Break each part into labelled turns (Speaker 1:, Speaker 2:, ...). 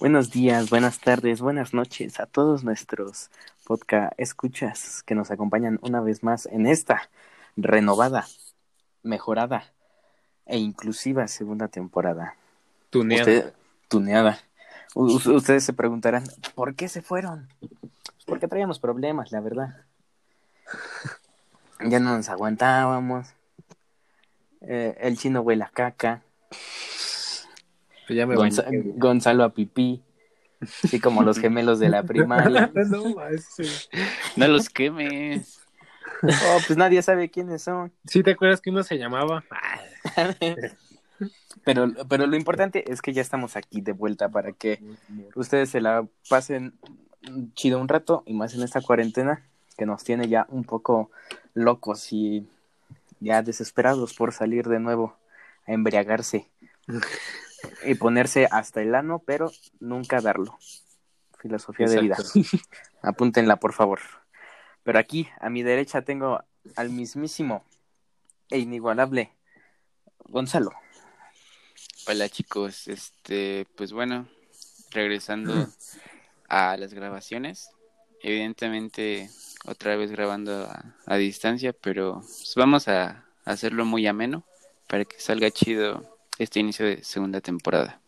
Speaker 1: Buenos días, buenas tardes, buenas noches a todos nuestros podcast escuchas que nos acompañan una vez más en esta renovada, mejorada e inclusiva segunda temporada.
Speaker 2: Tuneada.
Speaker 1: Usted- tuneada. U- u- ustedes se preguntarán, ¿por qué se fueron? Pues porque traíamos problemas, la verdad. Ya no nos aguantábamos. Eh, el chino huele a caca.
Speaker 2: Ya me
Speaker 1: Gonza-
Speaker 2: bañé.
Speaker 1: Gonzalo a pipí. Así como los gemelos de la primaria.
Speaker 2: No, ma, sí.
Speaker 3: No los quemes.
Speaker 1: Oh, pues nadie sabe quiénes son.
Speaker 2: Sí, ¿te acuerdas que uno se llamaba? Ah,
Speaker 1: Pero, pero lo importante es que ya estamos aquí de vuelta para que ustedes se la pasen chido un rato y más en esta cuarentena que nos tiene ya un poco locos y ya desesperados por salir de nuevo a embriagarse y ponerse hasta el ano, pero nunca darlo. Filosofía de vida.
Speaker 2: Exacto.
Speaker 1: Apúntenla, por favor. Pero aquí, a mi derecha, tengo al mismísimo e inigualable Gonzalo.
Speaker 3: Hola chicos, este, pues bueno, regresando a las grabaciones, evidentemente otra vez grabando a, a distancia, pero pues, vamos a hacerlo muy ameno para que salga chido este inicio de segunda temporada.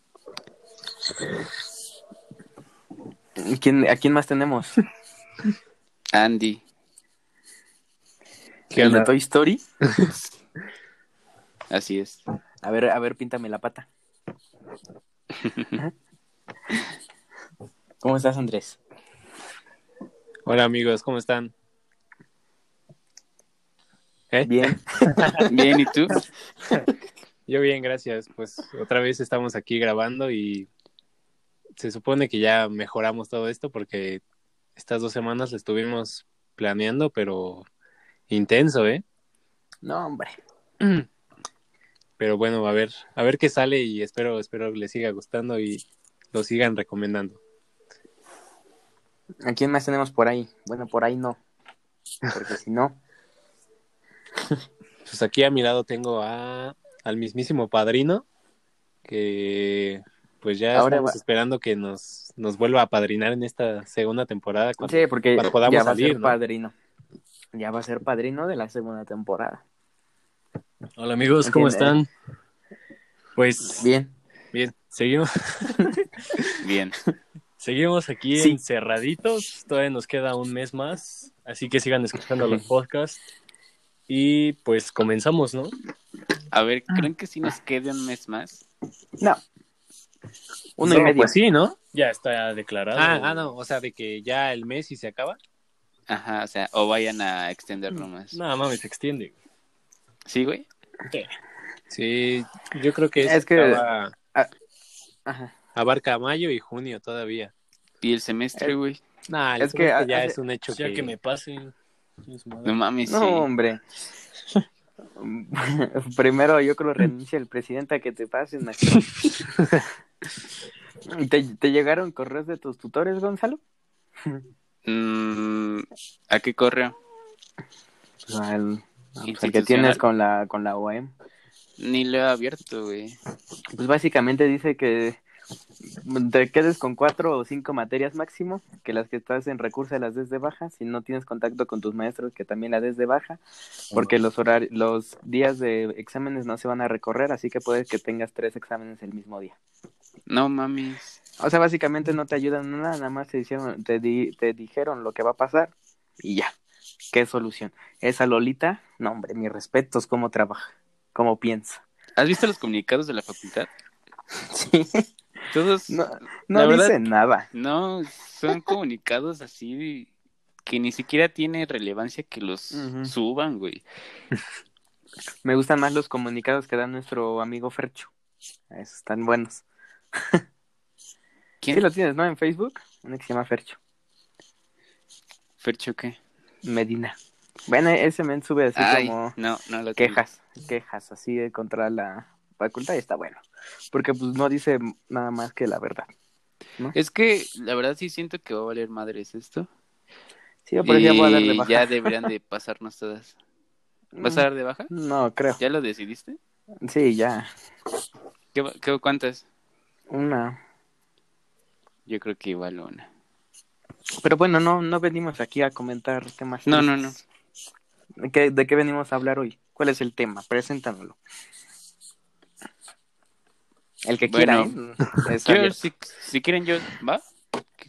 Speaker 1: ¿Quién- ¿A quién más tenemos?
Speaker 3: Andy,
Speaker 2: ¿Qué
Speaker 1: ¿El de
Speaker 2: onda?
Speaker 1: Toy Story?
Speaker 3: así es.
Speaker 1: A ver, a ver, píntame la pata. ¿Cómo estás, Andrés?
Speaker 2: Hola amigos, ¿cómo están? ¿Eh?
Speaker 1: Bien.
Speaker 3: Bien, ¿y tú?
Speaker 2: Yo bien, gracias. Pues otra vez estamos aquí grabando y se supone que ya mejoramos todo esto porque estas dos semanas lo estuvimos planeando, pero intenso, ¿eh?
Speaker 1: No, hombre.
Speaker 2: Pero bueno, a ver, a ver qué sale y espero, espero les siga gustando y lo sigan recomendando.
Speaker 1: ¿A quién más tenemos por ahí? Bueno, por ahí no. Porque si no,
Speaker 2: Pues aquí a mi lado tengo a al mismísimo padrino, que pues ya
Speaker 1: Ahora
Speaker 2: estamos
Speaker 1: va-
Speaker 2: esperando que nos, nos vuelva a padrinar en esta segunda temporada. cuando-
Speaker 1: sí, porque
Speaker 2: Cuando podamos
Speaker 1: ya va a
Speaker 2: salir,
Speaker 1: ser
Speaker 2: ¿no?
Speaker 1: padrino. Ya va a ser padrino de la segunda temporada.
Speaker 2: Hola amigos, ¿cómo
Speaker 1: Entiendo.
Speaker 2: están? Pues
Speaker 1: Bien.
Speaker 2: bien, seguimos,
Speaker 3: Bien.
Speaker 2: seguimos aquí
Speaker 1: Sí.
Speaker 2: encerraditos, todavía nos queda un mes más, así que sigan escuchando los podcasts y pues comenzamos, ¿no?
Speaker 3: A ver, ¿creen que si nos quede un mes más?
Speaker 1: No. Uno y
Speaker 2: No,
Speaker 1: medio.
Speaker 2: Pues sí, ¿no?
Speaker 4: Ya está declarado.
Speaker 2: Ah, ah, no, o sea, de que ya el mes y se acaba.
Speaker 3: Ajá, o sea, o vayan a extenderlo más.
Speaker 4: No, mames, se extiende.
Speaker 3: ¿Sí, güey?
Speaker 2: Sí, yo creo que,
Speaker 1: Es
Speaker 2: es
Speaker 1: que- ah,
Speaker 2: que...
Speaker 1: Ajá.
Speaker 2: abarca mayo y junio todavía.
Speaker 3: Y el semestre, güey.
Speaker 2: Nah,
Speaker 1: Es
Speaker 2: es
Speaker 1: que
Speaker 2: que
Speaker 1: ha-
Speaker 2: ya
Speaker 1: hace-
Speaker 2: es un hecho
Speaker 4: Ya
Speaker 2: que...
Speaker 4: que me pasen. Es
Speaker 3: No
Speaker 4: madre.
Speaker 3: mames,
Speaker 1: No,
Speaker 3: sí.
Speaker 1: hombre. Primero, yo creo renuncia el presidente a que te pasen. maestro. ¿Te, ¿Te llegaron correos de tus tutores, Gonzalo?
Speaker 3: Mm, ¿A qué correo?
Speaker 1: Al, pues, al que
Speaker 3: Institucional.
Speaker 1: tienes con la, con la OEM.
Speaker 3: Ni lo he abierto, güey.
Speaker 1: Pues básicamente dice que te quedes con cuatro o cinco materias máximo, que las que estás en recurso las des de baja, si no tienes contacto con tus maestros que también la des de baja, porque los horarios, los días de exámenes no se van a recorrer, así que puedes que tengas tres exámenes el mismo día.
Speaker 3: No mames.
Speaker 1: O sea, básicamente no te ayudan en nada, nada más te hicieron, te, di- te dijeron lo que va a pasar y ya. Qué solución. Esa Lolita, no hombre, mis respetos, cómo trabaja, cómo piensa.
Speaker 3: ¿Has visto los comunicados de la facultad?
Speaker 1: Sí,
Speaker 3: Todos
Speaker 1: no,
Speaker 3: no,
Speaker 1: no
Speaker 3: La verdad-
Speaker 1: dice nada.
Speaker 3: son comunicados así que ni siquiera tiene relevancia que los
Speaker 1: Ujú.
Speaker 3: suban, güey.
Speaker 1: Me gustan más los comunicados que da nuestro amigo Fercho. Esos están buenos.
Speaker 3: ¿Quién?
Speaker 1: Sí lo tienes, ¿no? En Facebook. Uno que se llama Fercho.
Speaker 3: Fercho qué?
Speaker 1: Medina. Bueno, ese men sube así
Speaker 3: Ay,
Speaker 1: como
Speaker 3: no, no lo tengo.
Speaker 1: quejas. Quejas así de contra la facultad y está bueno. Porque pues no dice nada más que la verdad.
Speaker 3: Es que la verdad sí siento que va a valer madres esto.
Speaker 1: Sí, yo por el día voy a dar de
Speaker 3: Y
Speaker 1: baja.
Speaker 3: ya deberían de pasarnos todas. ¿Vas a dar de baja?
Speaker 1: No, creo.
Speaker 3: ¿Ya lo decidiste?
Speaker 1: Sí, ya.
Speaker 3: ¿Qué, qué, cuántas
Speaker 1: Una.
Speaker 3: Yo creo que igual una.
Speaker 1: Pero bueno, no, no venimos aquí a comentar temas.
Speaker 3: No,
Speaker 1: tristes.
Speaker 3: no, no.
Speaker 1: ¿De qué, de qué venimos a hablar hoy? ¿Cuál es el tema? Preséntanoslo. El que
Speaker 3: Bueno,
Speaker 1: quiera, ¿eh? Es
Speaker 3: Yo,
Speaker 1: abierto.
Speaker 3: si, si quieren, yo. ¿Va?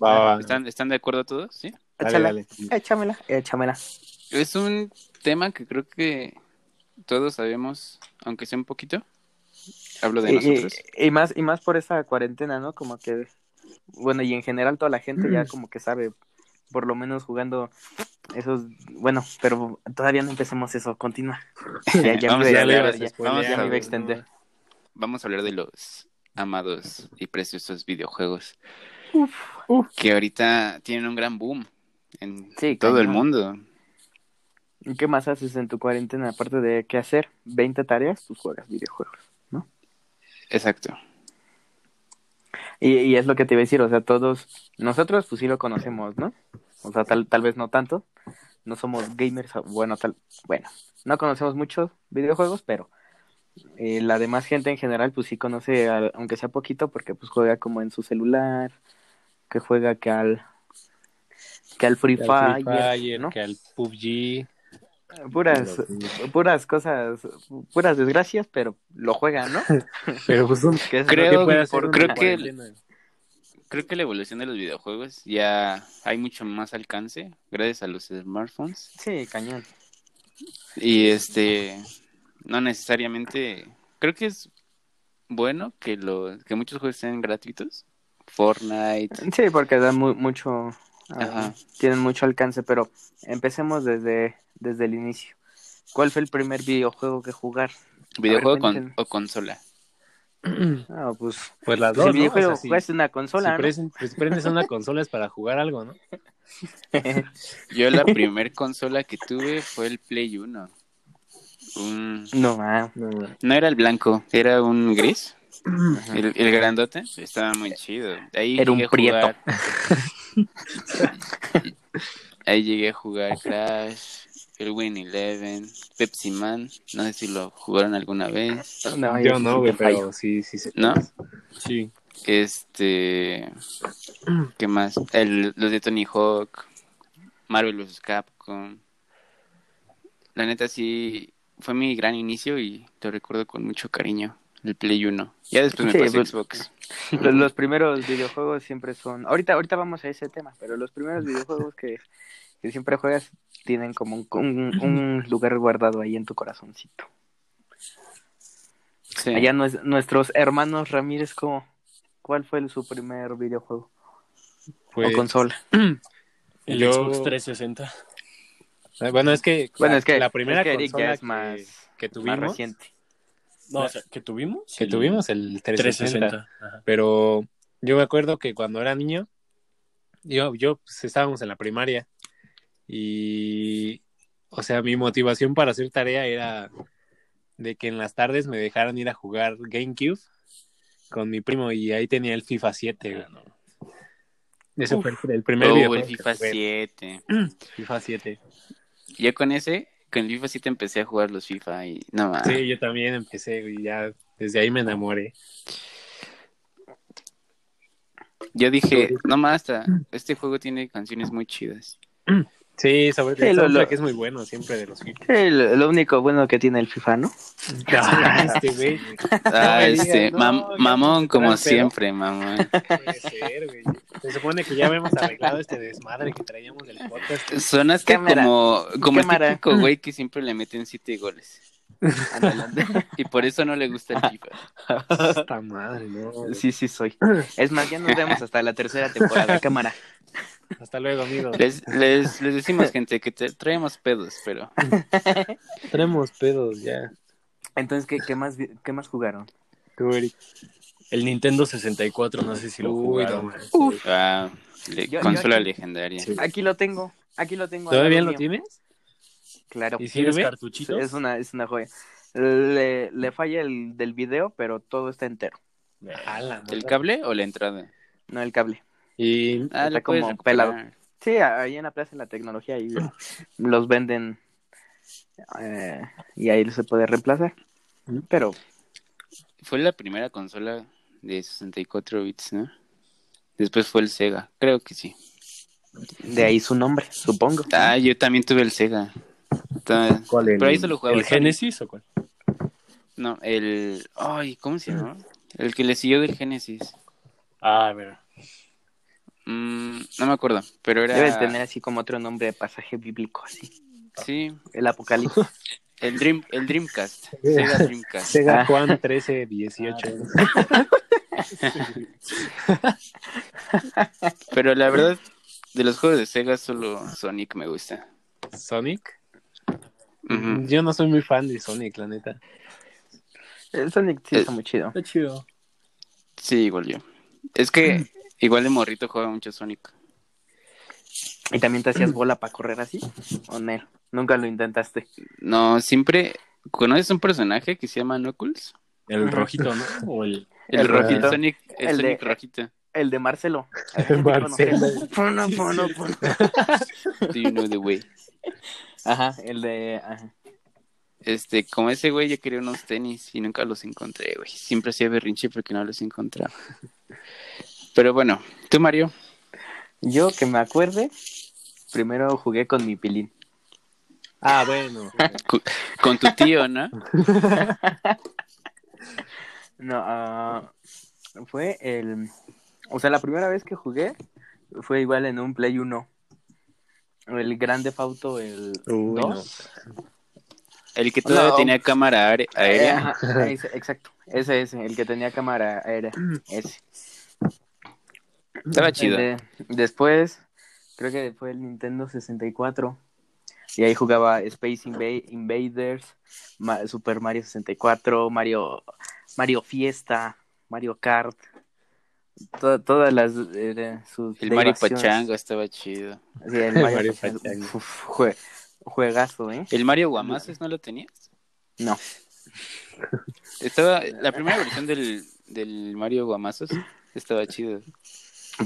Speaker 2: Va, va, va.
Speaker 3: ¿Están, ¿Están de acuerdo todos? Sí.
Speaker 2: Dale,
Speaker 1: Échala.
Speaker 2: dale.
Speaker 1: Échamela, échamela.
Speaker 3: Es un tema que creo que todos sabemos, aunque sea un poquito. Hablo de
Speaker 1: Y, y-
Speaker 3: nosotros.
Speaker 1: y más, y más por esta cuarentena, ¿no? Como que, bueno, y en general toda la gente ya como que sabe, por lo menos jugando esos, bueno, pero todavía no empecemos eso, continúa. Ya, ya,
Speaker 3: Vamos
Speaker 1: me-
Speaker 3: a
Speaker 1: ya,
Speaker 3: hablar,
Speaker 1: ya-
Speaker 3: ya-
Speaker 1: ya
Speaker 3: vamos a
Speaker 1: me iba a
Speaker 3: hablar.
Speaker 1: extender.
Speaker 3: Vamos a hablar de los amados y preciosos videojuegos. Que ahorita tienen un gran boom en
Speaker 1: Sí,
Speaker 3: todo el
Speaker 1: cañón.
Speaker 3: mundo.
Speaker 1: ¿Y ¿Qué más haces en tu cuarentena? Aparte de qué hacer, 20 tareas, tú juegas videojuegos.
Speaker 3: Exacto.
Speaker 1: Y, y es lo que te iba a decir, o sea, todos, nosotros pues sí lo conocemos, ¿no? O sea, tal, tal vez no tanto, no somos gamers, bueno, tal, bueno, no conocemos muchos videojuegos, pero eh, la demás gente en general pues sí conoce, al- aunque sea poquito, porque pues juega como en su celular, que juega que al, que al Free,
Speaker 2: Que
Speaker 1: Fire,
Speaker 2: al Free Fire,
Speaker 1: ¿no?
Speaker 2: que al PUBG.
Speaker 1: Puras, puras cosas, puras desgracias, pero lo juegan, ¿no?
Speaker 2: Pero pues un-
Speaker 1: Que es lo
Speaker 3: Creo-
Speaker 1: que
Speaker 2: ¿qué puede hacer
Speaker 3: por-
Speaker 2: una
Speaker 3: creo que-
Speaker 2: cuarentena?
Speaker 3: Creo que la evolución de los videojuegos ya hay mucho más alcance gracias a los smartphones
Speaker 1: Sí, cañón.
Speaker 3: y este no necesariamente creo que es bueno que lo que muchos juegos sean gratuitos Fortnite
Speaker 1: Sí, porque dan mu- mucho, ah,
Speaker 3: Ajá.
Speaker 1: tienen mucho alcance, pero empecemos desde, desde el inicio. ¿Cuál fue el primer videojuego que jugar?
Speaker 3: videojuego
Speaker 1: ver,
Speaker 3: con-
Speaker 1: cuenten.
Speaker 3: o consola
Speaker 1: Ah, pues,
Speaker 2: Pues las
Speaker 1: pues el
Speaker 2: dos, ¿no? O sea,
Speaker 1: videojuego
Speaker 2: si-
Speaker 1: jugaste una
Speaker 2: si
Speaker 1: consola, ¿no?
Speaker 2: presen- pues, prendes una consola es para jugar algo, ¿no?
Speaker 3: yo la primer consola que tuve fue el Play 1 Un-
Speaker 1: no, ah,
Speaker 2: No,
Speaker 3: no era el blanco era un gris el, el grandote estaba muy chido Ahí
Speaker 1: Era un
Speaker 3: llegué a
Speaker 1: prieto.
Speaker 3: jugar- Ahí llegué a jugar Crash, el Win Eleven, Pepsi Man. No sé si lo jugaron alguna vez.
Speaker 1: no,
Speaker 2: yo
Speaker 1: sí
Speaker 2: no,
Speaker 1: te
Speaker 2: güey,
Speaker 1: fallo.
Speaker 2: pero sí, sí. sí.
Speaker 3: ¿No?
Speaker 4: Sí.
Speaker 3: Este. ¿Qué más? El, los de Tony Hawk, Marvel vs. Capcom. La neta sí fue mi gran inicio y lo recuerdo con mucho cariño. El Play 1. Ya después me
Speaker 1: Sí,
Speaker 3: pasé a
Speaker 1: pues-
Speaker 3: Xbox.
Speaker 1: Los, los primeros videojuegos siempre son... Ahorita, ahorita vamos a ese tema, pero los primeros videojuegos que, que siempre juegas tienen como un, un- un lugar guardado ahí en tu corazoncito.
Speaker 3: Sí.
Speaker 1: Allá nues- nuestros hermanos Ramírez, ¿cómo? ¿cuál fue el- su primer videojuego?
Speaker 2: Pues,
Speaker 1: o consola.
Speaker 4: El
Speaker 2: Yo-
Speaker 4: Xbox 360.
Speaker 2: eh, Bueno, es que,
Speaker 1: Bueno,
Speaker 2: la,
Speaker 1: es que
Speaker 2: la primera
Speaker 1: es que Eric
Speaker 2: consola
Speaker 1: ya es
Speaker 2: que,
Speaker 1: más,
Speaker 2: que
Speaker 1: más
Speaker 2: tuvimos,
Speaker 1: reciente.
Speaker 4: No, o sea, ¿que tuvimos?
Speaker 2: que
Speaker 4: El
Speaker 2: tuvimos el 360.
Speaker 4: 360. Ajá.
Speaker 2: Pero yo me acuerdo que cuando era niño, yo, yo pues, estábamos en la primaria y, o sea, mi motivación para hacer tarea era de que en las tardes me dejaran ir a jugar GameCube con mi primo y ahí tenía el FIFA 7. güey. Ese fue el, el primer
Speaker 3: Oh,
Speaker 2: videojuego
Speaker 3: el
Speaker 2: que
Speaker 3: FIFA
Speaker 2: jugué,
Speaker 3: 7.
Speaker 2: FIFA 7.
Speaker 3: Ya con ese, con el FIFA 7 empecé a jugar los FIFA y no más.
Speaker 2: Sí, yo también empecé y ya desde ahí me enamoré.
Speaker 3: Yo dije, no más, hasta este juego tiene canciones muy chidas.
Speaker 2: Sí, sobre
Speaker 1: Sí,
Speaker 2: todo el
Speaker 1: lo- lo-
Speaker 2: soundtrack es muy bueno siempre de los FIFA.
Speaker 1: Sí, lo, lo único bueno que tiene el FIFA, ¿no?
Speaker 2: Este, güey,
Speaker 3: Ah,
Speaker 2: me digas,
Speaker 3: este,
Speaker 2: no,
Speaker 3: mam-
Speaker 2: ya
Speaker 3: mamón
Speaker 2: te traes
Speaker 3: como
Speaker 2: pedo.
Speaker 3: siempre, mamón.
Speaker 2: Puede ser, güey. Se supone que ya habíamos arreglado este desmadre que traíamos del podcast.
Speaker 3: Sonaste
Speaker 1: Cámara.
Speaker 3: como, como el
Speaker 1: Cámara.
Speaker 3: típico güey que siempre le meten siete goles. Adelante. y por eso no le gusta el FIFA.
Speaker 2: Esta madre, ¿no?
Speaker 1: Sí, sí, soy. Es más, ya nos vemos hasta la tercera temporada, cámara.
Speaker 2: Hasta luego, amigos.
Speaker 3: Les, les, les decimos, gente, que te- traemos pedos, pero
Speaker 2: Traemos pedos ya.
Speaker 1: Entonces, ¿qué, qué, más, vi- ¿qué más jugaron?
Speaker 2: Tú, Eric.
Speaker 4: El Nintendo 64, no sé si lo
Speaker 2: Uy, no,
Speaker 4: jugaron.
Speaker 2: man.
Speaker 3: ah, le-
Speaker 1: Yo- yo
Speaker 3: consola
Speaker 1: aquí-
Speaker 3: legendaria.
Speaker 2: Sí.
Speaker 1: Aquí lo tengo, aquí lo tengo. al
Speaker 2: ¿Todavía
Speaker 1: lado mío.
Speaker 2: lo tienes?
Speaker 1: Claro,
Speaker 2: ¿Y
Speaker 4: ¿Tienes
Speaker 2: sirve?
Speaker 4: cartuchitos?
Speaker 1: es una, es una joya. Le, le falla el del video, pero todo está entero,
Speaker 4: Eh,
Speaker 2: Ala,
Speaker 3: ¿El
Speaker 2: ¿no?
Speaker 3: cable o la entrada?
Speaker 1: no el cable.
Speaker 2: Y
Speaker 3: Ah,
Speaker 1: Está
Speaker 3: lo puedes
Speaker 1: como
Speaker 3: recuperar.
Speaker 1: Sí, ahí en la Plaza de la Tecnología, ahí los venden eh, y ahí se puede reemplazar. Pero
Speaker 3: Fue la primera consola de 64 bits, ¿no? Después fue el Sega, creo que sí.
Speaker 1: de ahí su nombre, supongo.
Speaker 3: Ah, yo también tuve el Sega. Ta-
Speaker 4: ¿Cuál?
Speaker 3: Pero ahí solo jugaba
Speaker 4: ¿El Genesis o cuál?
Speaker 3: No, el... Ay, ¿cómo se llama? El que le siguió del Genesis.
Speaker 4: Ah, a ver.
Speaker 3: Mm, no me acuerdo, pero era...
Speaker 1: Debe tener así como otro nombre de pasaje bíblico, así.
Speaker 3: Sí,
Speaker 1: El Apocalipsis.
Speaker 3: el, Dream, el Dreamcast. Sega Dreamcast.
Speaker 2: Sega
Speaker 1: Ah.
Speaker 2: Juan 13, 18.
Speaker 3: Pero la verdad, de los juegos de Sega, solo Sonic me gusta.
Speaker 2: Sonic.
Speaker 3: Ujú.
Speaker 2: Yo no soy muy fan de Sonic, la neta.
Speaker 1: El Sonic sí está muy chido.
Speaker 4: Está chido.
Speaker 3: Sí, igual yo. Es que igual de morrito juega mucho Sonic.
Speaker 1: ¿Y también te hacías bola para correr así? ¿O no? Nunca lo intentaste.
Speaker 3: No, siempre... ¿Conoces un personaje que se llama Knuckles?
Speaker 4: El rojito, ¿no? O el...
Speaker 3: El,
Speaker 1: El
Speaker 3: rojito.
Speaker 1: rojito.
Speaker 3: Sonic, el
Speaker 1: El de-
Speaker 3: Sonic rojito.
Speaker 1: El de Marcelo.
Speaker 2: Marcelo.
Speaker 1: Pono, pono, pono.
Speaker 3: Do you know the way?
Speaker 1: Ajá, el de... ajá.
Speaker 3: Este, como ese güey, yo quería unos tenis y nunca los encontré, güey. Siempre hacía berrinche porque no los encontraba. Pero bueno, tú, Mario.
Speaker 1: Yo que me acuerde, primero jugué con mi pilín.
Speaker 2: Ah, bueno.
Speaker 3: cu- Con tu tío, ¿no?
Speaker 1: No, ah, fue el... O sea, la primera vez que jugué fue igual en un Play 1. El Grande Fauto, el 2.
Speaker 4: Uy, no.
Speaker 3: El que todavía
Speaker 1: No.
Speaker 3: tenía cámara aérea- aérea.
Speaker 1: Ajá, ese, exacto, ese es el que tenía cámara aérea. Ese.
Speaker 3: Estaba chido.
Speaker 1: Eh, De- después, creo que fue el Nintendo 64. Y ahí jugaba Space Inva- Invaders, Ma- Super Mario 64, Mario, Mario Fiesta, Mario Kart. to- todas las. eh, sus
Speaker 3: El Mario
Speaker 1: derivaciones.
Speaker 3: Pachango estaba chido.
Speaker 1: Sí, el
Speaker 2: El
Speaker 1: Mario,
Speaker 2: Mario
Speaker 1: Pachango.
Speaker 2: Pachango.
Speaker 1: Uf, jue- juegazo, ¿eh?
Speaker 3: ¿El Mario Guamaces no lo tenías?
Speaker 1: No.
Speaker 3: Estaba, la primera versión del, del Mario Guamazos estaba chido.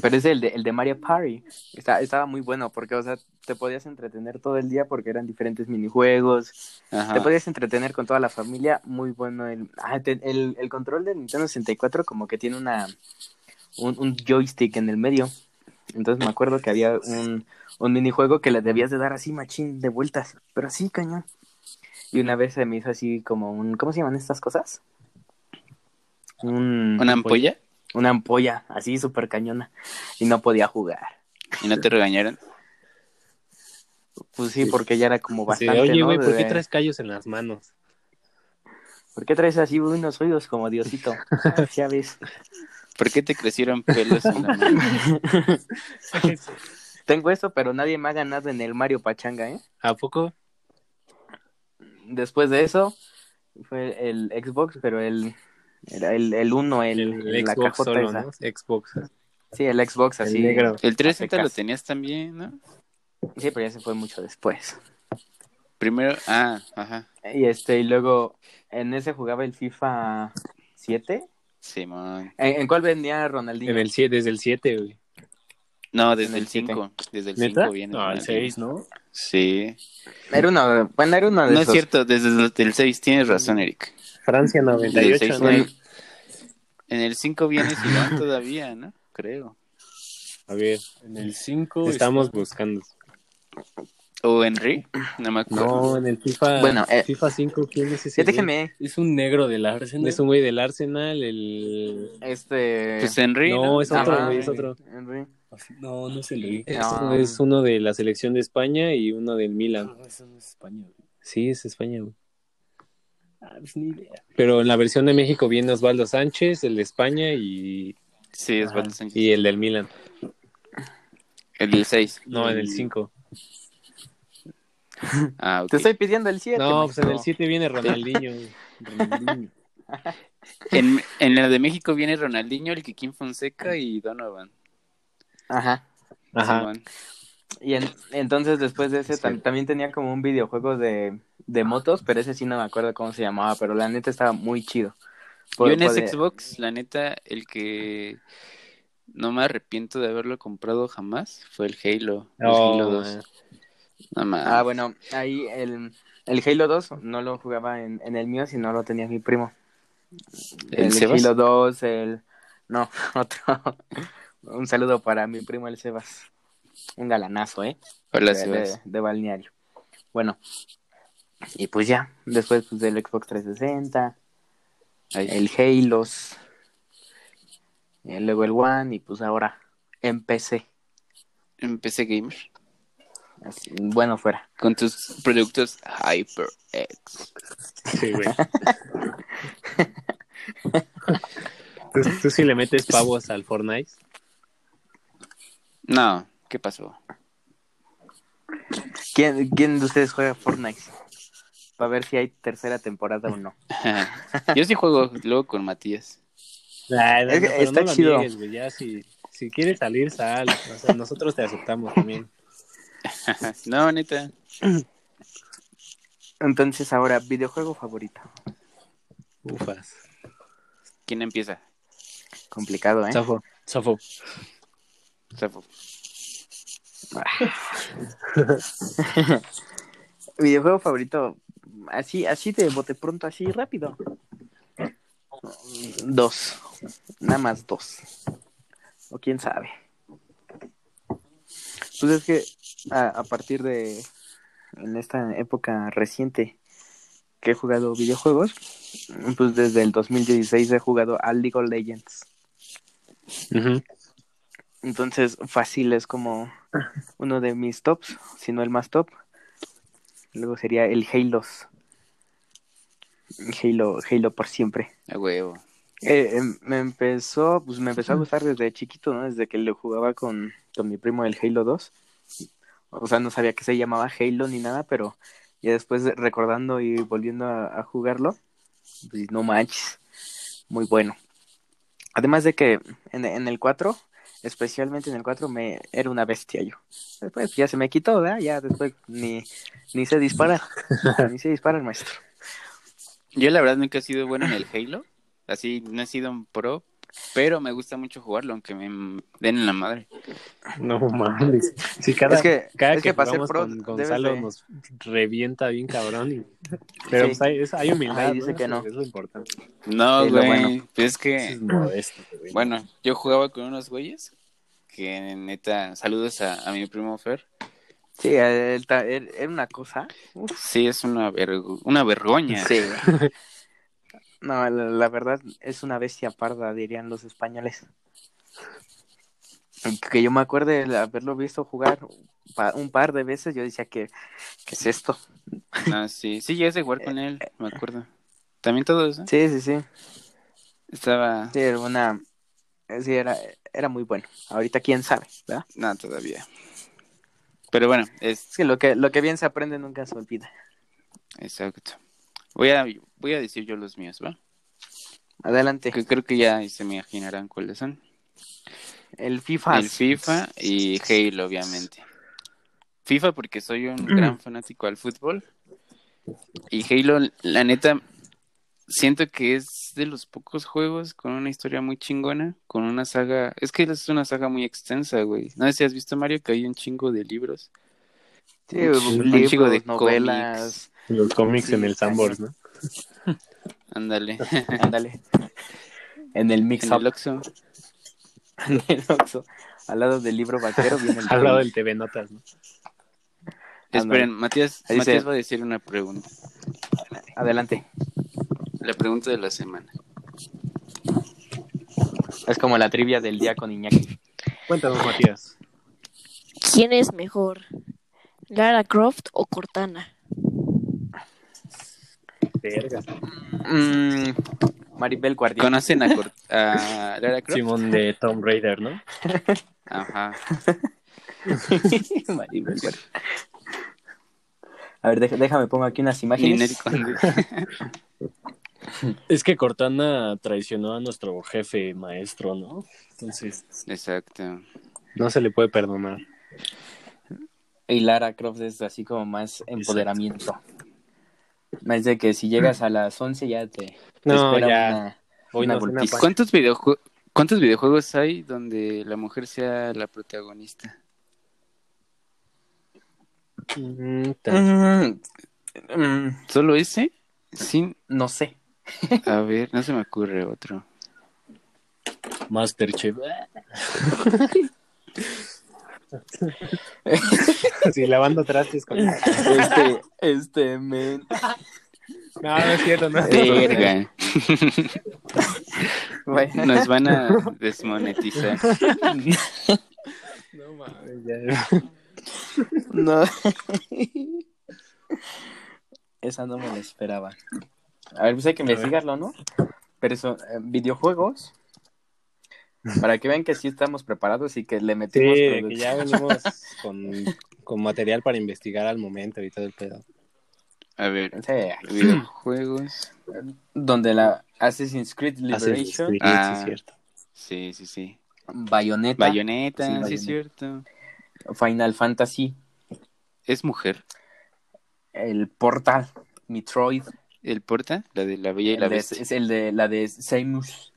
Speaker 1: Pero es el de, el de Mario Party. Está, estaba muy bueno porque, o sea, te podías entretener todo el día porque eran diferentes minijuegos.
Speaker 3: Ajá.
Speaker 1: Te podías entretener con toda la familia. Muy bueno. El, ah, te- el, el control del Nintendo 64 como que tiene una un, un joystick en el medio. Entonces me acuerdo que había un, un minijuego que le debías de dar así machín de vueltas. Pero así, cañón. Y una vez se me hizo así como un... ¿Cómo se llaman estas cosas? Un,
Speaker 3: ¿Una ampolla?
Speaker 1: una ampolla así súper cañona y no podía jugar.
Speaker 3: ¿Y no te regañaron?
Speaker 1: Pues sí, porque ya era como
Speaker 2: Sí,
Speaker 1: bastante.
Speaker 2: Oye,
Speaker 1: ¿no?
Speaker 2: güey, ¿por qué
Speaker 1: De-
Speaker 2: traes callos en las manos?
Speaker 1: ¿por qué traes así unos oídos como Diosito? Ah, ya ves.
Speaker 3: ¿Por qué te crecieron pelos en la mano?
Speaker 1: Tengo eso, pero nadie me ha ganado en el Mario Pachanga, ¿eh?
Speaker 2: ¿A poco?
Speaker 1: Después de eso, fue el Xbox, pero el. Era el, el uno, el,
Speaker 2: El
Speaker 1: la
Speaker 2: Xbox
Speaker 1: cajota
Speaker 2: solo,
Speaker 1: esa.
Speaker 2: ¿no? Xbox.
Speaker 1: Sí, el Xbox así.
Speaker 2: El negro.
Speaker 3: El 360 lo
Speaker 1: secas.
Speaker 3: tenías también, ¿no?
Speaker 1: Sí, pero ya se fue mucho después.
Speaker 3: Primero, ah, ajá,
Speaker 1: Y este, y luego, en ese jugaba el FIFA 7.
Speaker 3: Simón.
Speaker 1: ¿En, en cuál vendía Ronaldinho?
Speaker 2: En el sie- desde el 7, güey.
Speaker 3: No, desde
Speaker 1: En el
Speaker 3: el 5, desde el
Speaker 4: ¿Neta?
Speaker 3: 5 viene.
Speaker 4: No, el 6, ¿no?
Speaker 3: Sí.
Speaker 1: Era uno, bueno, era uno de
Speaker 3: No es
Speaker 1: esos.
Speaker 3: cierto, desde el 6 tienes razón, Eric.
Speaker 2: Francia
Speaker 3: Desde el
Speaker 2: 98,
Speaker 3: seis,
Speaker 2: ¿no?
Speaker 3: en el- En el 5 viene Simón todavía, ¿no? Creo.
Speaker 2: A ver,
Speaker 4: En el 5
Speaker 2: estamos buscando.
Speaker 3: ¿O Henry? No me acuerdo.
Speaker 2: No, en el FIFA,
Speaker 1: Bueno, eh,
Speaker 2: FIFA 5, ¿quién es ese?
Speaker 1: Ya
Speaker 2: güey?
Speaker 1: déjeme,
Speaker 4: Es un negro del Arsenal.
Speaker 2: Es un güey del Arsenal, el...
Speaker 1: este...
Speaker 3: Pues Henry.
Speaker 2: No, es otro,
Speaker 1: Ajá.
Speaker 2: güey, es otro.
Speaker 1: Henry.
Speaker 4: No, no es el rey.
Speaker 2: Es,
Speaker 1: No.
Speaker 2: es uno de la selección de España y uno del Milan.
Speaker 4: No, Ah, eso no es español.
Speaker 2: Sí, es España, güey.
Speaker 4: Ah, pues ni idea.
Speaker 2: Pero en la versión de México viene Osvaldo Sánchez, el de España y,
Speaker 3: Ah, Sí,
Speaker 1: Ah,
Speaker 3: es Walter Sánchez.
Speaker 2: y el del Milan.
Speaker 3: El del 6.
Speaker 2: No, en el 5.
Speaker 3: Ah, ok.
Speaker 1: Te estoy pidiendo el 7.
Speaker 2: No, pues en el 7 viene Ronaldinho. güey.
Speaker 4: Ronaldinho.
Speaker 3: En, en la de México viene Ronaldinho, el Kikín Fonseca y Donovan.
Speaker 1: Ajá.
Speaker 2: Ajá.
Speaker 3: Simón.
Speaker 1: Y en- entonces después de ese tam- también tenía como un videojuego de, de motos, pero ese sí no me acuerdo cómo se llamaba, pero la neta estaba muy chido.
Speaker 3: Yo
Speaker 1: Por-
Speaker 3: en ese
Speaker 1: podía-
Speaker 3: Xbox, la neta, el que no me arrepiento de haberlo comprado jamás fue el Halo. El
Speaker 2: Oh,
Speaker 3: Halo 2.
Speaker 2: man.
Speaker 3: No mames.
Speaker 1: Ah, bueno, ahí el, el Halo 2 no lo jugaba en, en el mío, sino lo tenía mi primo.
Speaker 3: ¿El
Speaker 1: El,
Speaker 3: Sebas?
Speaker 1: Halo 2, el... No, otro. Un saludo para mi primo el Sebas. Un galanazo, ¿eh?
Speaker 3: Hola,
Speaker 1: de,
Speaker 3: Sebas.
Speaker 1: de- de balneario. Bueno, y pues ya, después pues, del Xbox 360,
Speaker 3: Ay,
Speaker 1: el Halos, eh, luego el One y pues ahora empecé.
Speaker 3: Empecé gamer
Speaker 1: Bueno, fuera.
Speaker 3: con tus productos eh, HyperX.
Speaker 2: Sí, güey. ¿Tú, tú sí le metes pavos al Fortnite.
Speaker 3: No, ¿qué pasó?
Speaker 1: ¿Quién, quién de ustedes juega Fortnite? Para ver si hay tercera temporada o no.
Speaker 3: Yo sí juego luego con Matías.
Speaker 2: Ay, no,
Speaker 1: Es que
Speaker 2: no, pero
Speaker 1: está
Speaker 2: no lo
Speaker 1: chido.
Speaker 2: niegues, güey, ya, si, si quieres salir, sal. O sea, nosotros te aceptamos también.
Speaker 3: No, neta.
Speaker 1: Entonces ahora, videojuego favorito. ¿Eh?
Speaker 2: Ufas.
Speaker 3: ¿Quién empieza?
Speaker 1: Complicado, ¿eh?
Speaker 2: Sofo. Sofo.
Speaker 3: Safo.
Speaker 1: Videojuego favorito, así, así de bote pronto, así rápido. Dos, nada más dos. O quién sabe. Pues es que a, a partir de en esta época reciente que he jugado videojuegos, pues desde el 2016 he jugado al League of Legends. Entonces, fácil es como uno de mis tops, si no el más top. Luego sería el Halos. Halo, Halo por siempre.
Speaker 3: A huevo.
Speaker 1: Eh, em, me empezó, pues me empezó a gustar desde chiquito, ¿no? Desde que lo jugaba con, con mi primo el Halo 2. O sea, no sabía que se llamaba Halo ni nada, pero ya después recordando y volviendo a, a jugarlo, pues no manches, muy bueno. Además de que en, en el 4, especialmente en el 4, me, era una bestia yo. Después ya se me quitó, ¿verdad? Ya después ni, ni sé disparar, ni sé disparar, maestro.
Speaker 3: Yo la verdad nunca he sido bueno en el Halo. Así no he sido un pro. Pero me gusta mucho jugarlo, aunque me den en la madre.
Speaker 2: No mames. Sí, cada,
Speaker 1: es que,
Speaker 2: cada
Speaker 1: es
Speaker 2: que,
Speaker 1: que para ser
Speaker 2: jugamos
Speaker 1: pro
Speaker 2: con
Speaker 1: debes
Speaker 2: Gonzalo
Speaker 1: de-
Speaker 2: nos revienta bien cabrón. y- Pero
Speaker 1: Sí.
Speaker 2: pues, hay, es- hay humildad.
Speaker 1: Ay, dice
Speaker 2: ¿no?
Speaker 1: que no. Eh.
Speaker 2: Es lo importante.
Speaker 3: No,
Speaker 1: Sí, lo
Speaker 3: güey.
Speaker 1: bueno.
Speaker 3: Pues es que.
Speaker 2: Es modesto, güey.
Speaker 3: Bueno, yo jugaba con unos güeyes que neta, saludos a, a mi primo Fer.
Speaker 1: Sí, él, ta- él- era una cosa. Uf.
Speaker 3: Sí, es una, vergo- una vergoña.
Speaker 1: Sí. No, la, la verdad es una bestia parda, dirían los españoles. Que yo me acuerde de haberlo visto jugar pa- un par de veces, yo decía que, ¿qué es esto?
Speaker 3: No, Ah, sí, sí, llegué a jugar con él, me acuerdo. También todos, ¿eh?
Speaker 1: Sí, sí, sí.
Speaker 3: Estaba...
Speaker 1: Sí, era una... Sí, era, era muy bueno. Ahorita quién sabe, ¿verdad?
Speaker 3: No, todavía. Pero bueno, es...
Speaker 1: Es que lo que, lo que bien se aprende nunca se olvida.
Speaker 3: Exacto. Voy a, voy a decir yo los míos, ¿va?
Speaker 1: Adelante.
Speaker 3: Que creo que ya se me imaginarán cuáles son.
Speaker 1: El FIFA.
Speaker 3: El FIFA y Halo, obviamente. FIFA porque soy un gran fanático al fútbol. Y Halo, la neta, siento que es de los pocos juegos con una historia muy chingona, con una saga... Es que es una saga muy extensa, güey. No sé si has visto, Mario, que hay un chingo de libros.
Speaker 1: Sí,
Speaker 3: un chingo de
Speaker 1: libros,
Speaker 3: cómics.
Speaker 1: novelas.
Speaker 2: Los cómics
Speaker 1: Sí,
Speaker 2: en el Sambors, ¿no?
Speaker 3: Ándale.
Speaker 1: Ándale. En el
Speaker 3: en
Speaker 1: mix-up.
Speaker 3: el Oxxo.
Speaker 1: en el Oxxo. Al lado del libro vaquero viene el
Speaker 2: Al lado del TV Notas, ¿no?
Speaker 3: Esperen, Matías,
Speaker 1: Ahí dice-
Speaker 3: Matías va a decir una pregunta.
Speaker 1: Adelante.
Speaker 3: La pregunta de la semana.
Speaker 1: Es como la trivia del día con Iñaki.
Speaker 2: Cuéntanos, Matías.
Speaker 5: ¿Quién es mejor? ¿Lara Croft o Cortana?
Speaker 2: Verga.
Speaker 1: Mm, Maribel Guardián.
Speaker 3: ¿Conocen a, Cor- a Lara Croft?
Speaker 2: Simón de Tomb Raider, ¿no?
Speaker 3: Ajá.
Speaker 1: Maribel Guardián. A ver, deja- déjame pongo aquí unas
Speaker 3: Ninel
Speaker 1: imágenes.
Speaker 3: Conde.
Speaker 4: Es que Cortana traicionó a nuestro jefe maestro, ¿no? Entonces,
Speaker 3: Exacto.
Speaker 2: No se le puede perdonar.
Speaker 1: Y Lara Croft es así como más empoderamiento. Más de que si llegas a las 11 ya te, te
Speaker 2: No, ya.
Speaker 1: una-
Speaker 2: Hoy
Speaker 1: Una
Speaker 2: no,
Speaker 1: golpiza.
Speaker 2: una
Speaker 1: Pues-
Speaker 3: ¿Cuántos videojuegos? ¿Cuántos videojuegos hay donde la mujer sea la protagonista?
Speaker 2: Mm, tan-
Speaker 1: Mm, mm,
Speaker 3: ¿Solo ese? Sin...
Speaker 1: no sé.
Speaker 3: A ver, no se me ocurre otro.
Speaker 4: Masterchef.
Speaker 2: Sí, lavando trastes con... No,
Speaker 1: Este, este, men.
Speaker 2: no es cierto, no.
Speaker 3: Verga.
Speaker 1: Bueno,
Speaker 3: Nos van a desmonetizar.
Speaker 2: No mames, ya.
Speaker 1: no. Esa no me la esperaba. A ver, pues hay que investigarlo, ¿no? Pero eso, eh, videojuegos. Para que vean que sí estamos preparados y que le
Speaker 2: Sí,
Speaker 1: metimos
Speaker 2: de que
Speaker 1: producción.
Speaker 2: ya venimos con, con material para investigar al momento y todo el pedo.
Speaker 3: A ver,
Speaker 1: Sí,
Speaker 3: videojuegos.
Speaker 1: donde la Assassin's Creed
Speaker 2: Hacer-
Speaker 1: Liberation,
Speaker 2: sí, sí,
Speaker 3: Ah.
Speaker 2: es cierto.
Speaker 3: Sí, sí, sí.
Speaker 1: Bayonetta, Sí,
Speaker 3: Bayonetta, sí,
Speaker 1: Bayonetta.
Speaker 3: es cierto.
Speaker 1: Final Fantasy,
Speaker 3: Es mujer.
Speaker 1: el Portal, Metroid,
Speaker 3: ¿El porta? La de la bella y la
Speaker 1: el de-
Speaker 3: bestia.
Speaker 1: es el de la de Samus.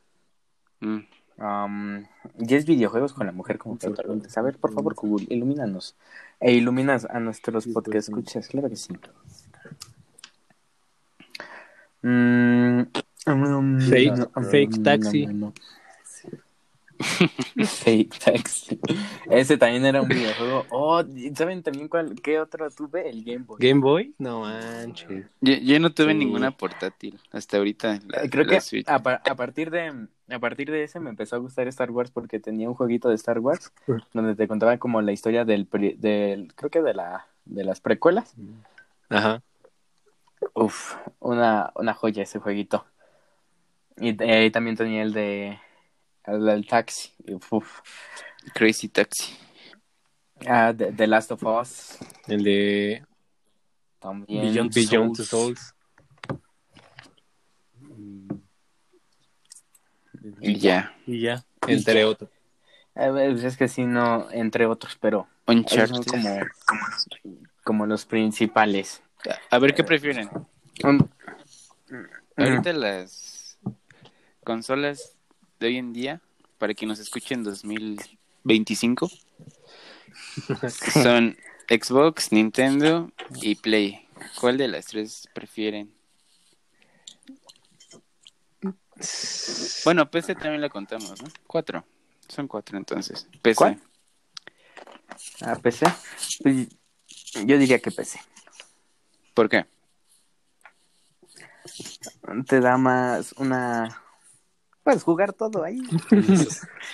Speaker 3: Mm.
Speaker 1: Um, ¿Ya es videojuegos con la mujer como protagonista? A ver, por favor, Google, ilumínanos. E iluminas a nuestros podcast escuchas, claro que sí. Mm, mm,
Speaker 2: Fake-
Speaker 1: no, no,
Speaker 2: fake
Speaker 1: no,
Speaker 2: taxi.
Speaker 1: no, no. Fake taxi. Ese también era un videojuego. Oh, ¿y ¿saben también cuál? ¿Qué otro tuve? El Game Boy.
Speaker 2: ¿Game Boy? No manches.
Speaker 3: Yo, yo no tuve
Speaker 4: Sí.
Speaker 3: ninguna portátil hasta ahorita. la-
Speaker 1: Eh, Creo
Speaker 3: la
Speaker 1: que
Speaker 3: Switch.
Speaker 1: a, par- a partir de a partir de ese me empezó a gustar Star Wars porque tenía un jueguito de Star Wars donde te contaba como la historia del, pri- del creo que de la de las precuelas.
Speaker 2: Ajá.
Speaker 1: Uf, una, una joya ese jueguito. Y eh, también tenía el de el del taxi. y Uf.
Speaker 3: Crazy Taxi.
Speaker 1: Ah, de- The Last of Us
Speaker 2: El de
Speaker 1: también.
Speaker 4: Beyond-
Speaker 2: Beyond Two
Speaker 4: Souls.
Speaker 2: Souls.
Speaker 3: Y ya.
Speaker 4: Y ya.
Speaker 2: Entre otros.
Speaker 1: Eh, pues es que sí no entre otros, pero esos son
Speaker 3: Uncharted.
Speaker 1: como como los principales.
Speaker 3: A ver, ¿qué prefieren?
Speaker 1: Mm.
Speaker 3: Ahorita las consolas de hoy en día, para que nos escuchen en 2025, son Xbox, Nintendo y Play. ¿Cuál de las tres prefieren? Bueno, PC también la contamos, ¿no? Cuatro. Son cuatro entonces. PC.
Speaker 1: ¿Cuál? ¿A PC? Pues, yo diría que PC.
Speaker 3: ¿Por qué?
Speaker 1: Te da más una... Puedes jugar todo ahí.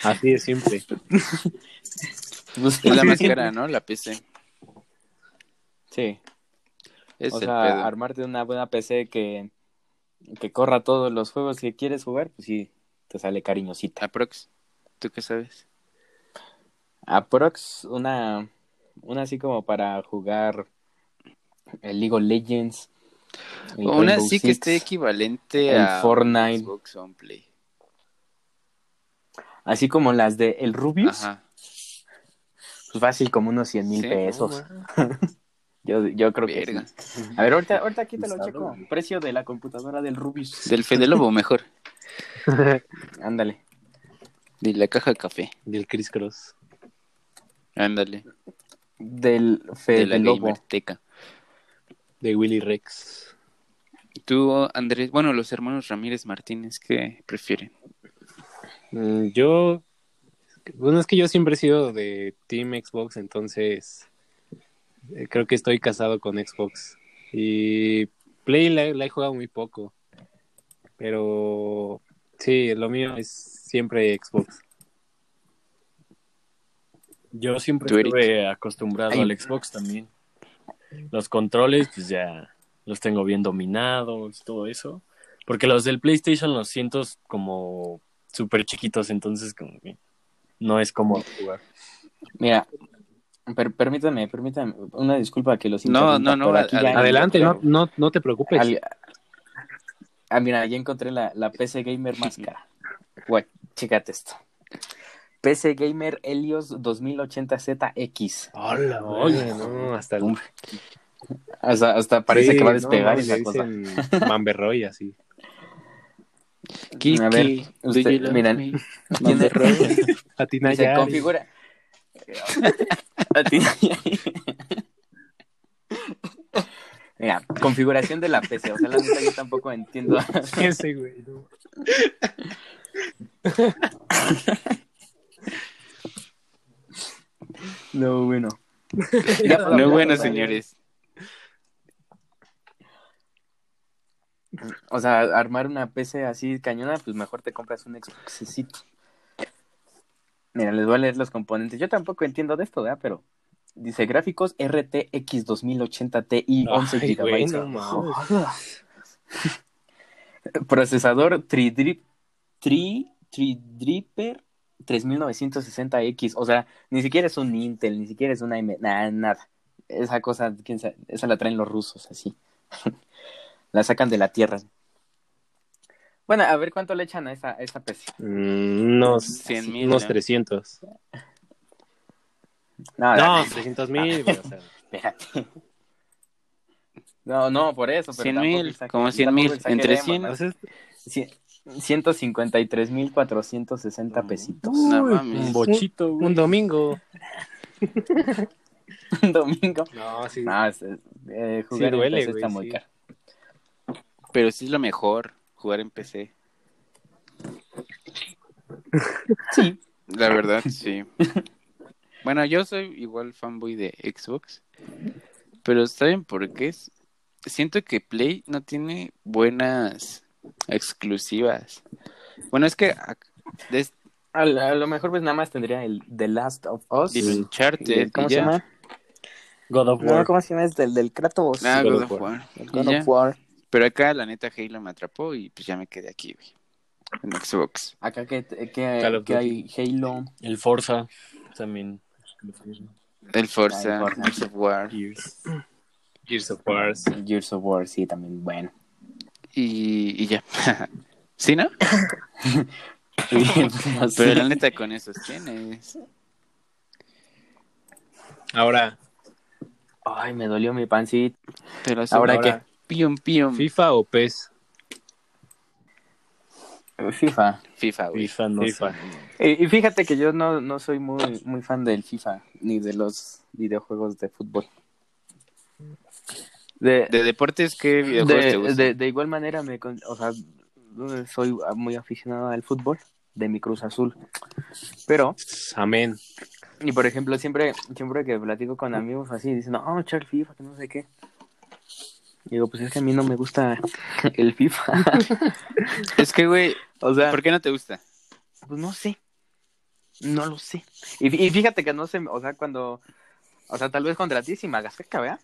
Speaker 2: Así de simple.
Speaker 1: Pues,
Speaker 3: Es la más cara, ¿no? La PC.
Speaker 1: Sí,
Speaker 3: Es
Speaker 1: o
Speaker 3: el
Speaker 1: sea,
Speaker 3: pedo.
Speaker 1: armarte una buena PC que, que corra todos los juegos que quieres jugar, pues sí, te sale cariñosita.
Speaker 3: Aprox, ¿tú qué sabes?
Speaker 1: Aprox, una, una así como para jugar el League of Legends. el
Speaker 3: Una
Speaker 1: Rainbow
Speaker 3: sí que
Speaker 1: Six,
Speaker 3: esté equivalente
Speaker 1: el
Speaker 3: a
Speaker 1: Fortnite.
Speaker 3: Xbox On Play.
Speaker 1: Así como las de El Rubius,
Speaker 3: Ajá.
Speaker 1: pues fácil como unos 100 mil
Speaker 3: Sí, no,
Speaker 1: pesos. yo, yo creo que sí.
Speaker 3: Verga.
Speaker 1: A ver, ahorita, ahorita quítalo, checo. Precio de la computadora del Rubius.
Speaker 3: Del Fede Lobo mejor.
Speaker 1: Ándale.
Speaker 3: De la caja café.
Speaker 2: Del Criss Cross.
Speaker 3: Ándale.
Speaker 1: Del
Speaker 3: De
Speaker 1: Fede
Speaker 3: la
Speaker 1: Lobo.
Speaker 3: Gamerteca.
Speaker 2: De Willy Rex.
Speaker 3: Tú, Andrés, bueno, los hermanos Ramírez Martínez, ¿qué prefieren?
Speaker 2: Mm, Yo. Bueno, es que yo siempre he sido de Team Xbox, entonces. eh, Creo que estoy casado con Xbox. Y Play la, la he jugado muy poco. Pero. Sí, lo mío es siempre Xbox.
Speaker 4: Yo siempre
Speaker 3: Tú, Eric.
Speaker 4: estuve acostumbrado
Speaker 1: Ay.
Speaker 4: al Xbox también. Los controles, pues ya los tengo bien dominados, todo eso. Porque los del PlayStation los siento como súper chiquitos, entonces como que no es como jugar.
Speaker 1: Mira, per- permítame, permítame. Una disculpa que los
Speaker 3: No,
Speaker 1: interrumpa,
Speaker 3: no, no,
Speaker 1: pero
Speaker 3: ad- pues.
Speaker 1: aquí ya-
Speaker 2: Adelante, no,
Speaker 1: claro.
Speaker 2: no, no te preocupes.
Speaker 1: Al- Ah, mira, ya encontré la, la PC Gamer más cara. Güey, chécate esto. PC Gamer Helios 2080ZX.
Speaker 2: Hola, oye, no, hasta el...
Speaker 1: Hasta, hasta parece
Speaker 2: Sí,
Speaker 1: que va a
Speaker 2: no,
Speaker 1: despegar
Speaker 2: no,
Speaker 1: esa
Speaker 2: le
Speaker 1: cosa.
Speaker 2: dicen Mamberroy, así.
Speaker 1: A ver, usted- miren, tiene-
Speaker 2: A ti, Naya,
Speaker 1: se
Speaker 2: Ari.
Speaker 1: configura. A ti, Naya. Mira, configuración de la PC. O sea, la neta yo tampoco entiendo.
Speaker 2: Ese, güey, no.
Speaker 1: No, bueno. Ya puedo
Speaker 3: No,
Speaker 1: hablar,
Speaker 3: bueno,
Speaker 1: o sea,
Speaker 3: señores.
Speaker 1: O sea, armar una PC así cañona, pues mejor te compras un Xboxcito. Mira, les voy a leer los componentes. Yo tampoco entiendo de esto, ¿verdad? Pero dice gráficos RTX 2080 Ti 11
Speaker 2: Ay,
Speaker 1: GB.
Speaker 2: güey, no mames.
Speaker 1: Procesador Tridrip Tri Tridripper 3960X, o sea, ni siquiera es un Intel, ni siquiera es una AMD, nada, nada. Esa cosa, quién sabe, esa la traen los rusos así. la sacan de la tierra. Bueno, a ver cuánto le echan a esa, a esa PC.
Speaker 2: Mm, Unos,
Speaker 3: Cien mil,
Speaker 2: unos
Speaker 3: ¿no?
Speaker 2: 300.
Speaker 3: Ah,
Speaker 1: No,
Speaker 2: No, 300 mil, güey. o sea.
Speaker 1: espérate. No, no, por eso. pero
Speaker 3: 100
Speaker 1: tampoco
Speaker 3: mil,
Speaker 1: exager-
Speaker 3: como 100 mil,
Speaker 1: tampoco
Speaker 3: entre
Speaker 1: exageremos,
Speaker 3: 100.
Speaker 2: Pues
Speaker 1: ¿no? Cien- 153.460 pesitos.
Speaker 3: No
Speaker 4: Uy,
Speaker 3: mames.
Speaker 4: Un bochito, güey.
Speaker 2: Un domingo.
Speaker 1: Un domingo.
Speaker 2: No, sí.
Speaker 1: No, es- es- eh, jugar
Speaker 2: Sí, duele,
Speaker 1: en PC está
Speaker 2: güey,
Speaker 1: muy
Speaker 2: sí.
Speaker 1: caro.
Speaker 3: Pero sí es lo mejor, jugar en PC.
Speaker 1: Sí.
Speaker 3: La verdad, sí. bueno, yo soy igual fanboy de Xbox. Pero ¿saben por qué? es? Siento que Play no tiene buenas exclusivas. Bueno, es que a- des-
Speaker 1: A, la- a lo mejor pues nada más tendría el The Last of Us.
Speaker 3: del
Speaker 1: Y
Speaker 3: Uncharted
Speaker 1: el- ¿Cómo
Speaker 3: y
Speaker 1: se
Speaker 3: ya.
Speaker 1: llama?
Speaker 4: God of War.
Speaker 1: No, ¿cómo se llama? Es del, del Kratos.
Speaker 3: Ah,
Speaker 1: el
Speaker 3: God of War.
Speaker 1: God
Speaker 3: Y ya.
Speaker 1: of War.
Speaker 3: Pero acá la neta Halo me atrapó y pues ya me quedé aquí, güey. En Xbox.
Speaker 1: Acá que, que,
Speaker 2: Call of
Speaker 1: que hay Halo.
Speaker 4: El Forza también.
Speaker 3: El Forza,
Speaker 1: Ah, el Forza.
Speaker 3: Gears of War.
Speaker 4: Gears.
Speaker 2: Gears of War.
Speaker 1: Gears of War, sí, también, bueno.
Speaker 3: Y, y ya. ¿Sí, no? Pero
Speaker 1: pues, Pero-
Speaker 3: la neta con esos tienes.
Speaker 2: Ahora,
Speaker 1: Ay, me dolió mi pancita.
Speaker 3: Pero
Speaker 1: ¿Ahora
Speaker 3: que
Speaker 2: ahora,
Speaker 3: Pion, pion.
Speaker 2: ¿FIFA o PES?
Speaker 1: FIFA.
Speaker 3: FIFA, güey.
Speaker 4: FIFA, no
Speaker 2: FIFA.
Speaker 4: sé.
Speaker 1: Y, y fíjate que yo no, no soy muy, muy fan del FIFA, ni de los videojuegos de fútbol. De,
Speaker 3: De deportes, ¿qué videojuegos te
Speaker 1: de,
Speaker 3: gustan?
Speaker 1: de- de igual manera, me, con- o sea, soy muy aficionado al fútbol de mi Cruz Azul. Pero,
Speaker 2: Pues, Amén.
Speaker 1: y por ejemplo, siempre siempre que platico con amigos así, dicen, no, vamos a echar FIFA, que no sé qué. Y digo, pues es que a mí no me gusta el FIFA.
Speaker 3: Es que, güey,
Speaker 1: o sea,
Speaker 3: ¿por qué no te gusta?
Speaker 1: pues no sé. No lo sé. Y, fí- y fíjate que no sé, o sea, cuando, o sea, tal vez contra ti sí me agaseca, ¿verdad?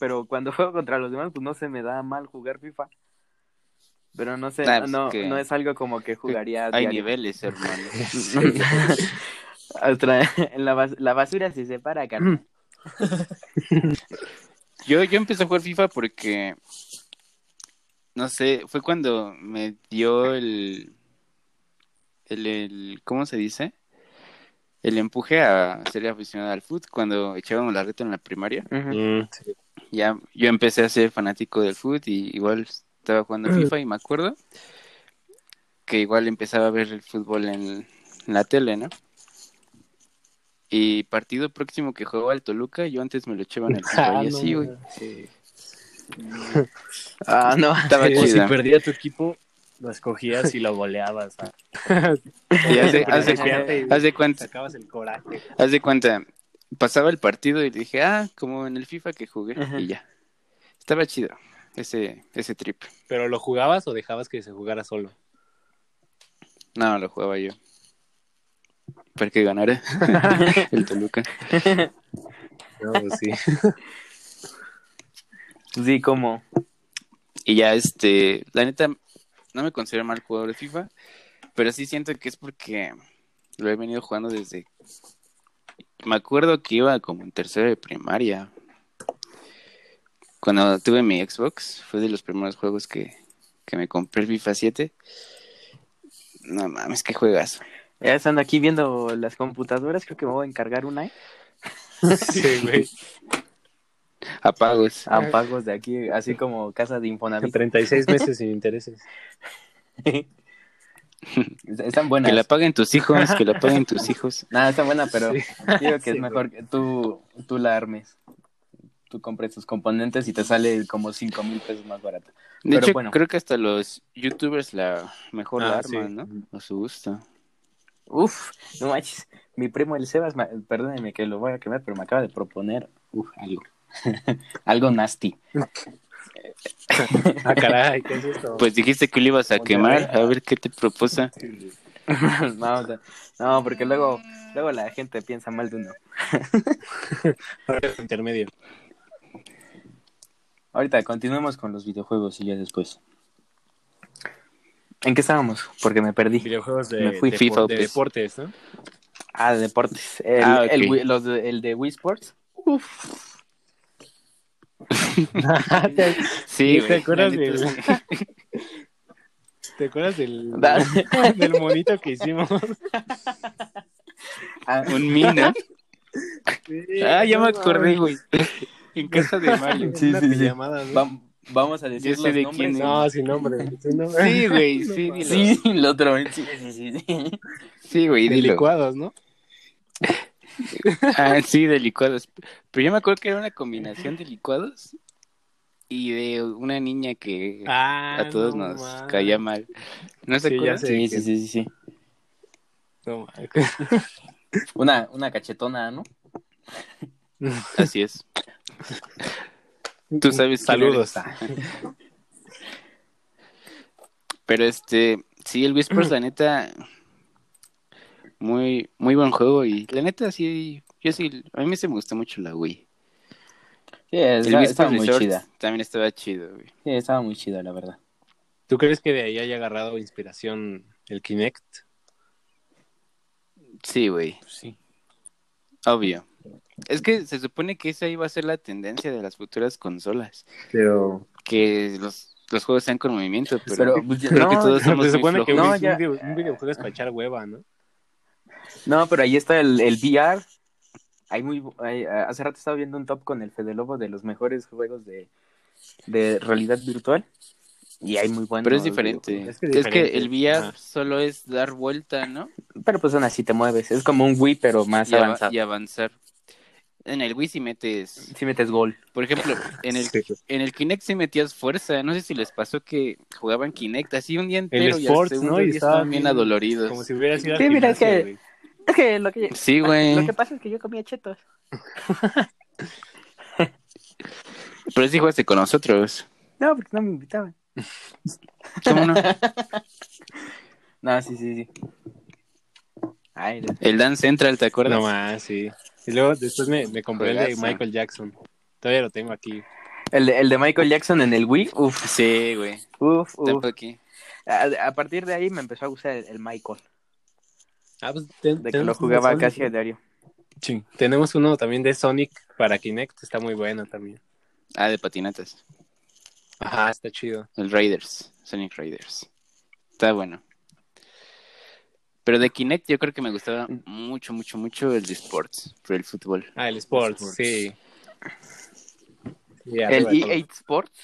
Speaker 1: Pero cuando juego contra los demás, pues no se me da mal jugar FIFA. Pero no sé,
Speaker 3: Ah, pues,
Speaker 1: no,
Speaker 3: que-
Speaker 1: no es algo como que jugaría
Speaker 3: Hay
Speaker 1: diario.
Speaker 3: niveles, hermano.
Speaker 1: Otra- la, bas- la basura se separa, carnal.
Speaker 3: Yo, yo empecé a jugar FIFA porque, no sé, fue cuando me dio el, el, el- ¿cómo se dice? El empuje a ser aficionado al fútbol cuando echábamos la reta en la primaria.
Speaker 1: Ujú.
Speaker 2: Mm,
Speaker 3: ya yo empecé a ser fanático del fútbol y igual estaba jugando FIFA y me acuerdo que igual empezaba a ver el fútbol en, en la tele, ¿no? Y partido próximo que jugaba el Toluca, yo antes me lo echaba en el FIFA
Speaker 2: Ah,
Speaker 3: y así,
Speaker 2: no,
Speaker 3: güey.
Speaker 1: Ah, no.
Speaker 3: Estaba
Speaker 4: O si
Speaker 3: chida.
Speaker 4: perdía tu equipo, lo escogías y lo goleabas. ah.
Speaker 3: Y hace, hace,
Speaker 2: Desesperante.
Speaker 3: hace cuenta,
Speaker 2: Sacabas el coraje.
Speaker 3: hace cuenta, pasaba el partido y dije, ah, como en el FIFA que jugué
Speaker 1: Ajá.
Speaker 3: y ya. Estaba chido ese, ese trip.
Speaker 2: ¿Pero lo jugabas o dejabas que se jugara solo?
Speaker 3: No, lo jugaba yo. Para que ganara el Toluca.
Speaker 2: No, sí.
Speaker 1: Sí, como.
Speaker 3: Y ya, este, la neta, no me considero mal jugador de FIFA, pero sí siento que es porque lo he venido jugando desde... Me acuerdo que iba como en tercero de primaria. Cuando tuve mi Xbox, fue de los primeros juegos que, que me compré el FIFA 7. No mames, qué juegazo.
Speaker 1: Ya están aquí viendo las computadoras, creo que me voy a encargar una. ¿eh?
Speaker 2: Sí, güey.
Speaker 3: Apagos. Ah.
Speaker 1: A pagos de aquí, así como casa de Infonavit.
Speaker 2: 36 meses sin intereses.
Speaker 1: Están buenas.
Speaker 3: Que la paguen tus hijos, que la paguen tus hijos.
Speaker 1: Nada, está buena, pero
Speaker 2: Sí.
Speaker 1: digo que
Speaker 2: Sí,
Speaker 1: es mejor que tú, tú la armes. Tú compres tus componentes y te sale como cinco mil pesos más barato.
Speaker 3: De
Speaker 1: Pero
Speaker 3: hecho,
Speaker 1: bueno.
Speaker 3: creo que hasta los youtubers la mejor la
Speaker 2: Ah, sí.
Speaker 3: arman, ¿no? A su gusto.
Speaker 1: Uf, no manches. Mi primo el Sebas, me- perdónenme que lo voy a quemar, pero me acaba de proponer uf, algo. algo nasty.
Speaker 2: Ah, caray, ¿qué es esto?
Speaker 3: Pues dijiste que lo ibas a
Speaker 1: Ponte
Speaker 3: quemar,
Speaker 1: abeja.
Speaker 3: a ver qué te proposa.
Speaker 1: no, o sea, no, porque luego, luego la gente piensa mal de uno.
Speaker 2: intermedio.
Speaker 1: Ahorita continuemos con los videojuegos y ya después. ¿En qué estábamos? Porque me perdí.
Speaker 2: Videojuegos de,
Speaker 1: Me fui
Speaker 2: de-
Speaker 3: FIFA,
Speaker 2: de
Speaker 3: pues.
Speaker 2: deportes, ¿no?
Speaker 1: Ah, de deportes. El,
Speaker 3: Ah, ok.
Speaker 1: el Wii- los de, el de Wii Sports.
Speaker 3: Sí,
Speaker 2: ¿Te
Speaker 3: güey.
Speaker 2: acuerdas
Speaker 3: la neta,
Speaker 2: del- ¿Te acuerdas del,
Speaker 1: Da-
Speaker 2: del monito que hicimos?
Speaker 1: Ah,
Speaker 3: Un mina. Ah, ya me acordé, güey. En casa de Mario.
Speaker 1: Sí,
Speaker 2: Una
Speaker 1: sí, sí.
Speaker 2: pijamada, ¿no?
Speaker 1: vam- vamos a decir
Speaker 3: sé
Speaker 1: los
Speaker 3: de
Speaker 1: nombres.
Speaker 3: quién
Speaker 2: No, sin nombre. sin nombre.
Speaker 3: Sí, güey, sí, dilo.
Speaker 1: Sí, lo otro. Sí, sí, sí, sí.
Speaker 3: Sí, güey,
Speaker 2: De
Speaker 3: dilo.
Speaker 2: licuados, ¿no?
Speaker 3: Ah, sí, de licuados. Pero yo me acuerdo que era una combinación de licuados y de una niña que
Speaker 2: Ah,
Speaker 3: a todos
Speaker 2: no
Speaker 3: nos
Speaker 2: mames.
Speaker 3: caía mal. ¿No se
Speaker 2: Sí, ya
Speaker 3: acuerdan?
Speaker 2: sé.
Speaker 1: Sí, sí, sí, sí, sí.
Speaker 2: No mames.
Speaker 1: Una, una cachetona, ¿no?
Speaker 3: Así es. Tú sabes quién
Speaker 2: Saludos.
Speaker 3: Pero este, sí, el Whispers, la neta, muy, muy buen juego y la neta, sí, yo sí, a mí se me gustó mucho la Wii.
Speaker 1: Sí, está-
Speaker 3: Whispers
Speaker 1: estaba muy
Speaker 3: Resort
Speaker 1: chida.
Speaker 3: También estaba chido, güey.
Speaker 1: Sí, estaba muy chida, la verdad.
Speaker 2: ¿Tú crees que de ahí haya agarrado inspiración el Kinect?
Speaker 3: Sí, güey,
Speaker 1: Pues
Speaker 4: Sí.
Speaker 3: obvio. Es que se supone que esa iba a ser la tendencia de las futuras consolas,
Speaker 2: Pero
Speaker 3: que los, los juegos sean con movimiento, pero,
Speaker 1: Pero, pues,
Speaker 3: creo que
Speaker 1: no,
Speaker 3: todos somos
Speaker 2: se
Speaker 3: muy
Speaker 2: supone que
Speaker 3: flojos.
Speaker 1: No,
Speaker 2: un,
Speaker 1: ya-
Speaker 2: video- un videojuego es para echar hueva, ¿no?
Speaker 1: No, pero ahí está el, el VR. Hay muy, bu- hay- ah, hace rato estaba viendo un top con el Fede Lobo de los mejores juegos de, de realidad virtual. Y hay muy buenos.
Speaker 3: Pero es diferente.
Speaker 2: Es
Speaker 3: Es
Speaker 2: que
Speaker 3: que,
Speaker 2: es diferente.
Speaker 3: el VR
Speaker 2: Ah.
Speaker 3: solo es dar vuelta, ¿no?
Speaker 1: Pero pues aún así te mueves. Es como un Wii, pero más
Speaker 3: Y, ava-
Speaker 1: avanzado.
Speaker 3: y avanzar. En el Wii si metes,
Speaker 1: Si metes gol.
Speaker 3: por ejemplo, en el
Speaker 2: Sí.
Speaker 3: En el Kinect pues. sí metías fuerza, no sé si les pasó que jugaban Kinect así un día
Speaker 2: El
Speaker 3: entero y al
Speaker 2: Sports,
Speaker 3: segundo
Speaker 2: ¿no? Y
Speaker 3: día estaban
Speaker 2: estaban
Speaker 3: bien adoloridos.
Speaker 2: Como si hubiera sido
Speaker 1: Sí, mira, es que- Es que lo que,
Speaker 3: Sí, güey.
Speaker 1: pasa es que yo comía chetos.
Speaker 3: Pero sí jugaste con nosotros.
Speaker 1: No, porque no me invitaban.
Speaker 3: ¿Cómo no?
Speaker 1: No, sí, sí, sí. Ay, de-
Speaker 3: El Dance Central, ¿te acuerdas?
Speaker 2: No más, sí. Y luego después me, me compré el de
Speaker 3: Juegazo.
Speaker 2: Michael Jackson. Todavía lo tengo aquí.
Speaker 1: el, de- el de Michael Jackson en el Wii, uf,
Speaker 3: sí, güey.
Speaker 1: uf, uf.
Speaker 3: Tampoco aquí.
Speaker 1: A, a partir de ahí me empezó a gustar el, el Michael,
Speaker 2: Ah, pues ten-
Speaker 1: de que lo
Speaker 2: tenemos
Speaker 1: jugaba
Speaker 2: uno de
Speaker 1: casi
Speaker 2: Sonic.
Speaker 1: a diario.
Speaker 4: Sí.
Speaker 2: Tenemos uno también de Sonic para Kinect. Está muy bueno también.
Speaker 3: Ah, de patinatas.
Speaker 2: Ajá, está chido.
Speaker 3: El Raiders. Sonic Raiders. Está bueno. Pero de Kinect yo creo que me gustaba mucho, mucho, mucho el de Sports. Pero el fútbol.
Speaker 2: Ah, el Sports,
Speaker 3: Sports.
Speaker 2: sí. Sí,
Speaker 1: El
Speaker 2: arriba de todo.
Speaker 3: E
Speaker 1: EA Sports.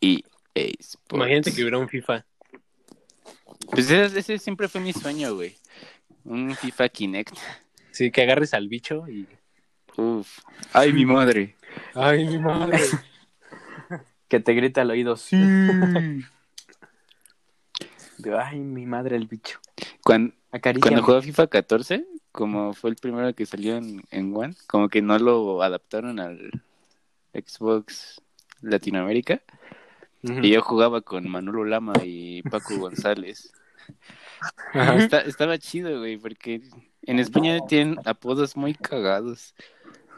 Speaker 3: Y eh, Sports.
Speaker 2: Imagínate que hubiera un FIFA.
Speaker 3: Pues ese, ese siempre fue mi sueño, güey. Un FIFA Kinect.
Speaker 2: Sí, que agarres al bicho y...
Speaker 3: Uf. Ay, mi madre.
Speaker 2: Ay, mi madre.
Speaker 1: Que te grita al oído, sí. De, Ay, mi madre, el bicho.
Speaker 3: Cuando,
Speaker 1: Acaricia.
Speaker 3: cuando jugó FIFA 14, como fue el primero que salió en, en One, como que no lo adaptaron al Xbox Latinoamérica. Y yo jugaba con Manolo Lama y Paco González. Está- estaba chido, güey, porque en España tienen apodos muy cagados.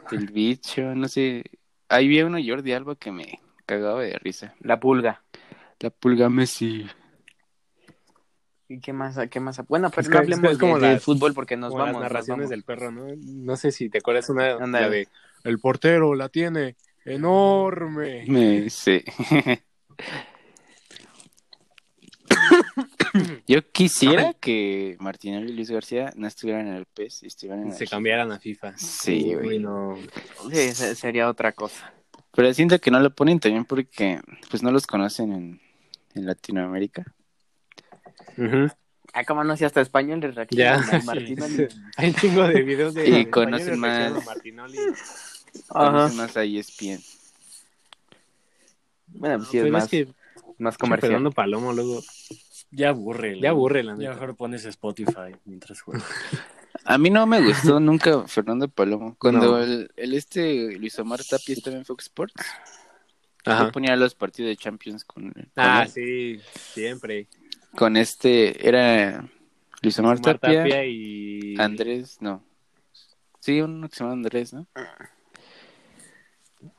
Speaker 3: El bicho, no sé. Ahí había uno Jordi Alba que me cagaba de risa.
Speaker 1: La pulga.
Speaker 3: La pulga Messi.
Speaker 1: ¿Y qué más? ¿Qué más? Bueno, pero
Speaker 2: Es
Speaker 1: no
Speaker 2: que-
Speaker 1: hablemos
Speaker 2: es como
Speaker 1: de, de
Speaker 2: las-
Speaker 1: fútbol porque nos
Speaker 2: como
Speaker 1: vamos. nos
Speaker 2: las narraciones
Speaker 1: vamos.
Speaker 2: del perro, ¿no? No sé si te acuerdas una
Speaker 1: Ándale.
Speaker 2: la de el portero la tiene enorme.
Speaker 3: Mm. Sí. Yo quisiera que Martinelli y Luis García no estuvieran en el PES y estuvieran en
Speaker 2: Se
Speaker 3: el...
Speaker 2: cambiaran a FIFA.
Speaker 3: Sí,
Speaker 2: Uy,
Speaker 3: güey.
Speaker 2: no.
Speaker 1: Sí, se- sería otra cosa.
Speaker 3: Pero siento que no lo ponen también porque pues no los conocen en, en Latinoamérica.
Speaker 2: Ujú.
Speaker 1: Ah, cómo no, si hasta español le reaccionan
Speaker 2: Ya.
Speaker 1: a Martinoli.
Speaker 2: Hay un chingo de videos de.
Speaker 3: Y
Speaker 2: de
Speaker 3: conocen
Speaker 2: españoles
Speaker 3: más.
Speaker 2: reaccionando a Martinoli.
Speaker 1: Ajá.
Speaker 3: Ajá. Más a ESPN.
Speaker 1: Bueno, pues sí, es
Speaker 2: Pero
Speaker 1: más,
Speaker 2: es que
Speaker 1: más comercial.
Speaker 2: Fernando Palomo luego.
Speaker 4: Ya aburre. la
Speaker 2: Ya aburre, la
Speaker 4: neta.
Speaker 2: neta.
Speaker 4: Ya mejor pones Spotify mientras juegas.
Speaker 3: A mí no me gustó nunca Fernando Palomo. Cuando
Speaker 2: No.
Speaker 3: el, el este Luis Omar Tapia estaba en Fox Sports,
Speaker 2: Ajá.
Speaker 3: yo ponía los partidos de Champions con, con
Speaker 2: Ah,
Speaker 3: él.
Speaker 2: sí, siempre.
Speaker 3: con este, era Luis Omar,
Speaker 2: Omar
Speaker 3: Tapia,
Speaker 2: Tapia y.
Speaker 3: Andrés, no. Sí, uno que se llama Andrés, ¿no?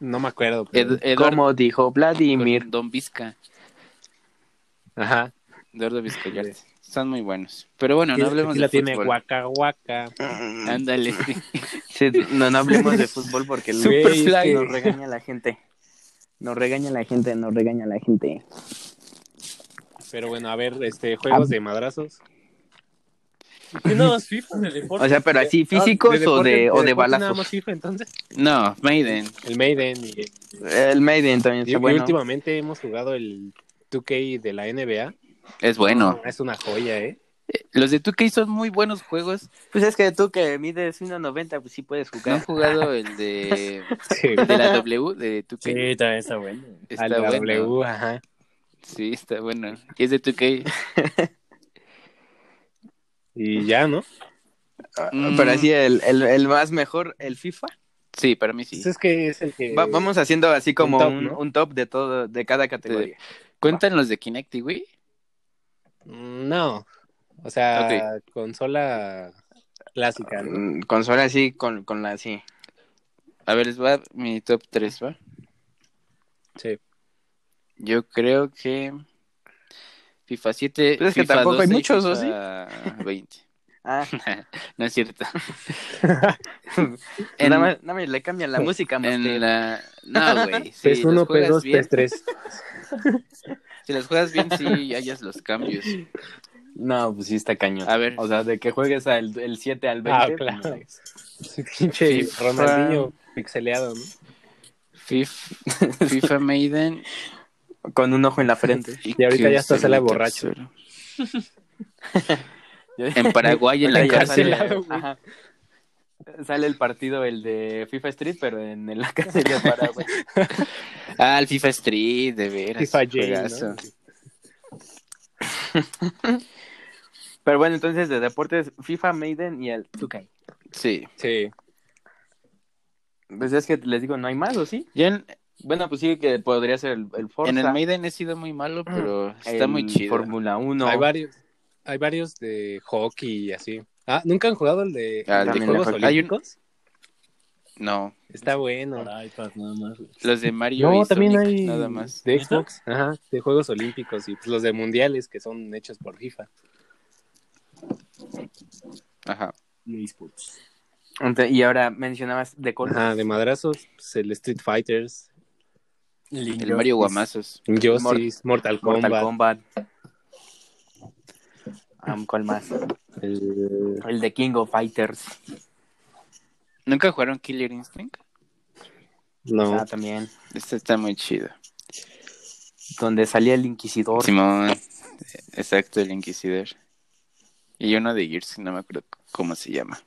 Speaker 2: No me acuerdo. pero-
Speaker 3: Ed- Eduardo-
Speaker 1: Como dijo Vladimir.
Speaker 3: con Don Vizca,
Speaker 2: Ajá.
Speaker 3: Eduardo Vizcayarte. Son muy buenos. Pero bueno, no hablemos
Speaker 2: Aquí
Speaker 3: de
Speaker 2: la tiene
Speaker 3: fútbol.
Speaker 2: guaca guaca.
Speaker 3: Ándale.
Speaker 1: Sí, no, no hablemos de fútbol porque el- este
Speaker 2: Güey, es que-
Speaker 1: nos regaña la gente. Nos regaña la gente, nos regaña la gente.
Speaker 2: Pero bueno, a ver, este, juegos de madrazos.
Speaker 4: Y nada más FIFA en el deporte.
Speaker 1: O sea, pero así físicos o
Speaker 2: Ah, deporte-
Speaker 1: de, o de
Speaker 2: deporte Nada
Speaker 1: balazos.
Speaker 2: más FIFA, entonces.
Speaker 3: No, Maiden.
Speaker 2: El Maiden. Y,
Speaker 1: El Maiden también
Speaker 2: y- y
Speaker 1: está bueno.
Speaker 2: últimamente hemos jugado el 2K de la NBA.
Speaker 3: Es bueno.
Speaker 2: Ah, Es una joya, ¿eh?
Speaker 3: Los de 2K son muy buenos juegos.
Speaker 1: Pues es que tú que mides 1.90, pues sí puedes
Speaker 3: ¿No han
Speaker 1: jugar.
Speaker 3: jugado el de,
Speaker 2: Sí,
Speaker 3: de la W de 2K?
Speaker 4: Sí, también está bueno.
Speaker 3: Está
Speaker 2: al
Speaker 3: bueno.
Speaker 2: W, ajá.
Speaker 3: Sí, está bueno. Y es de 2K.
Speaker 2: Y ya, ¿no?
Speaker 3: Mm.
Speaker 1: Ah, Pero así, el, el, el más mejor, el FIFA.
Speaker 3: Sí, para mí sí.
Speaker 2: Entonces Pues es que es el que.
Speaker 1: Va- vamos haciendo así como
Speaker 2: Eh, un top,
Speaker 1: un,
Speaker 2: ¿no?
Speaker 1: un top de todo, de cada categoría.
Speaker 3: ¿Cuentan los de Kinect, güey?
Speaker 2: Mm, No. O sea, consola clásica, ¿no?
Speaker 1: Mm, Consola así, con, con la así.
Speaker 3: A ver, les va mi top 3, ¿va?
Speaker 2: Sí.
Speaker 3: Yo creo que FIFA 7,
Speaker 1: Pues es que
Speaker 3: FIFA
Speaker 1: tampoco hay
Speaker 3: 12 y
Speaker 1: muchos, ¿o
Speaker 3: FIFA 20.
Speaker 1: Ah,
Speaker 3: No es cierto. en,
Speaker 1: nada, más, nada más le cambian la música. más que-
Speaker 3: en la... No, güey. Si,
Speaker 2: es Pues uno,
Speaker 3: los juegas
Speaker 2: P2,
Speaker 3: bien-
Speaker 2: P3.
Speaker 3: si los juegas bien, sí hallas los cambios.
Speaker 1: No, pues sí está cañón.
Speaker 3: A ver.
Speaker 1: O sea, de que juegues al, el 7 al 20.
Speaker 2: Ah,
Speaker 1: pues,
Speaker 2: claro.
Speaker 1: no.
Speaker 2: Sí, Pinche
Speaker 3: FIFA.
Speaker 2: Ronaldinho pixeleado, ¿no?
Speaker 3: FIFA, FIFA Maiden.
Speaker 1: Con un ojo en la frente.
Speaker 2: Y ahorita ya estás a la
Speaker 3: Qué
Speaker 2: borracho.
Speaker 3: tercero. En Paraguay, en la
Speaker 1: Ahorita ya
Speaker 3: cárcel.
Speaker 1: sale- ajá. Sale el partido, el de FIFA Street, pero en, en la cárcel de Paraguay.
Speaker 3: Ah, el FIFA Street, de veras.
Speaker 2: FIFA J,
Speaker 3: juegazo.
Speaker 2: ¿no?
Speaker 1: Pero bueno, entonces de deportes, FIFA, Maiden y el 2K.
Speaker 3: Sí.
Speaker 2: Sí.
Speaker 1: Pues es que les digo, no hay más, ¿o sí?
Speaker 3: Yo en,
Speaker 1: Bueno, pues sí que podría ser el, el Forza.
Speaker 3: en el Maiden he sido muy malo,
Speaker 2: Ah,
Speaker 3: pero está
Speaker 1: el
Speaker 3: muy chido.
Speaker 1: Fórmula 1.
Speaker 2: Hay varios, hay varios de hockey y así. Ah, ¿nunca han jugado el de,
Speaker 3: Ah,
Speaker 2: el de
Speaker 3: también
Speaker 2: Juegos
Speaker 1: de hockey.
Speaker 3: Hay un-
Speaker 2: Olímpicos?
Speaker 3: No.
Speaker 2: Está bueno.
Speaker 4: Para iPad nada más. güey.
Speaker 3: Los de Mario y Sonic, nada más.
Speaker 2: de Xbox, ajá, de Juegos Olímpicos y pues, los de Mundiales que son hechos por FIFA.
Speaker 3: Ajá.
Speaker 4: Y esports.
Speaker 1: Ente- Y ahora mencionabas de golf.
Speaker 2: Ajá, de madrazos, pues, el Street Fighters,
Speaker 3: El Mario
Speaker 2: pues,
Speaker 3: Guamazos.
Speaker 2: Injustice,
Speaker 1: Mortal
Speaker 2: Mortal, Kombat,
Speaker 1: Kombat. Am, ¿Cuál más?
Speaker 2: el-
Speaker 1: El de King of Fighters.
Speaker 3: ¿Nunca jugaron Killer Instinct?
Speaker 2: no,
Speaker 1: Ah, también.
Speaker 3: Este está muy chido.
Speaker 1: Donde salía el Inquisidor.
Speaker 3: Simón. Exacto, el Inquisidor. Y uno de Gears, no me acuerdo cómo se llama.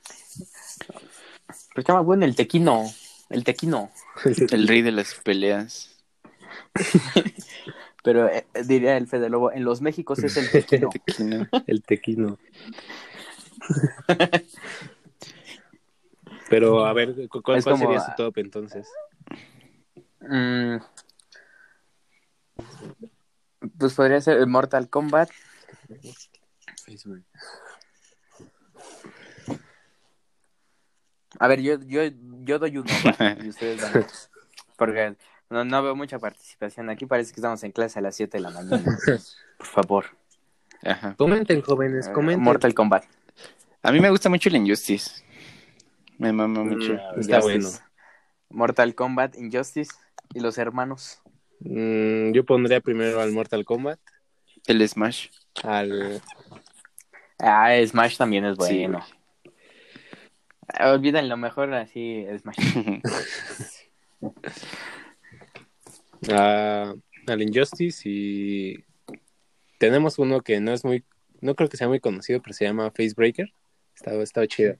Speaker 1: Pero estaba bueno el Tequino. El Tequino.
Speaker 3: El rey de las peleas.
Speaker 1: Pero eh, eh, diría el Fede Lobo, en los Méxicos es el Tequino.
Speaker 3: Tequino.
Speaker 2: el Tequino. Pero a ver, ¿cu- ¿cuál,
Speaker 1: Es
Speaker 2: cuál
Speaker 1: como-
Speaker 2: sería su top entonces?
Speaker 1: Mm. Pues podría ser el Mortal Kombat.
Speaker 4: Facebook.
Speaker 1: A ver, yo, yo, yo doy uno. va, y ustedes dan otro. Porque no, no veo mucha participación aquí. Parece que estamos en clase a las 7 de la mañana. Por favor.
Speaker 3: Ajá.
Speaker 2: Comenten, jóvenes,
Speaker 1: Eh,
Speaker 2: comenten.
Speaker 1: Mortal Kombat.
Speaker 3: A mí me gusta mucho el Injustice. Me mama
Speaker 1: Mm.
Speaker 3: mucho.
Speaker 4: Ah,
Speaker 2: Está
Speaker 1: Injustice.
Speaker 2: bueno.
Speaker 1: Mortal Kombat, Injustice y los hermanos.
Speaker 2: Mm, yo pondría primero al Mortal Kombat,
Speaker 3: El Smash.
Speaker 2: al
Speaker 1: Ah, Smash también es
Speaker 3: Sí,
Speaker 1: bueno. Ah, Olvídenlo mejor así, Smash.
Speaker 2: a- al Injustice y Tenemos uno que no es muy, no creo que sea muy conocido, pero se llama Facebreaker. Está, está chido.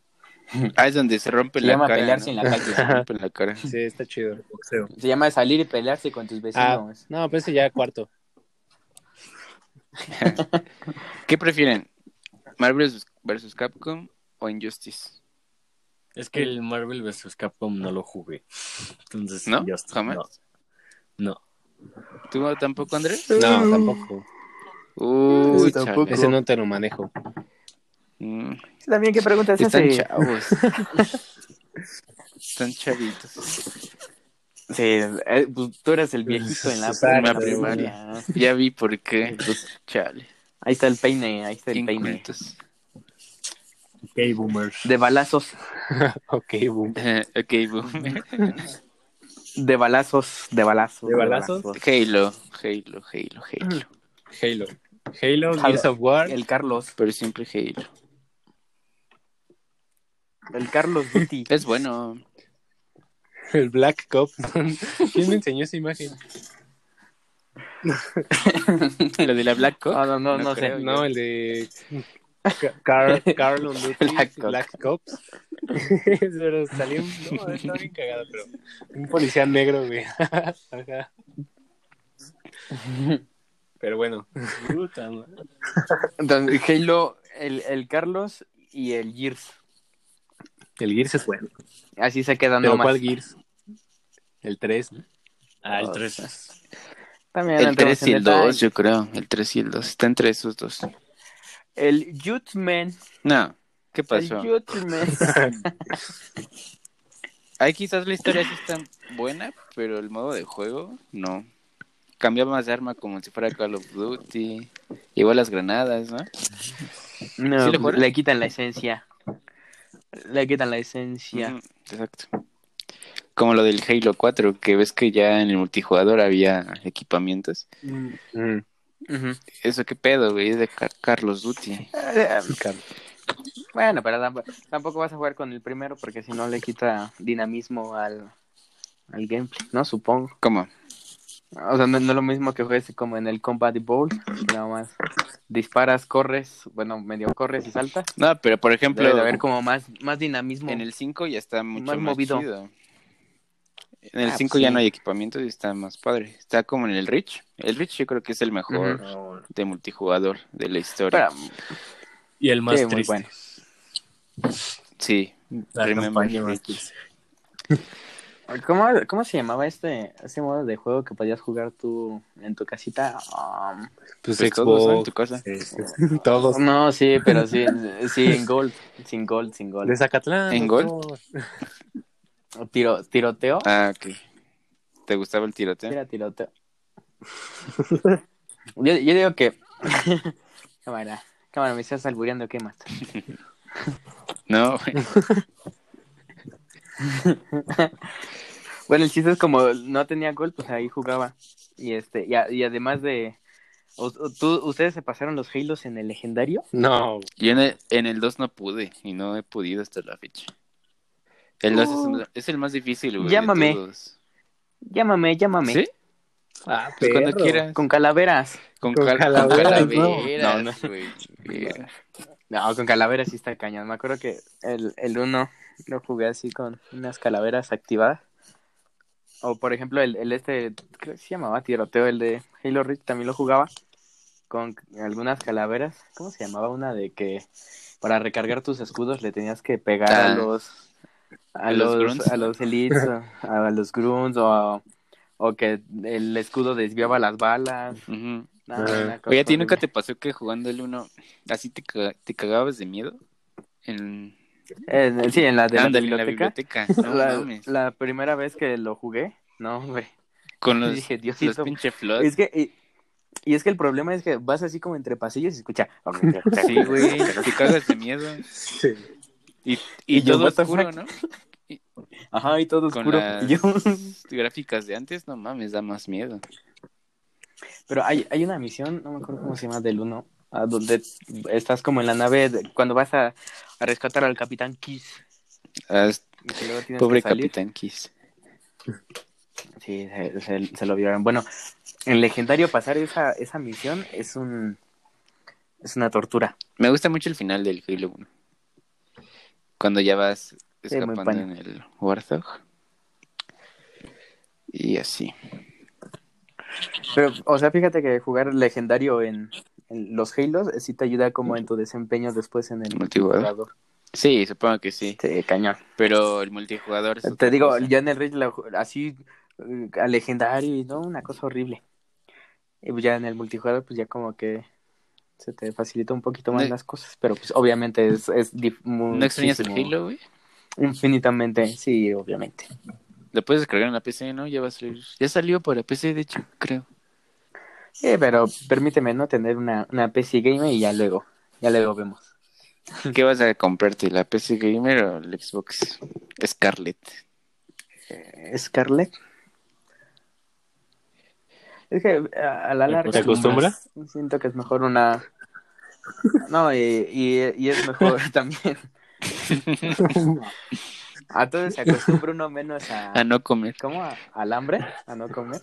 Speaker 3: Ah, es donde se rompe
Speaker 1: Se
Speaker 3: la
Speaker 1: llama
Speaker 3: cara.
Speaker 1: pelearse
Speaker 3: ¿no?
Speaker 1: en la
Speaker 3: Se
Speaker 1: calle.
Speaker 3: rompe la cara.
Speaker 2: Sí, está chido. el boxeo.
Speaker 1: Se llama salir y pelearse con tus
Speaker 2: Ah,
Speaker 1: vecinos.
Speaker 2: no, pero ese ya cuarto.
Speaker 3: ¿Qué prefieren? ¿Marvel vs. versus Capcom o Injustice?
Speaker 4: Es que el Marvel vs. Capcom no lo jugué. Entonces,
Speaker 3: ¿No?
Speaker 4: yo estoy-
Speaker 3: ¿Jamás?
Speaker 4: No. No.
Speaker 3: ¿Tú tampoco, Andrés?
Speaker 2: No, tampoco.
Speaker 3: Uy,
Speaker 1: Ese
Speaker 3: chale.
Speaker 1: tampoco.
Speaker 2: Ese no te lo manejo.
Speaker 3: Mm,
Speaker 1: También, ¿qué preguntas
Speaker 3: Están chavos. Están chavitos.
Speaker 1: Sí, eh, pues, tú eres el viejito en la,
Speaker 2: Exacto.
Speaker 1: en la primaria.
Speaker 3: Ya vi por qué. Pues, chale.
Speaker 1: Ahí está el peine, ahí está el peine.
Speaker 3: Incultos.
Speaker 4: Ok, boomer.
Speaker 1: De balazos,
Speaker 2: ok, boom.
Speaker 3: ok, boom.
Speaker 1: de balazos, de balazos.
Speaker 2: ¿De balazos?
Speaker 3: Halo, Halo, Halo, Halo.
Speaker 2: Halo. Halo,
Speaker 1: Halo.
Speaker 2: Gears of War.
Speaker 1: El Carlos,
Speaker 3: Pero siempre Halo.
Speaker 1: el Carlos Duty.
Speaker 3: Es bueno.
Speaker 2: El Black Cop. ¿Quién me enseñó esa imagen?
Speaker 3: Lo de la Black Hawk.
Speaker 1: Ah, no, no, no,
Speaker 3: No
Speaker 1: sé.
Speaker 3: creo.
Speaker 2: No, el de Carl Carl Duty,
Speaker 1: Black
Speaker 2: Black,
Speaker 1: Ops.
Speaker 2: Cops. pero salió un... No, está bien cagado, pero... Un policía negro, güey. Ajá. pero bueno.
Speaker 4: Puta madre.
Speaker 1: Entonces, Halo, el, el Carlos y el Gears.
Speaker 2: El Gears es bueno.
Speaker 1: Así se quedan
Speaker 2: ¿Pero
Speaker 1: nomás.
Speaker 2: cuál Gears? El 3, ¿no?
Speaker 4: Ah, el
Speaker 1: O
Speaker 4: 3.
Speaker 1: También
Speaker 3: El
Speaker 1: entramos
Speaker 3: 3 y
Speaker 1: en
Speaker 3: el 2,
Speaker 1: detalle.
Speaker 3: yo creo. El 3 y el 2. Está entre esos dos.
Speaker 1: El Jutman.
Speaker 3: No. ¿Qué
Speaker 1: El
Speaker 3: pasó?
Speaker 1: Jutman.
Speaker 3: Ahí quizás la historia sí está buena, pero el modo de juego no. Cambiabas de arma como si fuera Call of Duty. Igual las granadas, ¿no?
Speaker 1: No,
Speaker 3: ¿Sí lo juegas?
Speaker 1: le quitan la esencia. Le quitan la esencia.
Speaker 3: Ujú, Exacto. Como lo del Halo 4, que ves que ya en el multijugador había equipamientos.
Speaker 2: Mm,
Speaker 1: Ujú.
Speaker 3: Eso qué pedo, güey, es de Car- Carlos Duty.
Speaker 1: Eh,
Speaker 2: claro.
Speaker 1: Bueno, pero tamp- tampoco vas a jugar con el primero porque si no le quita dinamismo al, al gameplay, ¿no? Supongo.
Speaker 3: ¿Cómo?
Speaker 1: O sea, no, no es lo mismo que juegues como en el Combat Bowl, que nada más disparas, corres, bueno, medio corres y saltas.
Speaker 3: No, pero por ejemplo,
Speaker 1: Debe de haber como más, más dinamismo.
Speaker 3: en el 5 ya está mucho
Speaker 1: Más
Speaker 3: más,
Speaker 1: movido.
Speaker 3: chido. En el
Speaker 1: Ah,
Speaker 3: 5
Speaker 1: pues
Speaker 3: ya
Speaker 1: sí.
Speaker 3: no hay equipamientos y está más padre. Está como en el Rich. El Rich yo creo que es el mejor
Speaker 4: No.
Speaker 3: de multijugador de la historia.
Speaker 1: Pero,
Speaker 4: Y el más
Speaker 1: sí, muy
Speaker 4: triste.
Speaker 1: bueno.
Speaker 3: Sí,
Speaker 4: La
Speaker 3: Remember
Speaker 4: campaña más
Speaker 3: Rich.
Speaker 4: triste.
Speaker 1: ¿Cómo, cómo se llamaba este, este modo de juego que podías jugar tú en tu casita? Um,
Speaker 2: Pues,
Speaker 3: pues todos ¿no? en
Speaker 2: Xbox,
Speaker 3: tu casa.
Speaker 2: este,
Speaker 4: Pues,
Speaker 2: todos.
Speaker 1: No, sí, pero sí, sí, en Gold, sin Gold, sin
Speaker 2: De
Speaker 1: Gold.
Speaker 2: Zacatlán.
Speaker 3: ¿En
Speaker 2: doctor.
Speaker 1: Tiro, tiroteo.
Speaker 3: Ah, ok. ¿Te gustaba el tiroteo?
Speaker 1: Era tiroteo. yo, yo digo que. cámara, cámara, me estás albureando, ¿qué más?
Speaker 3: No, güey.
Speaker 1: Bueno, el chiste es como no tenía gol, pues ahí jugaba. Y este, y, a- y además de. o- o tú- ¿Ustedes se pasaron los Halos en el legendario?
Speaker 2: No,
Speaker 3: Yo en el, en el 2 no pude y no he podido hasta la fecha. El 2 es, un- es el más difícil, güey. de
Speaker 1: Llámame.
Speaker 3: todos.
Speaker 1: Llámame, llámame.
Speaker 3: ¿Sí?
Speaker 2: Ah,
Speaker 3: Pues cuando
Speaker 2: perro.
Speaker 3: quieras.
Speaker 1: Con calaveras.
Speaker 3: Con,
Speaker 2: Con
Speaker 3: cal- con
Speaker 2: calaveras,
Speaker 3: calaveras,
Speaker 1: no. No,
Speaker 3: güey. Verga.
Speaker 1: No, con calaveras sí está cañón. Me acuerdo que el, el uno lo jugué así con unas calaveras activadas. O por ejemplo, el, el este, creo que se llamaba tiroteo, el de Halo Reach también lo jugaba con algunas calaveras. ¿Cómo se llamaba? Una de que para recargar tus escudos le tenías que pegar
Speaker 3: Ah,
Speaker 1: a los a,
Speaker 3: ¿a los
Speaker 1: los,
Speaker 3: grunts?
Speaker 1: a los elites, o- a, los grunts o, a- o que el escudo desviaba las balas. No,
Speaker 3: Ujú.
Speaker 2: Ah.
Speaker 1: una cosa
Speaker 3: Oye, ¿a ti nunca
Speaker 1: horrible.
Speaker 3: te pasó que jugando el 1 así te, ca- te cagabas de miedo? En,
Speaker 1: Eh, sí, en la de
Speaker 3: ándale, en
Speaker 1: la biblioteca.
Speaker 3: Ah, biblioteca. No
Speaker 1: la,
Speaker 3: mames.
Speaker 1: la primera vez que lo jugué, no, hombre.
Speaker 3: Con los,
Speaker 1: dije,
Speaker 3: los
Speaker 1: Diosito.
Speaker 3: pinche flots.
Speaker 1: Es que, y, y es que el problema es que vas así como entre pasillos y escucha.
Speaker 3: Sí, güey, te cagas de miedo.
Speaker 2: Sí.
Speaker 3: Y, y,
Speaker 1: Y yo,
Speaker 3: todo
Speaker 1: what the
Speaker 3: oscuro,
Speaker 1: fuck.
Speaker 3: ¿no?
Speaker 1: Ajá, y todo
Speaker 3: Con
Speaker 1: oscuro.
Speaker 3: las-
Speaker 1: Y yo-
Speaker 3: Gráficas de antes, no mames, da más miedo.
Speaker 1: Pero hay, hay una misión, no me acuerdo cómo se llama, del 1, a donde estás como en la nave de- cuando vas a, a rescatar al capitán Kiss.
Speaker 3: Ah, es-
Speaker 1: y que luego tienes
Speaker 3: pobre
Speaker 1: que salir.
Speaker 3: Capitán Kiss.
Speaker 1: Sí, se, se- se lo vieron. Bueno, en legendario pasar esa, esa misión es un Es una tortura.
Speaker 3: Me gusta mucho el final del Halo 1. Cuando ya vas
Speaker 1: Sí, muy
Speaker 3: escapando
Speaker 1: pana.
Speaker 3: en el Warthog. Y así.
Speaker 1: Pero, o sea, fíjate que jugar legendario en, en los Halos eh, sí te ayuda como en tu desempeño después en el
Speaker 3: Multijugador.
Speaker 1: jugador.
Speaker 3: Sí, supongo que sí.
Speaker 1: Sí, cañón.
Speaker 3: Pero el multijugador es otra
Speaker 1: Te digo,
Speaker 3: cosa.
Speaker 1: yo en el Rage la ju- así eh, a legendario y no, una cosa horrible. Y pues ya en el multijugador, pues ya como que se te facilita un poquito más
Speaker 3: No-
Speaker 1: las cosas, pero pues obviamente es, es dif-
Speaker 3: ¿No extrañas el
Speaker 1: muchísimo-
Speaker 3: Halo, güey?
Speaker 1: Infinitamente, sí, obviamente.
Speaker 3: Lo puedes descargar en la PC, ¿no? Ya va a salir. Ya salió para PC, de hecho, creo.
Speaker 1: Sí, Eh, pero permíteme no tener una, una PC gamer y ya luego, ya luego vemos.
Speaker 3: ¿Qué vas a comprarte? ¿La PC Gamer o el Xbox Scarlet?
Speaker 1: Eh, Scarlett. Es que a, a la
Speaker 4: ¿Te
Speaker 1: larga.
Speaker 4: acostumbra?
Speaker 1: Siento que es mejor una. No, y, y- y es mejor también. A todos se acostumbra uno menos a.
Speaker 3: A no comer.
Speaker 1: ¿Cómo? ¿A- ¿Al hambre? ¿A no comer?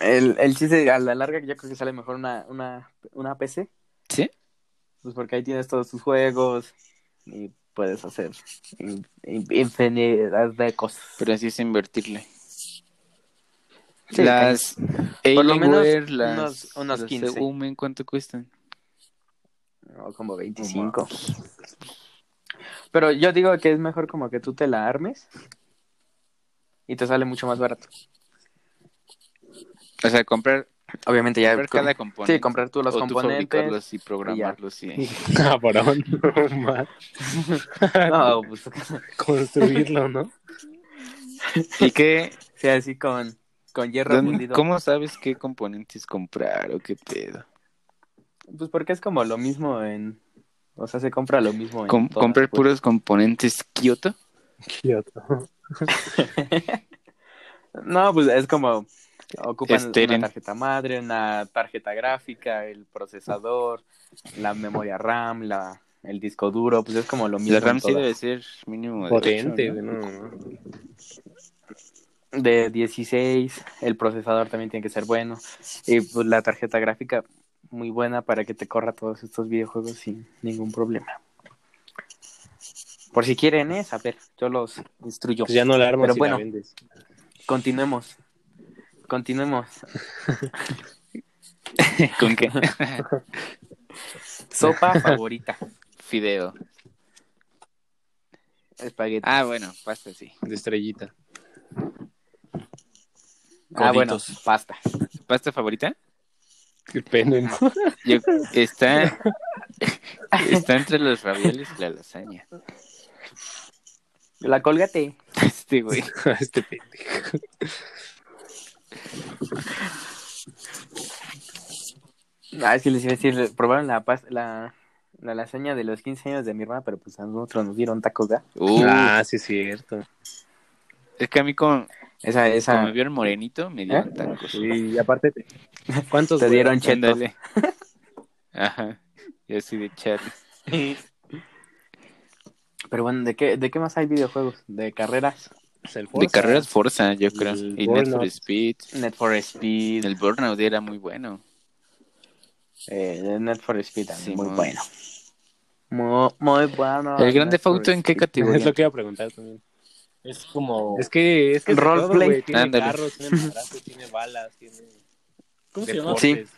Speaker 1: El, el chiste a la larga yo creo que sale mejor una, una, una PC.
Speaker 3: ¿Sí?
Speaker 1: Pues porque ahí tienes todos tus juegos y puedes hacer in- in- infinidad de cosas.
Speaker 3: Pero así es invertirle.
Speaker 1: Sí,
Speaker 3: las
Speaker 1: Por lo menos
Speaker 3: Alienware, las,
Speaker 1: unos- unos
Speaker 3: las
Speaker 1: 15.
Speaker 3: de Umen, ¿cuánto cuestan?
Speaker 1: O como 25. Pero yo digo que es mejor como que tú te la armes y te sale mucho más barato.
Speaker 3: O sea, comprar,
Speaker 1: Obviamente ya...
Speaker 3: comprar cada componente.
Speaker 1: Sí, comprar tú los
Speaker 3: o tú
Speaker 1: componentes.
Speaker 3: fabricarlos y programarlos. Y
Speaker 2: Cabrón, no más.
Speaker 1: No, pues
Speaker 2: Construirlo, ¿no?
Speaker 3: ¿Y qué?
Speaker 1: sí, así con, con hierro
Speaker 3: ¿Dónde-
Speaker 1: fundido.
Speaker 3: ¿Cómo sabes qué componentes comprar o qué pedo?
Speaker 1: Pues porque es como lo mismo en. O sea, se compra lo mismo en.
Speaker 3: Com-
Speaker 1: todas,
Speaker 3: ¿Comprar
Speaker 1: pues.
Speaker 3: puros componentes Kyoto?
Speaker 1: No, pues es como. Ocupan
Speaker 3: Esteren.
Speaker 1: una tarjeta madre, una tarjeta gráfica, el procesador, la memoria RAM, la, el disco duro, pues es como lo mismo.
Speaker 3: La
Speaker 1: en
Speaker 3: RAM sí
Speaker 1: todas.
Speaker 3: debe ser mínimo de
Speaker 2: Potente,
Speaker 3: ocho, ¿no?
Speaker 2: güey, no, no.
Speaker 1: de 16, el procesador también tiene que ser bueno, y pues la tarjeta gráfica muy buena para que te corra todos estos videojuegos sin ningún problema. Por si quieren, ¿eh? Saber, yo los instruyo.
Speaker 2: Pues ya no la armas
Speaker 1: Pero
Speaker 2: y
Speaker 1: bueno.
Speaker 2: la vendes.
Speaker 1: Continuemos. Continuemos.
Speaker 3: ¿Con qué?
Speaker 1: Sopa favorita.
Speaker 3: Fideo.
Speaker 1: Espagueti.
Speaker 3: Ah, bueno, pasta sí.
Speaker 2: De estrellita.
Speaker 1: Ah, bueno,
Speaker 4: Coditos.
Speaker 1: pasta.
Speaker 3: ¿Pasta favorita?
Speaker 2: Qué pena, ¿no?
Speaker 3: Yo- está, está entre los ravioles y la lasaña.
Speaker 1: La colgate.
Speaker 3: Este güey.
Speaker 2: Este pendejo.
Speaker 1: Ah, es que les iba a decir, probaron la, pas- la, la lasaña de los 15 años de mi hermana, pero pues a nosotros nos dieron tacos, ¿verdad?
Speaker 3: Uh,
Speaker 2: Ah, sí es cierto.
Speaker 3: Es que a mí como,
Speaker 1: Esa,
Speaker 3: como
Speaker 1: esa.
Speaker 3: me vieron morenito, me dieron tacos.
Speaker 2: Y aparte, te... ¿cuántos
Speaker 1: Te
Speaker 2: güey?
Speaker 1: dieron chetos.
Speaker 3: Ándale. Ajá. Yo soy de chat.
Speaker 1: Pero bueno, ¿de qué, ¿de qué más hay videojuegos? De carreras.
Speaker 2: Pues el
Speaker 3: De
Speaker 2: Forza.
Speaker 3: carreras Forza, yo creo.
Speaker 2: El
Speaker 3: Y Need for
Speaker 2: Burnout.
Speaker 3: Speed.
Speaker 1: Net for Speed.
Speaker 3: El Burnout era muy bueno.
Speaker 1: eh, Net for Speed también,
Speaker 3: Sí,
Speaker 1: muy
Speaker 3: muy-
Speaker 1: bueno. Muy, muy bueno.
Speaker 3: ¿El Grande
Speaker 1: Need for
Speaker 3: Fauto en qué
Speaker 1: Speed.
Speaker 2: Es lo
Speaker 3: categoría?
Speaker 2: que iba a preguntar también.
Speaker 4: Es como.
Speaker 2: Es que es que es de
Speaker 1: Roleplay.
Speaker 2: todo, güey. Tiene
Speaker 3: Ándale.
Speaker 2: carros, tiene madrazos, tiene balas, tiene
Speaker 4: ¿Cómo se llama?
Speaker 2: deportes.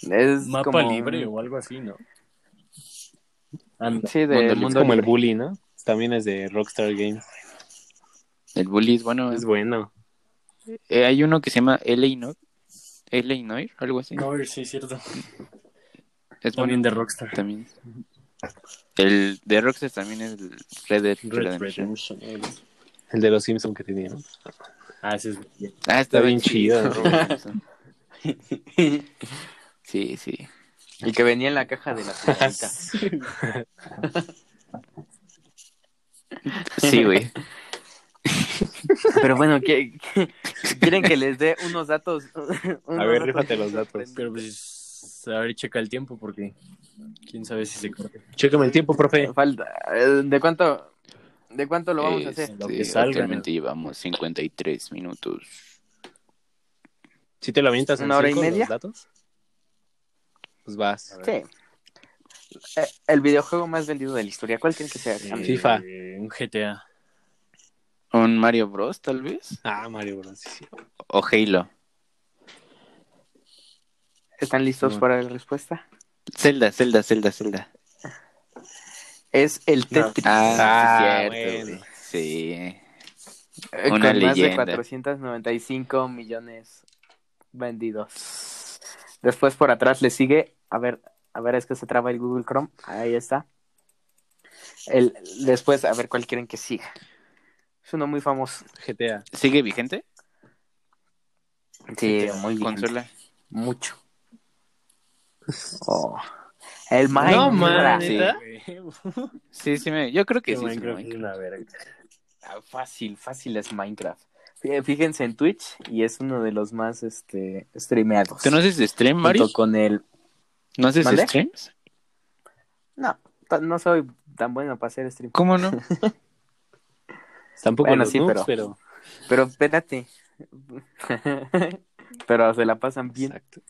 Speaker 1: Sí. Es
Speaker 4: Mapa
Speaker 1: como un-
Speaker 4: libre o algo así, ¿no? Anda.
Speaker 1: Sí, de mundo,
Speaker 3: Mundo libre.
Speaker 2: Es como el
Speaker 1: libre.
Speaker 2: bully, ¿no? También es de Rockstar Games.
Speaker 3: El Bully es bueno.
Speaker 2: Es bueno.
Speaker 3: Eh, hay uno que se llama L.A. Noir. L.A. Noir, algo así.
Speaker 4: No, sí, cierto.
Speaker 3: es bueno
Speaker 4: También de Rockstar.
Speaker 3: también. El de Rockstar también es el Red Dead
Speaker 4: Red
Speaker 3: Redemption.
Speaker 4: Redemption.
Speaker 2: El de los Simpsons que tenía, ¿no?
Speaker 4: Ah, ese es bien.
Speaker 3: Ah,
Speaker 2: Está bien chido,
Speaker 3: sí, sí.
Speaker 1: Y que venía en la caja de la señorita.
Speaker 3: Sí, güey.
Speaker 1: Pero bueno, ¿qué- qué- quieren que les dé unos datos?
Speaker 2: A ver, rífate los datos.
Speaker 4: Pero pues, a ver, checa el tiempo porque quién sabe si se eh, corta.
Speaker 2: Chécame el tiempo, profe.
Speaker 1: Falta. eh, ¿De cuánto? ¿De cuánto lo vamos a
Speaker 3: Este,
Speaker 1: hacer?
Speaker 4: Lo que salga,
Speaker 3: actualmente llevamos 53 minutos.
Speaker 2: Si te lo avientas en
Speaker 1: ¿Una hora y
Speaker 2: cinco, los
Speaker 1: media?
Speaker 2: datos. pues vas.
Speaker 1: Sí. Eh, El videojuego más vendido de la historia, ¿cuál creen que sea?
Speaker 4: Eh,
Speaker 1: Sam?
Speaker 2: FIFA.
Speaker 4: Un GTA.
Speaker 3: ¿Un Mario Bros, tal vez?
Speaker 2: Ah, Mario Bros. sí, sí.
Speaker 3: ¿O Halo?
Speaker 1: ¿Están listos
Speaker 4: No.
Speaker 1: para la respuesta?
Speaker 3: Zelda, Zelda, Zelda, Zelda.
Speaker 1: Es el
Speaker 4: No.
Speaker 1: Tetris.
Speaker 3: Ah,
Speaker 2: Ah,
Speaker 3: sí, es cierto.
Speaker 2: bueno.
Speaker 3: güey. Sí.
Speaker 1: Eh,
Speaker 3: Una
Speaker 1: con
Speaker 3: leyenda.
Speaker 1: más de 495 millones vendidos. Después por atrás le sigue, a ver, a ver, es que se traba el Google Chrome, ahí está. El, después, a ver cuál quieren que siga. Es uno muy famoso.
Speaker 2: GTA.
Speaker 3: ¿Sigue vigente?
Speaker 1: Sí, muy bien.
Speaker 3: ¿Consola?
Speaker 1: Mucho. Oh. El Minecraft.
Speaker 2: no man,
Speaker 3: sí.
Speaker 2: ¿neta?
Speaker 3: Sí, sí, me... yo creo que
Speaker 4: Qué
Speaker 3: sí. sí,
Speaker 4: Minecraft
Speaker 3: Minecraft.
Speaker 4: es una verga.
Speaker 1: Ah, Fácil, fácil es Minecraft. Fí- Fíjense en Twitch y es uno de los más este streameados.
Speaker 3: ¿Tú no haces stream, Mario?
Speaker 1: Junto con el
Speaker 3: ¿No haces
Speaker 1: ¿Mande?
Speaker 3: streams?
Speaker 1: No, ta- no soy tan bueno para hacer stream.
Speaker 3: ¿Cómo no?
Speaker 2: Tampoco
Speaker 1: Bueno,
Speaker 2: los
Speaker 1: sí,
Speaker 2: noobs,
Speaker 1: pero-
Speaker 2: pero...
Speaker 1: Pero espérate. pero se la pasan bien.
Speaker 2: Exacto.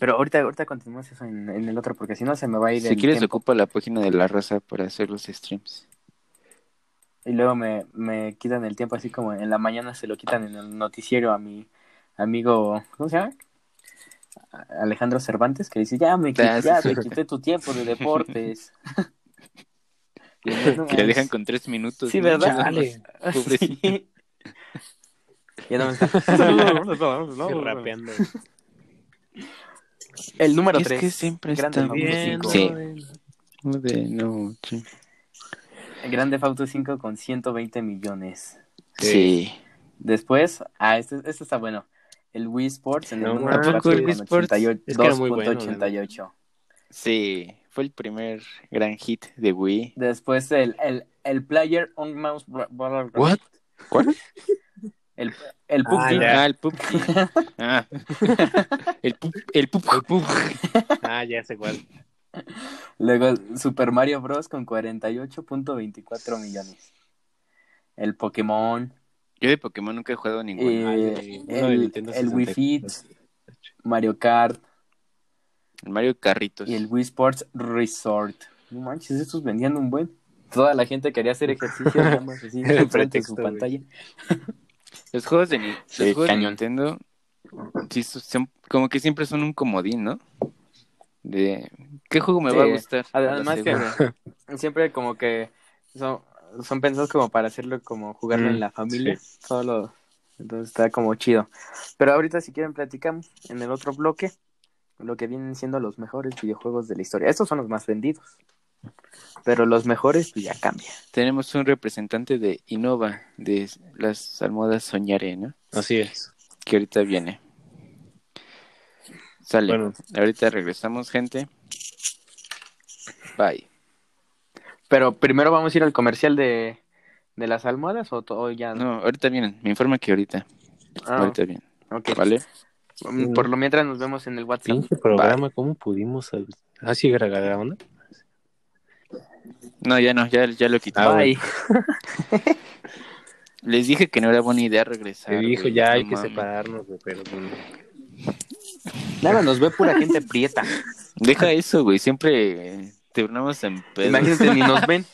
Speaker 1: Pero ahorita, ahorita continuamos eso en, en el otro, porque si no se me va a ir
Speaker 3: Si
Speaker 1: el
Speaker 3: quieres,
Speaker 1: tiempo.
Speaker 3: ocupa la página de la raza para hacer los streams.
Speaker 1: Y luego me, me quitan el tiempo así como en la mañana se lo quitan en el noticiero a mi amigo, ¿cómo se llama? A- Alejandro Cervantes, que dice, ya me, qui-
Speaker 3: Ah, sí,
Speaker 1: ya
Speaker 3: sí.
Speaker 1: me quité tu tiempo de deportes. Y yo, "No
Speaker 3: Que le
Speaker 1: mames".
Speaker 3: dejan con tres minutos.
Speaker 1: Sí,
Speaker 3: ¿no?
Speaker 1: ¿verdad?
Speaker 2: Dale.
Speaker 3: Pobrecito.
Speaker 1: Sí. Ya no me está-
Speaker 2: Sí, rapeando.
Speaker 1: El número
Speaker 3: Es
Speaker 1: 3.
Speaker 3: que siempre
Speaker 1: Grande
Speaker 3: está
Speaker 1: Auto
Speaker 2: Bien,
Speaker 1: 5.
Speaker 3: Sí.
Speaker 2: brother.
Speaker 3: De noche.
Speaker 1: Grande Auto 5 con 120 millones.
Speaker 3: Sí.
Speaker 1: Después, ah, este, este está bueno. El Wii Sports en el
Speaker 2: No
Speaker 1: número
Speaker 2: mames.
Speaker 1: cuatro
Speaker 3: Tampoco el
Speaker 1: con
Speaker 3: Wii Sports.
Speaker 1: 88,
Speaker 2: Es que era muy bueno,
Speaker 1: 2.88.
Speaker 3: Sí, fue el primer gran hit de Wii.
Speaker 1: Después el, el, el Player on Mouse. bla- bla- bla- bla.
Speaker 3: ¿What? ¿Cuál?
Speaker 1: El, el
Speaker 2: Ah,
Speaker 1: PUBG.
Speaker 2: ya.
Speaker 3: Ah, el PUBG. Ah. El pub, el pub, el pub.
Speaker 2: Ah, ya sé cuál.
Speaker 1: Eh, Luego el Super Mario Bros. con 48.24 millones. El Pokémon.
Speaker 3: Yo de Pokémon nunca he jugado ninguno.
Speaker 1: eh,
Speaker 2: Ah, uno de
Speaker 1: el,
Speaker 2: Nintendo
Speaker 1: el Wii
Speaker 2: 64.
Speaker 1: Fit. Mario Kart.
Speaker 3: El Mario Carritos.
Speaker 1: Y el Wii Sports Resort. No manches, estos vendían un buen. Toda la gente quería hacer ejercicio nada más así
Speaker 2: Era el
Speaker 1: enfrente de
Speaker 2: pretexto,
Speaker 1: su
Speaker 2: güey.
Speaker 1: pantalla.
Speaker 3: Los juegos de, Ni- los
Speaker 1: Sí,
Speaker 3: juegos de
Speaker 1: cañón.
Speaker 3: Nintendo sí son- son- como que siempre son un comodín, ¿no? De ¿qué juego me
Speaker 1: Sí.
Speaker 3: va a gustar? Este, A la
Speaker 1: Además
Speaker 3: segunda.
Speaker 1: que siempre como que son, son pensados como para hacerlo como jugarlo
Speaker 4: Mm,
Speaker 1: en la familia. Solo. Entonces está como chido. Pero ahorita si quieren platicamos en el otro bloque lo que vienen siendo los mejores videojuegos de la historia. Estos son los más vendidos. Pero los mejores pues, ya cambia.
Speaker 3: tenemos un representante de Innova de las almohadas Soñaré, ¿no?
Speaker 2: Así es.
Speaker 3: Que ahorita viene. Sale.
Speaker 2: Bueno,
Speaker 3: Ahorita regresamos, gente. Bye.
Speaker 1: Pero primero vamos a ir al comercial de, de las almohadas o, to- o ya
Speaker 3: No, ahorita vienen. Me informa que ahorita.
Speaker 1: Ah,
Speaker 3: Ahorita vienen.
Speaker 1: ok.
Speaker 3: ¿Vale?
Speaker 1: Mm, Por lo mientras nos vemos en el WhatsApp.
Speaker 2: pinche programa, ¿cómo pudimos? al- Ah, sí, grabando.
Speaker 3: No, ya no, ya, ya lo quité.
Speaker 2: Ah,
Speaker 1: Bye.
Speaker 3: Les dije que no era buena idea
Speaker 1: Ah,
Speaker 3: regresar.
Speaker 2: Te dijo,
Speaker 3: güey.
Speaker 2: ya
Speaker 3: No
Speaker 2: hay que
Speaker 3: mames.
Speaker 2: separarnos, güey, pero bueno.
Speaker 1: Nada, nos ve pura gente prieta.
Speaker 3: Deja eso, güey. Siempre eh, te turnamos en pedo.
Speaker 1: Imagínate, ni nos ven.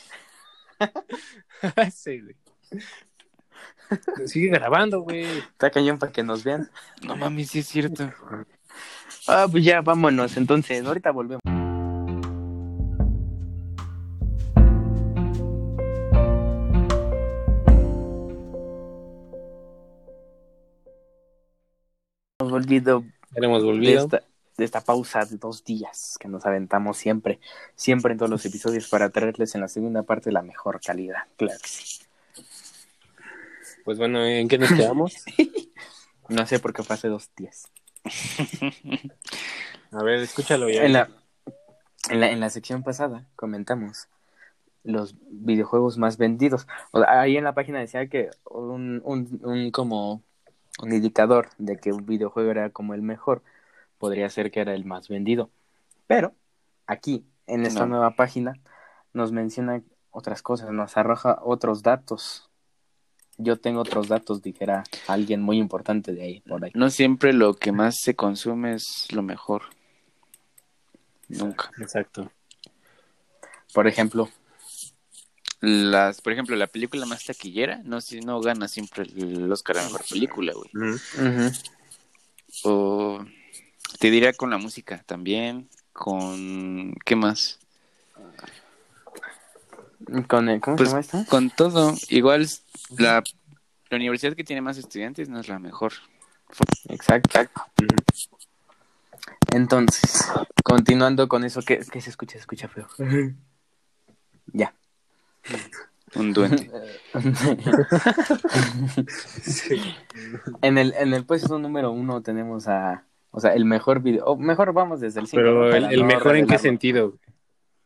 Speaker 2: Sí, güey. Sigue grabando, güey.
Speaker 1: Está cañón para que nos vean.
Speaker 3: No mames, sí es cierto.
Speaker 1: Ah, pues ya, vámonos. Entonces, ahorita volvemos. Hemos volvido
Speaker 2: Ya hemos
Speaker 1: de
Speaker 2: volvido.
Speaker 1: esta, de esta pausa de dos días que nos aventamos siempre, siempre en todos los episodios para traerles en la segunda parte la mejor calidad. Claro que sí.
Speaker 2: Pues bueno, ¿en qué nos quedamos?
Speaker 1: No sé por qué fue hace dos días.
Speaker 2: A ver, escúchalo ya.
Speaker 1: En la, en la, en la sección pasada comentamos los videojuegos más vendidos. O sea, ahí en la página decía que un, un, un como un indicador de que un videojuego era como el mejor podría ser que era el más vendido. Pero aquí, en esta
Speaker 3: No.
Speaker 1: nueva página, nos menciona otras cosas, nos arroja otros datos. Yo tengo otros datos, dijera alguien muy importante de ahí, por ahí.
Speaker 3: No siempre lo que más se consume es lo mejor. nunca.
Speaker 2: Exacto.
Speaker 1: Por ejemplo,
Speaker 3: Las, por ejemplo, la película más taquillera no, si no gana siempre el Oscar a mejor película, güey. O te diría con la música también, con ¿qué más?
Speaker 1: con el, ¿cómo
Speaker 3: Pues-
Speaker 1: se llama esta?
Speaker 3: Con todo, igual la, la universidad que tiene más estudiantes no es la mejor.
Speaker 1: Exacto. Entonces, continuando con eso, que, que se escucha, se escucha feo. ya.
Speaker 3: Un duende.
Speaker 1: en el, en el puesto número uno tenemos a, o sea, el mejor video, o mejor vamos desde el 5.
Speaker 2: Pero el, el mejor en qué sentido.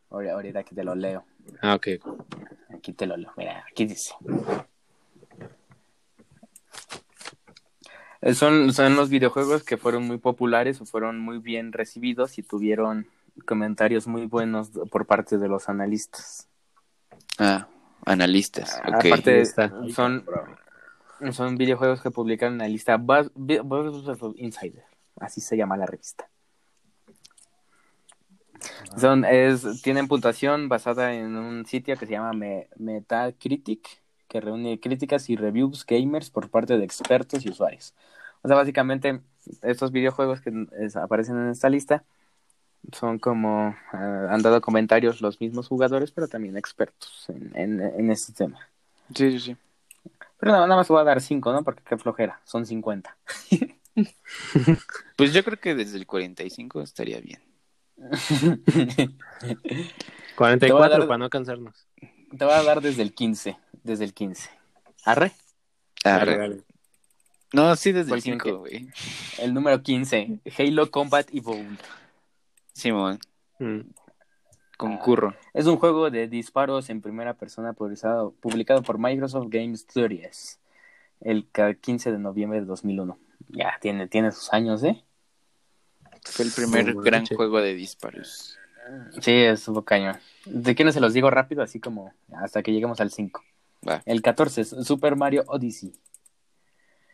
Speaker 1: Ahorita aquí te lo leo.
Speaker 2: Ah, ok.
Speaker 1: Aquí te lo leo. Mira, aquí dice. Eh, Son, son los videojuegos que fueron muy populares o fueron muy bien recibidos y tuvieron comentarios muy buenos por parte de los analistas.
Speaker 3: Ah, analistas. ok.
Speaker 1: Aparte,
Speaker 2: Ahí está.
Speaker 1: son, son videojuegos que publicaron en la lista Buzz- Bi- Buzzworld Insider. Así se llama la revista. Son, es, tienen puntuación basada en un sitio que se llama Me- Metacritic, que reúne críticas y reviews gamers por parte de expertos y usuarios. O sea, básicamente, estos videojuegos que es, aparecen en esta lista son como, eh, han dado comentarios los mismos jugadores, pero también expertos en- en- en este tema.
Speaker 3: Sí, sí, sí.
Speaker 1: Pero no, nada más voy a dar 5, ¿no? Porque qué flojera. Son 50.
Speaker 3: Pues yo creo que desde el 45 estaría bien.
Speaker 1: Te Te voy a
Speaker 2: 44
Speaker 1: dar-
Speaker 2: para no cansarnos.
Speaker 1: voy a dar desde el 15. Desde el 15. Arre.
Speaker 3: Arre.
Speaker 2: Dale, dale.
Speaker 3: No, sí, desde
Speaker 1: ¿Cuál
Speaker 3: el
Speaker 1: tiene
Speaker 3: 5, güey.
Speaker 1: El número 15. Halo Combat Evolved.
Speaker 3: Simón,
Speaker 2: Mm.
Speaker 1: Ah,
Speaker 3: concurro.
Speaker 1: Es un juego de disparos en primera persona publicado, publicado por Microsoft Game Studios el ca- 15 de noviembre de 2001. Ya, tiene, tiene sus años, ¿eh?
Speaker 3: Fue el primer
Speaker 2: No
Speaker 3: gran
Speaker 2: manches.
Speaker 3: juego de disparos.
Speaker 1: Sí, es un cañón. ¿De quiénes se los digo rápido? Así como hasta que lleguemos al 5.
Speaker 3: Va.
Speaker 1: El 14 es Super Mario Odyssey.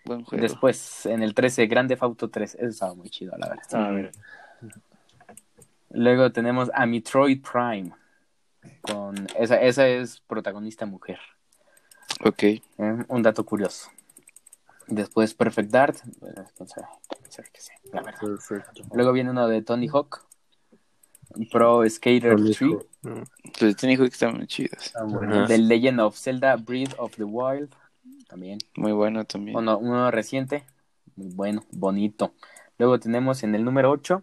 Speaker 3: Buen juego.
Speaker 1: Después, en el 13, Grande Auto 3. Eso estaba muy chido, la verdad.
Speaker 4: Ah,
Speaker 2: A ver.
Speaker 1: Luego tenemos a Metroid Prime. Con esa, esa es protagonista mujer.
Speaker 3: Ok.
Speaker 1: ¿eh? Un dato curioso. Después Perfect Dark. Bueno, quién sabe, quién sabe qué sea, la verdad.
Speaker 2: Perfecto.
Speaker 1: Luego viene uno de Tony Hawk. Pro Skater 3.
Speaker 2: Mm.
Speaker 3: Los Tiny Hawk están muy chidos.
Speaker 2: Ajá.
Speaker 1: The Legend of Zelda Breath of the Wild. También.
Speaker 3: Muy bueno también.
Speaker 1: Uno, uno reciente. Muy bueno, bonito. Luego tenemos en el número 8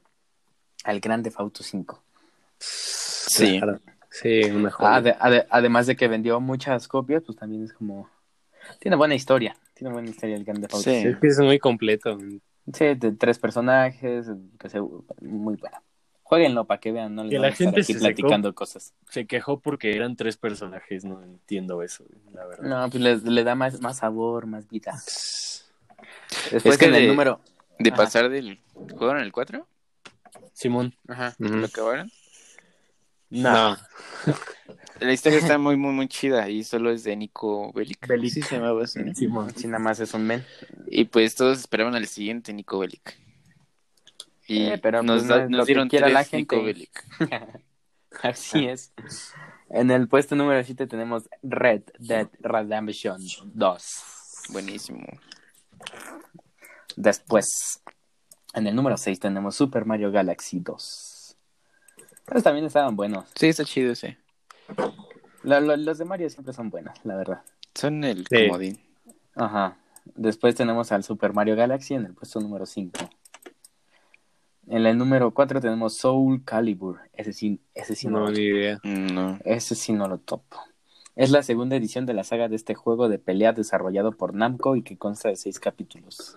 Speaker 1: al Grande Auto 5.
Speaker 3: Sí.
Speaker 2: Claro. Sí, una joya.
Speaker 1: Ade- ade- además Ah, de que vendió muchas copias, pues también es como. Tiene buena historia. Tiene buena historia el Grand Theft Auto.
Speaker 3: Sí.
Speaker 1: Sí.
Speaker 2: Es que es muy completo. Mm,
Speaker 1: de tres personajes. que se- muy buena. Jueguenlo para que vean, no les
Speaker 4: Que
Speaker 1: van
Speaker 4: la
Speaker 1: a estar
Speaker 4: gente
Speaker 1: aquí
Speaker 4: se secó.
Speaker 1: platicando cosas.
Speaker 4: Se quejó porque eran tres personajes, no entiendo eso, la verdad.
Speaker 1: No, pues les- le, da más, más sabor, más vida. Después
Speaker 3: que
Speaker 1: en el
Speaker 3: de-
Speaker 1: número.
Speaker 3: De
Speaker 1: Ajá.
Speaker 3: pasar del. ¿Jugaron el 4?
Speaker 4: Simón.
Speaker 3: Ajá.
Speaker 2: Ujú.
Speaker 3: ¿Lo acabaron?
Speaker 2: No.
Speaker 3: La historia está muy, muy, muy chida. Y solo es de Nico Bellic.
Speaker 1: Bellic.
Speaker 3: Sí, se llamaba así, ¿no?
Speaker 4: Simón.
Speaker 1: Si nada más es un men.
Speaker 3: Y pues todos esperaban al siguiente Nico Bellic. Y
Speaker 1: Eh, pero,
Speaker 3: nos,
Speaker 1: pues,
Speaker 3: da-
Speaker 1: no es lo
Speaker 3: nos
Speaker 1: que
Speaker 3: dieron
Speaker 1: quiera
Speaker 3: tres
Speaker 1: la
Speaker 3: Nico
Speaker 1: gente.
Speaker 3: Bellic.
Speaker 1: Así
Speaker 2: Eh.
Speaker 1: es. En el puesto número 7 tenemos Red Dead Redemption 2.
Speaker 3: Buenísimo.
Speaker 1: Después, en el número 6 tenemos Super Mario Galaxy 2. Pero también estaban buenos.
Speaker 3: Sí, está chido ese.
Speaker 1: Lo- lo- los de Mario siempre son buenos, la verdad.
Speaker 3: Son el
Speaker 2: Sí.
Speaker 3: comodín.
Speaker 1: Ajá. Después tenemos al Super Mario Galaxy en el puesto número 5. En el número 4 tenemos Soul Calibur. Ese sí, ese sí no,
Speaker 2: No,
Speaker 1: lo-
Speaker 2: ni idea.
Speaker 3: Mm, No.
Speaker 1: ese sí no lo topo. Es la segunda edición de la saga de este juego de pelea desarrollado por Namco y que consta de 6 capítulos.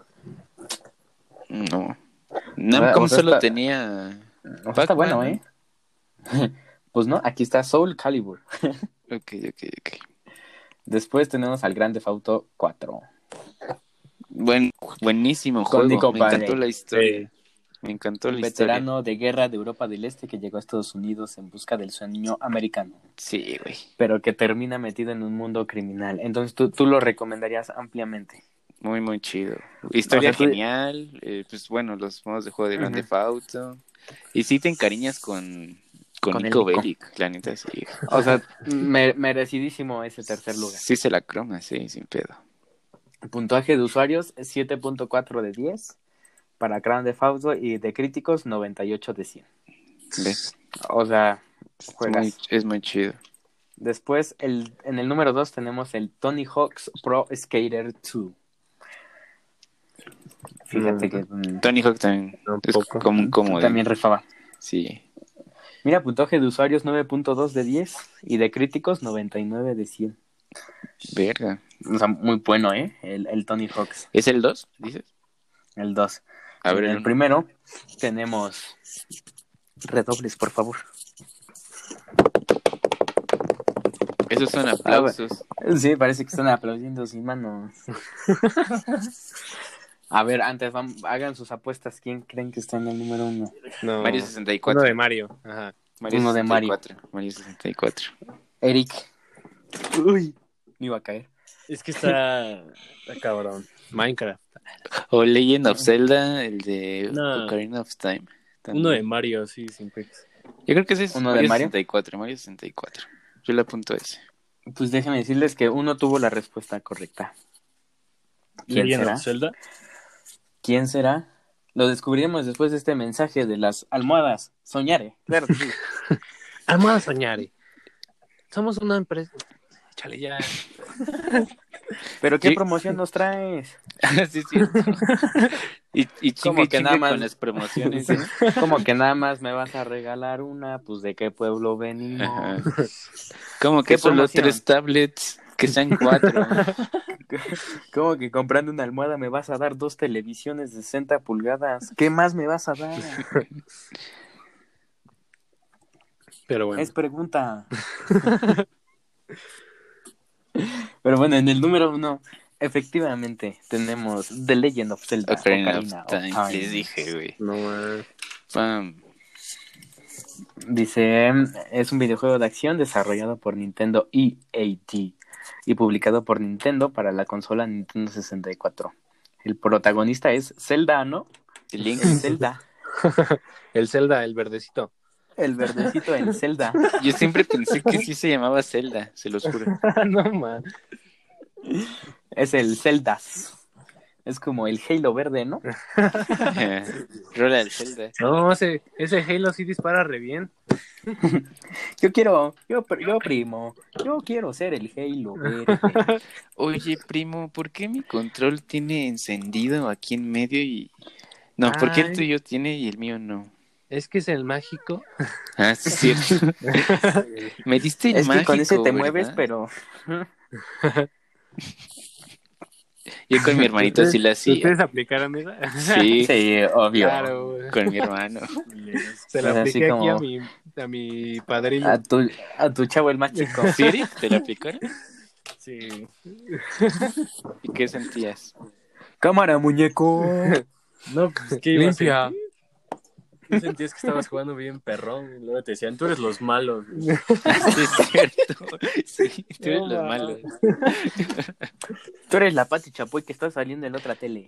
Speaker 3: No.
Speaker 1: o
Speaker 3: Namcom
Speaker 1: sea,
Speaker 3: solo
Speaker 1: está-
Speaker 3: tenía.
Speaker 1: O sea, está
Speaker 3: Pac-Man,
Speaker 1: bueno,
Speaker 3: ¿no?
Speaker 1: ¿eh? pues no, aquí está Soul Calibur.
Speaker 3: Ok, ok, ok.
Speaker 1: Después tenemos al Grande Auto 4.
Speaker 3: Buen, buenísimo
Speaker 1: Con
Speaker 3: juego.
Speaker 1: Nico
Speaker 3: Me
Speaker 1: Bellic.
Speaker 3: encantó la historia. Me encantó la
Speaker 1: Un
Speaker 3: historia.
Speaker 1: veterano de guerra de Europa del Este que llegó a Estados Unidos en busca del sueño americano,
Speaker 3: Sí, güey.
Speaker 1: pero que termina metido en un mundo criminal. Entonces tú, tú lo recomendarías ampliamente.
Speaker 3: Muy, muy chido. Historia
Speaker 1: O sea, tú-
Speaker 3: genial. eh, pues bueno, los modos de juego de Grand
Speaker 1: Ajá.
Speaker 3: Theft Auto. Y sí te encariñas con, con,
Speaker 1: Con el
Speaker 3: Nico
Speaker 1: Nico.
Speaker 3: Bellic, la neta, sí.
Speaker 1: O sea, me- merecidísimo ese tercer lugar.
Speaker 3: Sí se la croma, sí, sin pedo.
Speaker 1: Puntaje de usuarios 7.4 de 10 para Grand Theft Auto y de críticos 98 de 100.
Speaker 3: ¿Ves?
Speaker 1: O sea,
Speaker 3: Es
Speaker 1: Juegas.
Speaker 3: muy- es muy chido.
Speaker 1: después el, en el número 2 tenemos el Tony Hawk's Pro Skater 2. Fíjate que mm,
Speaker 3: Tony Hawk también es
Speaker 2: Tampoco.
Speaker 3: como un cómodo.
Speaker 1: también rifaba.
Speaker 3: Sí.
Speaker 1: Mira, puntaje de usuarios 9.2 de 10 y de críticos 99 de 100.
Speaker 3: Verga.
Speaker 1: O sea, muy bueno, ¿eh? El, el Tony Hawk's,
Speaker 3: ¿Es el 2? ¿Dices?
Speaker 1: el 2.
Speaker 3: A
Speaker 1: en
Speaker 3: ver, el
Speaker 1: el
Speaker 3: uno.
Speaker 1: primero tenemos redobles, por favor.
Speaker 3: Esos son
Speaker 1: Ah,
Speaker 3: aplausos.
Speaker 1: Sí, parece que están aplaudiendo sin mano. A ver, antes vam- hagan sus apuestas. ¿Quién creen que está en el número uno?
Speaker 2: No,
Speaker 3: Mario
Speaker 2: uno
Speaker 3: 64.
Speaker 2: de Mario. Ajá.
Speaker 1: uno de Mario.
Speaker 3: 64, Mario 64.
Speaker 1: Eric. Uy, me iba a caer.
Speaker 4: Es que está, está cabrón.
Speaker 2: Minecraft.
Speaker 3: O Legend of Zelda, el de
Speaker 4: No.
Speaker 3: Ocarina of Time. También.
Speaker 4: Uno de Mario, sí, sin pex.
Speaker 3: Yo creo que ese es
Speaker 1: Uno de
Speaker 3: Mario,
Speaker 1: Mario.
Speaker 3: 64. Mario 64. Yo le apunto ese.
Speaker 1: Pues déjenme decirles que uno tuvo la respuesta correcta. ¿Quién
Speaker 4: Legend
Speaker 1: será?
Speaker 4: of Zelda?
Speaker 1: ¿Quién será? Lo descubriremos después de este mensaje de las almohadas. Soñaré. Claro que sí.
Speaker 2: Almohada Soñare. Somos una empresa. Chale, ya.
Speaker 1: Pero ¿qué
Speaker 3: Sí.
Speaker 1: promoción nos traes?
Speaker 3: sí, sí. y y
Speaker 1: Como
Speaker 3: chingue, y
Speaker 1: que
Speaker 3: chingue
Speaker 1: nada más.
Speaker 3: con las promociones. ¿eh?
Speaker 1: Como que nada más me vas a regalar una, pues de qué pueblo
Speaker 3: Ajá.
Speaker 1: venimos.
Speaker 3: Como
Speaker 1: ¿Qué
Speaker 3: que solo
Speaker 1: promoción?
Speaker 3: tres tablets, que sean cuatro.
Speaker 1: ¿Cómo que comprando una almohada me vas a dar dos televisiones de 60 pulgadas? ¿Qué más me vas a dar?
Speaker 2: Pero bueno.
Speaker 1: Es pregunta. Pero bueno, en el número uno, efectivamente, tenemos The Legend of Zelda.
Speaker 3: Ocarina of
Speaker 1: Ocarina of
Speaker 3: Time,
Speaker 1: Time.
Speaker 3: les dije, güey.
Speaker 2: No, ah,
Speaker 3: Pam.
Speaker 1: Dice, es un videojuego de acción desarrollado por Nintendo EAT y publicado por Nintendo para la consola Nintendo 64. El protagonista es Zelda, ¿no?
Speaker 3: Link.
Speaker 1: El Zelda.
Speaker 2: el Zelda, el verdecito.
Speaker 1: El verdecito en Zelda.
Speaker 3: Yo siempre pensé que sí se llamaba Zelda, se los juro.
Speaker 2: Ah, no, man.
Speaker 1: Es el Zeldas. Es como el Halo verde, ¿no?
Speaker 3: Rola del Zelda.
Speaker 2: No, ese, ese Halo sí dispara re bien.
Speaker 1: Yo quiero, yo, pr- yo primo, yo quiero ser el Halo verde.
Speaker 3: Oye, primo, ¿por qué mi control tiene encendido aquí en medio y... No, ¿por qué el
Speaker 2: Ay.
Speaker 3: tuyo tiene y el mío no?
Speaker 2: Es que es el mágico.
Speaker 3: Ah, sí, es cierto. Me diste el
Speaker 1: Es que con ese
Speaker 3: mágico,
Speaker 1: te mueves,
Speaker 3: ¿verdad?
Speaker 1: pero
Speaker 3: Yo con mi hermanito sí la hacía.
Speaker 2: ¿Ustedes aplicaron esa?
Speaker 3: Sí,
Speaker 1: sí, obvio.
Speaker 2: Claro.
Speaker 3: con mi hermano.
Speaker 2: Se la
Speaker 1: Así
Speaker 2: apliqué aquí
Speaker 1: como- Ah,
Speaker 2: a mi, a mi padrino.
Speaker 1: A tu, a tu chavo el más chico.
Speaker 3: ¿Sí, Eric? ¿Te la aplicaron?
Speaker 4: Sí.
Speaker 3: ¿Y qué sentías?
Speaker 1: Cámara, muñeco.
Speaker 4: No, pues que iba a sentir? Tú sentías que estabas jugando bien perrón. Y luego te decían, tú eres los malos.
Speaker 3: Sí, es cierto. Sí, tú eres
Speaker 2: No,
Speaker 3: los
Speaker 2: ma.
Speaker 3: malos.
Speaker 1: Tú eres la Pati Chapoy que está saliendo en la otra tele.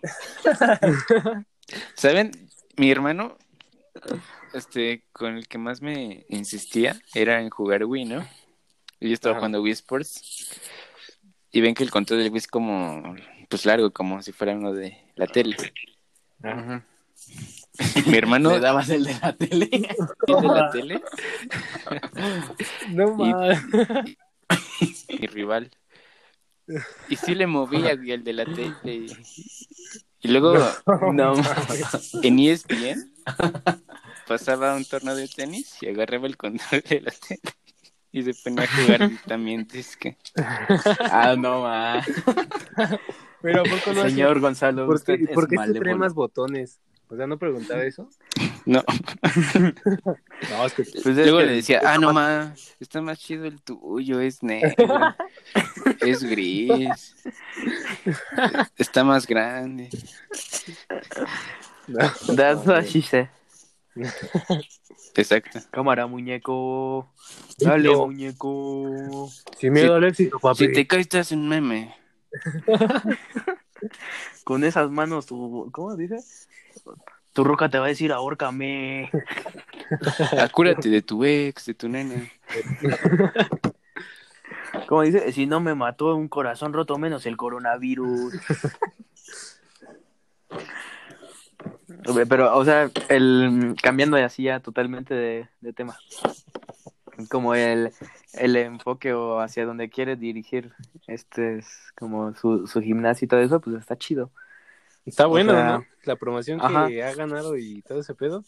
Speaker 3: ¿Saben? Mi hermano, este, con el que más me insistía, era en jugar Wii, ¿no? Y yo estaba
Speaker 2: Ajá.
Speaker 3: jugando Wii Sports. Y ven que el control del Wii es como, pues largo, como si fuera uno de la tele. Mi hermano
Speaker 1: Le dabas el de la tele.
Speaker 3: tiene la tele,
Speaker 2: No,
Speaker 3: ma. mi rival. Y sí le movía güey, al de la tele. Y, y luego
Speaker 1: No.
Speaker 3: en E ESPN pasaba un torneo de tenis y agarraba el control de la tele y se ponía a jugar también. Es que...
Speaker 1: Ah, no, ma.
Speaker 2: Pero ¿a poco no hace-
Speaker 1: Señor Gonzalo,
Speaker 2: ¿Por qué,
Speaker 1: usted es
Speaker 2: por qué sí
Speaker 1: malévolo.
Speaker 2: trae más botones? O sea, ¿no preguntaba eso?
Speaker 3: No,
Speaker 2: No, es que...
Speaker 1: Pues es
Speaker 3: luego
Speaker 1: que-
Speaker 3: le decía, ah, no, ma, está más chido el tuyo, es negro, es gris, está más grande.
Speaker 1: That's what she said.
Speaker 3: Exacto.
Speaker 1: Cámara, muñeco. Dale,
Speaker 2: No.
Speaker 1: muñeco.
Speaker 2: Sin
Speaker 3: miedo
Speaker 2: al éxito, papi.
Speaker 3: Si te caes, te hacen meme.
Speaker 1: Con esas manos, tu... ¿cómo dice? Tu ruca te va a decir, ahórcame.
Speaker 3: Acúrate de tu ex, de tu nena.
Speaker 1: Como dice, si no me mató un corazón roto menos el coronavirus. Hombre, Pero, o sea, el cambiando de así ya totalmente de, de tema. Como el, el enfoque o hacia donde quiere dirigir este es como su, su gimnasio y todo eso, pues está chido.
Speaker 2: Está
Speaker 1: O
Speaker 2: bueno,
Speaker 1: sea,
Speaker 2: ¿no? La promoción
Speaker 1: ajá.
Speaker 2: que ha ganado y todo ese pedo.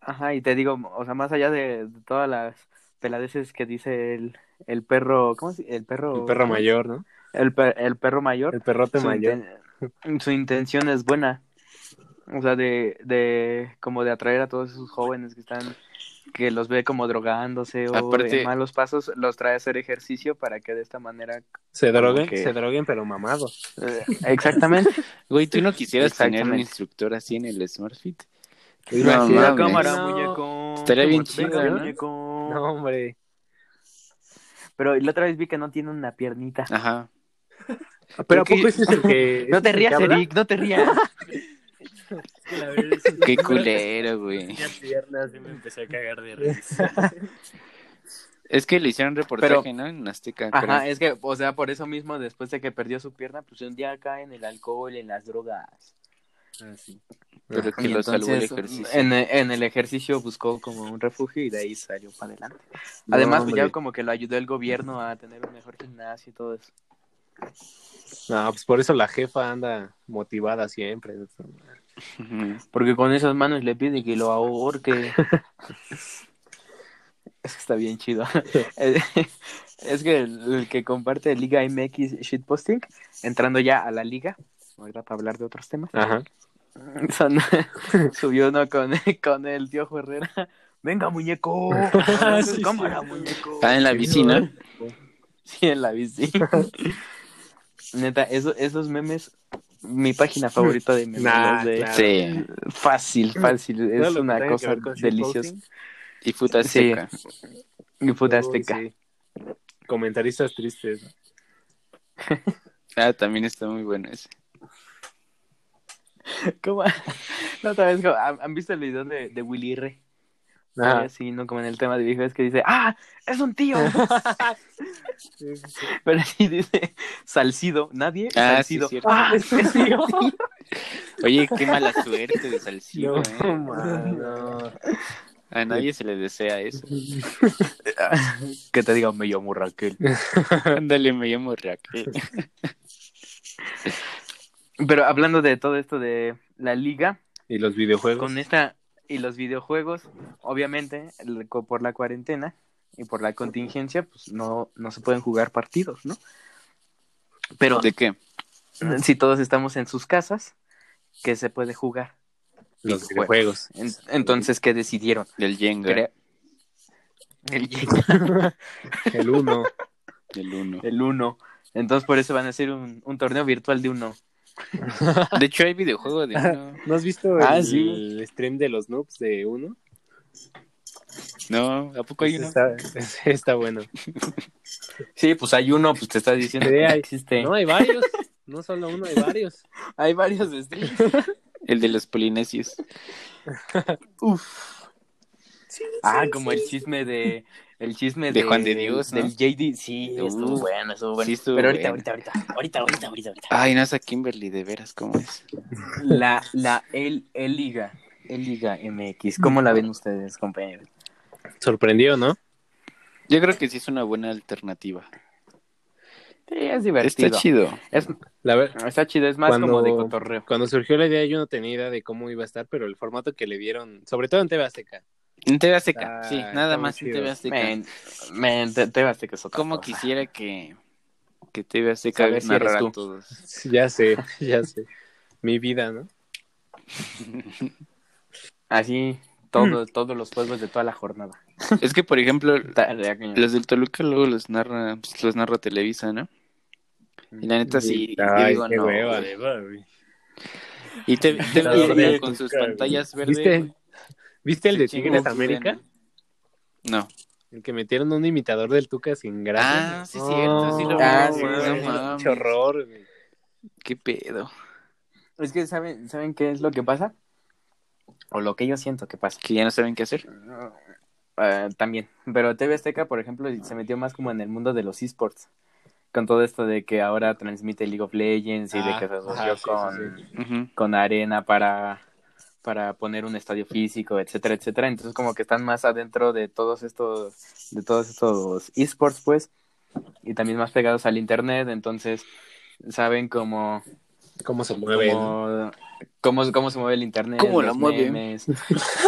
Speaker 1: Ajá, y te digo, o sea, más allá de, de todas las peladeces que dice el, el perro, ¿cómo se El perro,
Speaker 2: El perro mayor, ¿no?
Speaker 1: El, per- el perro mayor.
Speaker 2: El perrote
Speaker 1: su,
Speaker 2: mayor.
Speaker 1: inten- su intención es buena. O sea, de, de como de atraer a todos esos jóvenes que están, que los ve como drogándose o
Speaker 3: Aparte-
Speaker 1: en malos pasos, los trae a hacer ejercicio para que de esta manera...
Speaker 2: Se droguen,
Speaker 1: Ok.
Speaker 2: se droguen, pero mamados.
Speaker 1: Eh, exactamente.
Speaker 3: Güey, ¿tú no quisieras tener un
Speaker 1: Exactamente.
Speaker 3: instructor así en el SmartFit?
Speaker 1: La
Speaker 3: No, mames.
Speaker 1: cámara,
Speaker 2: No.
Speaker 1: muñeco.
Speaker 3: Estaría bien
Speaker 1: Venga,
Speaker 3: chido, ¿no?
Speaker 1: muñeco.
Speaker 2: No, hombre.
Speaker 1: Pero la otra vez vi que no tiene una piernita.
Speaker 3: Ajá.
Speaker 2: Pero ¿a
Speaker 1: que-
Speaker 2: poco ese es el que.
Speaker 1: No te
Speaker 2: el que
Speaker 1: rías,
Speaker 2: habla?
Speaker 1: Eric, no te rías.
Speaker 3: Qué culero, güey.
Speaker 4: piernas y me empecé a cagar de risa.
Speaker 3: Es que le hicieron reportaje,
Speaker 1: Pero-
Speaker 3: ¿no? En Azteca.
Speaker 1: Ajá,
Speaker 3: creo.
Speaker 1: es que, o sea, por eso mismo, después de que perdió su pierna, pues un día cae en el alcohol, en las drogas.
Speaker 3: Pero que
Speaker 1: Y
Speaker 3: lo salvó el
Speaker 1: entonces,
Speaker 3: ejercicio.
Speaker 1: En, en el ejercicio buscó como un refugio y de ahí salió para adelante. Además, pues, ya
Speaker 2: hombre.
Speaker 1: como que lo ayudó el gobierno a tener un mejor gimnasio y todo eso.
Speaker 2: No, pues por eso la jefa anda motivada siempre.
Speaker 3: Ujú.
Speaker 1: Porque con esas manos le pide que lo ahorque. Eso está bien chido. Eh, es que el, el que comparte Liga MX Shitposting, entrando ya a la liga, ahorita para hablar de otros temas,
Speaker 2: Ajá.
Speaker 1: son- subió uno con, con el tío Herrera. Venga, muñeco.
Speaker 2: Ah,
Speaker 4: sí,
Speaker 1: Cámara,
Speaker 4: sí.
Speaker 1: muñeco.
Speaker 3: Ah, en la bici, ¿no?
Speaker 1: Sí, en la bici. Neta, eso- esos memes, mi página favorita de memes.
Speaker 2: Nah,
Speaker 1: los de-
Speaker 2: claro.
Speaker 3: Sí.
Speaker 1: Fácil, fácil.
Speaker 2: Todo
Speaker 1: Es
Speaker 2: lo que
Speaker 1: una
Speaker 2: tenga que
Speaker 1: cosa
Speaker 2: ver con
Speaker 1: deliciosa.
Speaker 2: shitposting.
Speaker 3: Y puta
Speaker 1: Sí.
Speaker 3: Azteca.
Speaker 1: Y puta
Speaker 2: Uy,
Speaker 1: azteca.
Speaker 2: sí. Comentaristas tristes. ¿no?
Speaker 3: Ah, también está muy bueno ese.
Speaker 1: ¿Cómo? La otra vez, ¿cómo? ¿han han visto el video de, de Willy R?
Speaker 2: Ajá.
Speaker 1: Sí, no como en el tema de viejo, es que dice, ¡ah! ¡Es un tío! Pero sí dice, Salcido, nadie,
Speaker 3: Ah,
Speaker 1: Salcido.
Speaker 3: sí, cierto.
Speaker 1: ¡Ah! ¡Es un tío!
Speaker 3: Oye, qué mala suerte de Salcido,
Speaker 2: No,
Speaker 3: ¿eh?
Speaker 4: Ah,
Speaker 2: mano.
Speaker 3: A nadie se le desea eso.
Speaker 1: que te diga, me llamo Raquel.
Speaker 3: Ándale, me llamo Raquel.
Speaker 1: Pero hablando de todo esto de la liga,
Speaker 2: Y los videojuegos.
Speaker 1: con esta y los videojuegos, obviamente, el- co- por la cuarentena y por la contingencia, pues no, no se pueden jugar partidos, ¿no? Pero
Speaker 3: ¿De qué?
Speaker 1: si todos estamos en sus casas, ¿qué se puede jugar?
Speaker 2: Los videojuegos.
Speaker 1: En- entonces, ¿qué decidieron?
Speaker 3: Del Jenga,
Speaker 1: Crea- El,
Speaker 2: El uno.
Speaker 3: del uno.
Speaker 1: el uno. Entonces, por eso van a hacer un, un torneo virtual de uno.
Speaker 3: De hecho, hay videojuego de uno.
Speaker 2: ¿No has visto el,
Speaker 1: Ah, sí.
Speaker 2: el stream de los noobs de uno?
Speaker 3: No, ¿a poco hay
Speaker 1: Pues
Speaker 2: Ese
Speaker 3: uno?
Speaker 2: está, ese está bueno.
Speaker 1: Sí, pues hay uno, pues te está diciendo
Speaker 2: Sí,
Speaker 1: que no
Speaker 2: hay-
Speaker 1: existe.
Speaker 2: No, hay varios. No solo uno, hay varios.
Speaker 1: Hay varios este. streams.
Speaker 3: El de los polinesios.
Speaker 1: Uf. ah, como el chisme de. El chisme
Speaker 3: De Juan de Dios, ¿no?
Speaker 1: Del JD. Sí,
Speaker 3: Uh,
Speaker 1: estuvo bueno, estuvo bueno.
Speaker 3: sí estuvo
Speaker 1: Pero ahorita,
Speaker 3: bueno.
Speaker 1: ahorita, ahorita. Ahorita, ahorita, ahorita. ahorita.
Speaker 3: Ay, no es a Kimberly, de veras, ¿cómo es?
Speaker 1: La, la, el, el Liga. El Liga MX. ¿Cómo la ven ustedes, compañeros?
Speaker 2: Sorprendió, ¿no?
Speaker 3: Yo creo que sí es una buena alternativa.
Speaker 1: Sí, es
Speaker 3: Está chido.
Speaker 1: Es,
Speaker 2: La ver-
Speaker 1: está chido, es más
Speaker 2: Cuando-
Speaker 1: como de cotorreo.
Speaker 2: Cuando surgió la idea yo no tenía idea de cómo iba a estar, pero el formato que le dieron, sobre todo en TV Azteca.
Speaker 3: En TV Azteca,
Speaker 2: Ah,
Speaker 3: sí,
Speaker 2: está
Speaker 3: nada
Speaker 2: muy
Speaker 3: más en
Speaker 2: chido.
Speaker 3: TV Azteca.
Speaker 1: Men, men, te, te baste que es otra
Speaker 3: ¿Cómo
Speaker 1: cosa.
Speaker 3: quisiera que, que TV Azteca
Speaker 1: Saber si
Speaker 3: narrara
Speaker 1: eres tú.
Speaker 3: a todos?
Speaker 2: Ya sé, ya sé. Mi vida, ¿no?
Speaker 1: Así,
Speaker 2: Mm.
Speaker 1: todo, todos los juegos de toda la jornada.
Speaker 3: Es que, por ejemplo,
Speaker 1: Estaría cañón.
Speaker 3: los del Toluca luego los narra, pues, los narra Televisa, ¿no? Y la neta sí, yo
Speaker 2: Ay,
Speaker 3: digo
Speaker 2: qué
Speaker 3: no.
Speaker 2: hueva.
Speaker 3: güey. Y te, te-
Speaker 4: La verdad,
Speaker 3: y- y con sus
Speaker 4: Toluca,
Speaker 3: pantallas verdes.
Speaker 2: ¿Viste, ¿Viste el de
Speaker 3: Sí,
Speaker 2: Tigres
Speaker 3: chingo,
Speaker 2: América?
Speaker 3: No.
Speaker 2: El que metieron un imitador del Tuca sin gracia.
Speaker 3: Ah, sí, cierto, sí lo
Speaker 1: vi. Ah,
Speaker 2: no
Speaker 1: sí,
Speaker 2: mames,
Speaker 1: no
Speaker 3: mames.
Speaker 2: pinche horror. güey.
Speaker 3: ¿Qué pedo?
Speaker 1: Es que, ¿saben, ¿saben qué es lo que pasa? O lo que yo siento que pasa.
Speaker 3: Que ya no saben qué hacer.
Speaker 1: Eh, también. Pero TV Azteca, por ejemplo, se metió más como en el mundo de los esports. Con todo esto de que ahora transmite League of Legends y de que se
Speaker 2: Ah,
Speaker 1: asoció
Speaker 2: ajá, sí,
Speaker 1: con,
Speaker 2: sí, sí.
Speaker 3: Ujú.
Speaker 1: con Arena para, para poner un estadio físico, etcétera, etcétera. Entonces como que están más adentro de todos estos, de todos estos esports, pues, y también más pegados al internet, entonces saben cómo,
Speaker 2: ¿Cómo se mueve?
Speaker 1: cómo, cómo, cómo se mueve el internet,
Speaker 3: Cómo la
Speaker 1: los
Speaker 3: mueve.
Speaker 1: memes,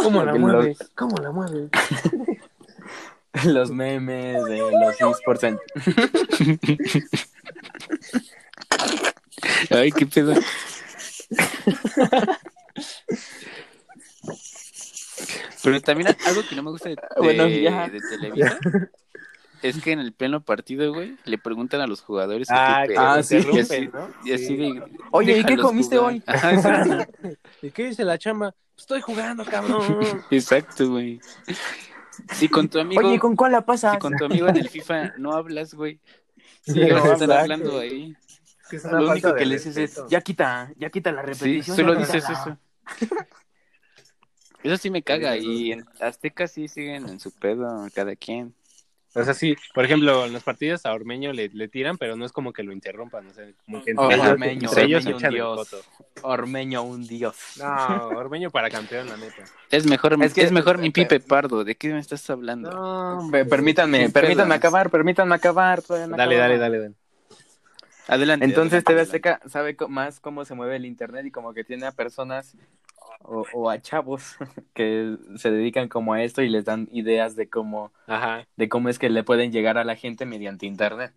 Speaker 2: ¿Cómo
Speaker 1: la mueve?
Speaker 2: ¿Cómo la mueve?
Speaker 1: los memes de los esports en-
Speaker 3: Ay, qué pedo. Pero también algo que no me gusta de, de-
Speaker 1: Bueno, ya.
Speaker 3: de Televisa es que en el pleno partido, güey, le preguntan a los jugadores. a
Speaker 2: Ah,
Speaker 3: qué
Speaker 2: que
Speaker 3: pedo.
Speaker 1: ah, sí.
Speaker 3: Y
Speaker 2: interrumpen,
Speaker 3: así-
Speaker 2: ¿no?
Speaker 3: y así
Speaker 2: Sí.
Speaker 3: de-
Speaker 1: Oye, ¿y qué
Speaker 3: déjalos
Speaker 1: comiste
Speaker 3: jugar.
Speaker 1: hoy?
Speaker 3: Ajá, exacto.
Speaker 2: ¿Y qué dice la chamba? Estoy jugando, cabrón.
Speaker 3: Exacto, güey. Si con tu amigo,
Speaker 1: Oye, ¿con cuál la pasas?
Speaker 3: si con tu amigo en el FIFA no hablas, güey.
Speaker 2: Sí,
Speaker 3: ¿Qué vas a
Speaker 2: no,
Speaker 3: estar
Speaker 2: exacto.
Speaker 3: hablando ahí?
Speaker 2: Es
Speaker 1: Lo único que le dices es, ya quita, ya quita la
Speaker 3: Sí,
Speaker 1: repetición.
Speaker 3: solo
Speaker 1: ya quita
Speaker 3: dices
Speaker 1: la-
Speaker 3: eso. Eso sí me caga. Y en Azteca sí siguen en su pedo cada quien.
Speaker 2: O sea, sí, por ejemplo, en los partidos a Ormeño le, le tiran, pero no es como que lo interrumpan, o sea, como que entre
Speaker 1: Oh,
Speaker 2: ellos,
Speaker 1: Ormeño,
Speaker 2: entre ellos
Speaker 1: Ormeño, un
Speaker 2: echan el
Speaker 1: dios.
Speaker 2: coto.
Speaker 1: Ormeño, un dios.
Speaker 2: No, Ormeño para campeón, la neta.
Speaker 3: Es mejor,
Speaker 1: Es
Speaker 3: es
Speaker 1: que-
Speaker 3: mejor mi Pipe Pardo. ¿De qué me estás hablando?
Speaker 2: No,
Speaker 1: Pe- Permítanme,
Speaker 3: Sin
Speaker 1: permítanme
Speaker 3: pedos.
Speaker 1: acabar, permítanme acabar. todavía no
Speaker 2: Dale,
Speaker 1: acabamos.
Speaker 2: dale, dale, dale.
Speaker 3: Adelante.
Speaker 1: Entonces
Speaker 3: adelante,
Speaker 1: TV
Speaker 3: adelante.
Speaker 1: Azteca sabe co- más cómo se mueve el internet y como que tiene a personas o, o a chavos que se dedican como a esto y les dan ideas de cómo,
Speaker 2: Ajá.
Speaker 1: de cómo es que le pueden llegar a la gente mediante internet.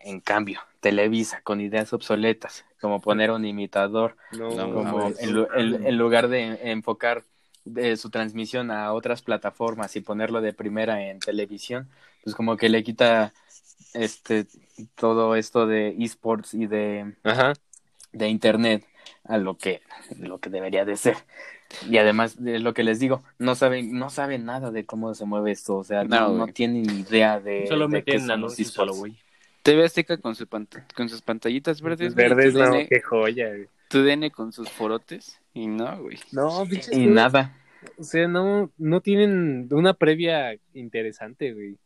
Speaker 1: En cambio, Televisa con ideas obsoletas, como poner un imitador
Speaker 2: No,
Speaker 3: No,
Speaker 1: como
Speaker 2: mames.
Speaker 1: en, lu- en- en lugar de enfocar de su transmisión a otras plataformas y ponerlo de primera en televisión, pues como que le quita este todo esto de esports y de,
Speaker 2: Ajá.
Speaker 1: de internet a lo que lo que debería de ser. Y además es lo que les digo, no saben no saben nada de cómo se mueve esto, o sea,
Speaker 3: No,
Speaker 1: no, no
Speaker 3: güey.
Speaker 1: tienen ni idea Eh, de,
Speaker 4: Solo
Speaker 1: de qué
Speaker 4: meten
Speaker 1: son los
Speaker 4: anuncios a lo
Speaker 1: esports.
Speaker 4: güey.
Speaker 3: TV Azteca con, su pant- con sus pantallitas verdes. güey,
Speaker 2: Verdes,
Speaker 3: tu
Speaker 2: no,
Speaker 3: DN
Speaker 2: qué joya, güey.
Speaker 3: tu DN con sus forotes. Y no, güey.
Speaker 2: No,
Speaker 1: Y nada.
Speaker 2: O sea, no, no tienen una previa interesante, güey.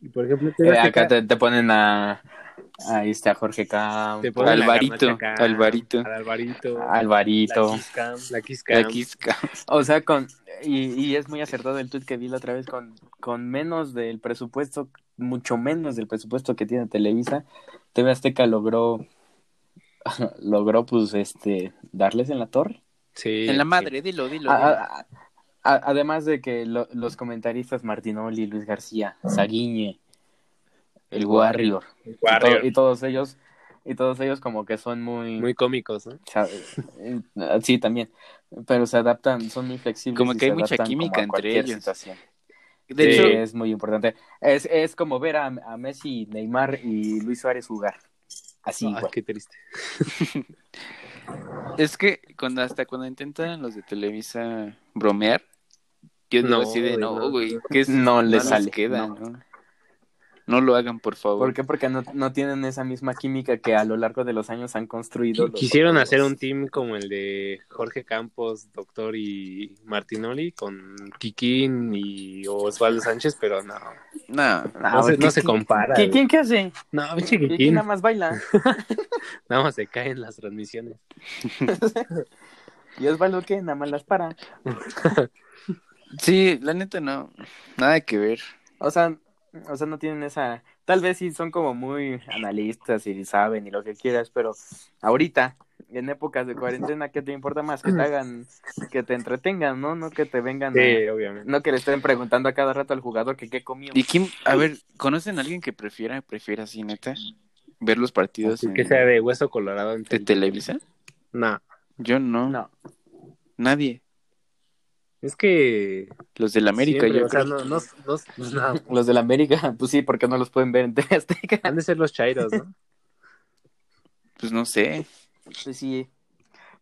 Speaker 2: Y por ejemplo,
Speaker 1: Eh,
Speaker 2: TV Azteca
Speaker 1: acá te, te ponen a, a, este, a Jorge Campos,
Speaker 2: te ponen la
Speaker 3: Alvarito,
Speaker 2: garnacha acá,
Speaker 3: Alvarito.
Speaker 2: al Alvarito,
Speaker 1: a Alvarito.
Speaker 2: la Kiss Cam, la Kiss Cam.
Speaker 3: Aquí es ca-
Speaker 1: O sea, con y, y es muy acertado el tweet que vi la otra vez con, con menos del presupuesto, mucho menos del presupuesto que tiene Televisa, TV Azteca logró logró pues este darles en la torre.
Speaker 2: Sí,
Speaker 3: En la
Speaker 2: sí.
Speaker 3: madre, dilo, dilo.
Speaker 1: A-
Speaker 3: dilo.
Speaker 1: a- a- además de que lo- los comentaristas Martinoli, Luis García, Saguiñe, el Ah. Warrior,
Speaker 2: El
Speaker 1: y to-
Speaker 2: Warrior.
Speaker 1: y todos ellos y todos ellos como que son muy,
Speaker 2: Muy cómicos, ¿no?
Speaker 1: o sea, eh, eh, sí, también. Pero se adaptan, son muy flexibles.
Speaker 3: Como
Speaker 1: y
Speaker 3: que
Speaker 1: se
Speaker 3: hay mucha
Speaker 1: adaptan
Speaker 3: química
Speaker 1: como a
Speaker 3: entre
Speaker 1: cualquier
Speaker 3: ellos.
Speaker 1: situación.
Speaker 3: De
Speaker 1: Sí,
Speaker 3: hecho,
Speaker 1: es muy importante. Es, es como ver a, a Messi, Neymar y Luis Suárez jugar. Así,
Speaker 2: Ah,
Speaker 1: güey.
Speaker 2: qué triste.
Speaker 3: Es que cuando hasta cuando intentan los de Televisa bromear, yo digo
Speaker 2: No,
Speaker 3: así de
Speaker 2: güey,
Speaker 3: no,
Speaker 2: no.
Speaker 3: güey, que es-
Speaker 1: No les
Speaker 3: les
Speaker 1: sale,
Speaker 3: queda,
Speaker 1: no.
Speaker 3: no. No lo hagan, por favor.
Speaker 1: ¿Por qué? Porque no, no tienen esa misma química que a lo largo de los años han construido.
Speaker 2: Qui-
Speaker 1: los
Speaker 2: Quisieron
Speaker 1: otros.
Speaker 2: hacer un team como el de Jorge Campos, Doctor y Martinoli con Kikín y Osvaldo Sánchez, pero no,
Speaker 3: No.
Speaker 1: Ah,
Speaker 2: no, se,
Speaker 1: ¿qué-
Speaker 2: no se
Speaker 1: qué-
Speaker 2: compara.
Speaker 1: ¿Qué-
Speaker 2: güey.
Speaker 1: ¿Quién qué hace?
Speaker 2: No, pinche
Speaker 1: ¿Quién,
Speaker 2: Kikín,
Speaker 1: nada más baila?
Speaker 2: nada más se caen las transmisiones.
Speaker 1: ¿Y Osvaldo qué? Nada más las para.
Speaker 3: Sí, la neta no. Nada que ver.
Speaker 1: O sea, o sea, no tienen esa. Tal vez sí son como muy analistas y saben y lo que quieras, pero ahorita, en épocas de cuarentena, ¿qué te importa más? Que te hagan, que te entretengan, ¿no? Ah, No que te vengan. a-
Speaker 2: Sí, obviamente.
Speaker 1: No que le estén preguntando a cada rato al jugador que qué comió.
Speaker 3: ¿Y quién? A ver, ¿conocen a alguien que prefiera, prefiera así, neta? Ver los partidos
Speaker 2: Así
Speaker 3: en-
Speaker 2: que sea de hueso colorado. en
Speaker 3: de
Speaker 2: tele.
Speaker 3: Televisa?
Speaker 2: No,
Speaker 3: Yo no.
Speaker 1: No.
Speaker 3: Nadie.
Speaker 2: es que...
Speaker 3: Los del América,
Speaker 2: siempre,
Speaker 3: yo
Speaker 2: o sea,
Speaker 3: creo.
Speaker 2: no, no, no, no,
Speaker 1: Los de la América, pues sí, porque no los pueden ver en TV Azteca.
Speaker 2: han de ser los chairos, ¿no?
Speaker 3: Pues no sé.
Speaker 1: Pues sí.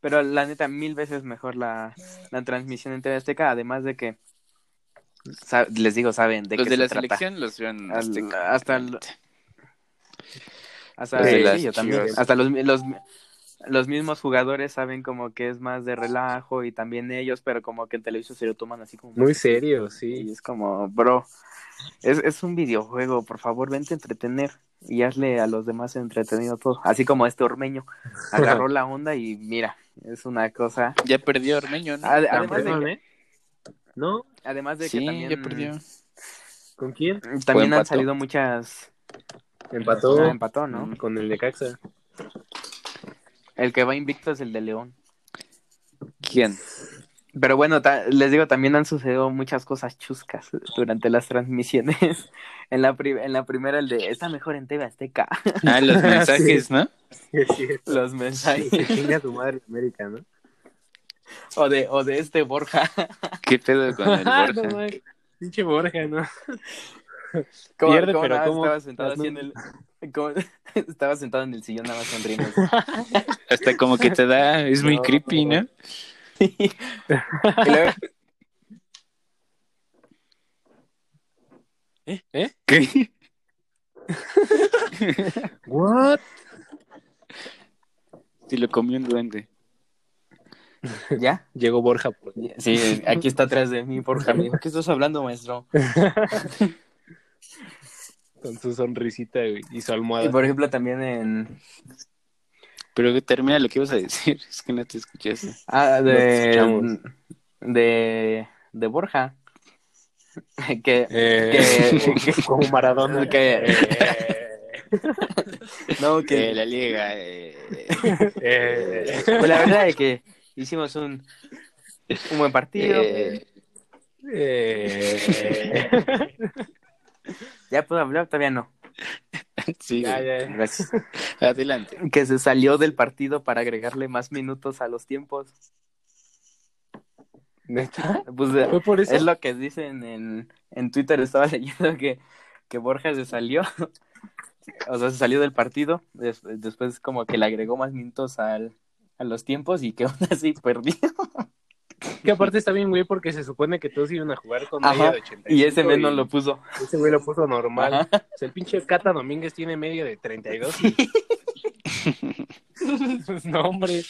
Speaker 1: Pero la neta, mil veces mejor la, la transmisión en TV Azteca, además de que. sa- Les digo, saben de
Speaker 3: los
Speaker 1: qué
Speaker 3: de
Speaker 1: se
Speaker 3: la
Speaker 1: trata.
Speaker 3: selección los vean
Speaker 1: Al-
Speaker 3: Azteca.
Speaker 1: hasta el- Hasta,
Speaker 2: Los de
Speaker 1: sí,
Speaker 3: las
Speaker 1: yo también.
Speaker 3: Chivas.
Speaker 1: Hasta los, los, los mismos jugadores saben como que es más de relajo y también ellos, pero como que en televisión se lo toman así como...
Speaker 2: Muy serio,
Speaker 1: Y
Speaker 2: sí.
Speaker 1: es como, bro, es, es un videojuego, por favor, vente a entretener y hazle a los demás entretenido todo. Así como este ormeño agarró la onda y mira, es una cosa.
Speaker 3: Ya perdió Ormeño, ¿no?
Speaker 1: Ad- además, de
Speaker 2: Campeón,
Speaker 1: que,
Speaker 2: ¿eh? ¿No?
Speaker 1: además Ah, de que
Speaker 3: sí,
Speaker 1: también,
Speaker 3: ya perdió.
Speaker 2: ¿Con quién?
Speaker 3: Fue
Speaker 1: también han
Speaker 3: empató.
Speaker 1: salido muchas.
Speaker 2: Empató
Speaker 1: Ah, empató, ¿no?
Speaker 3: Mm.
Speaker 2: con el Necaxa.
Speaker 1: El que va invicto es el de León.
Speaker 3: ¿Quién?
Speaker 1: Pero bueno, ta- les digo, también han sucedido muchas cosas chuscas durante las transmisiones. En la, pri- en la primera, el de está mejor en TV Azteca.
Speaker 3: Ah, los mensajes, ¿no?
Speaker 1: Los mensajes.
Speaker 2: Chinga tu madre América, ¿no?
Speaker 1: O de, o de este Borja.
Speaker 3: ¿Qué pedo con el
Speaker 2: Ah, no,
Speaker 3: Borja?
Speaker 2: mames. Pinche Borja, ¿no?
Speaker 1: ¿Cómo-
Speaker 2: Pierde,
Speaker 1: cómo
Speaker 2: pero
Speaker 1: nada más
Speaker 2: ¿cómo? Ah,
Speaker 1: Estaba sentado,
Speaker 2: Las
Speaker 1: así en el... cómo- estaba sentado en el sillón nada más sonriendo. así.
Speaker 3: Hasta como que te da, es muy
Speaker 2: No.
Speaker 3: creepy, ¿no?
Speaker 1: Y luego-
Speaker 2: ¿Eh?
Speaker 3: ¿Qué?
Speaker 2: ¿What?
Speaker 3: Si lo comió un duende.
Speaker 1: ¿Ya?
Speaker 2: Llegó Borja. pues.
Speaker 1: Sí, aquí está atrás de mí, Borja. Me dijo, ¿qué estás hablando, maestro?
Speaker 2: Con su sonrisita güey, y su
Speaker 1: Y
Speaker 2: almohada.
Speaker 1: por ejemplo, también en...
Speaker 3: Pero termina lo que ibas a decir, es que no te escuchaste.
Speaker 1: Ah,
Speaker 2: Nos
Speaker 1: de... De... De Borja. Que...
Speaker 2: Eh,
Speaker 1: Que-
Speaker 2: como Maradona.
Speaker 1: que- No,
Speaker 3: Que
Speaker 1: que...
Speaker 3: la liga. eh,
Speaker 2: Eh,
Speaker 1: Pues la verdad es que hicimos un... Un buen partido.
Speaker 3: eh,
Speaker 2: eh.
Speaker 1: ¿Ya puedo hablar? Todavía no.
Speaker 3: sí,
Speaker 2: Ya,
Speaker 3: güey.
Speaker 2: ya, ya.
Speaker 1: Gracias.
Speaker 3: adelante.
Speaker 1: Que se salió del partido para agregarle más minutos a los tiempos.
Speaker 2: ¿Neta?
Speaker 1: Pues, eh,
Speaker 2: ¿Fue por eso?
Speaker 1: Es lo que dicen en, en Twitter, estaba leyendo que, que Borja se salió, o sea, se salió del partido, des- después como que le agregó más minutos al, a los tiempos y que aún así perdió.
Speaker 2: Que aparte está bien, güey, porque se supone que todos iban a jugar con
Speaker 1: Ajá,
Speaker 2: media de 85.
Speaker 1: Y ese menos lo puso.
Speaker 2: Ese güey lo puso normal.
Speaker 1: Ajá.
Speaker 2: O sea, el pinche Cata Domínguez tiene media de 32. y- Pues no, hombre.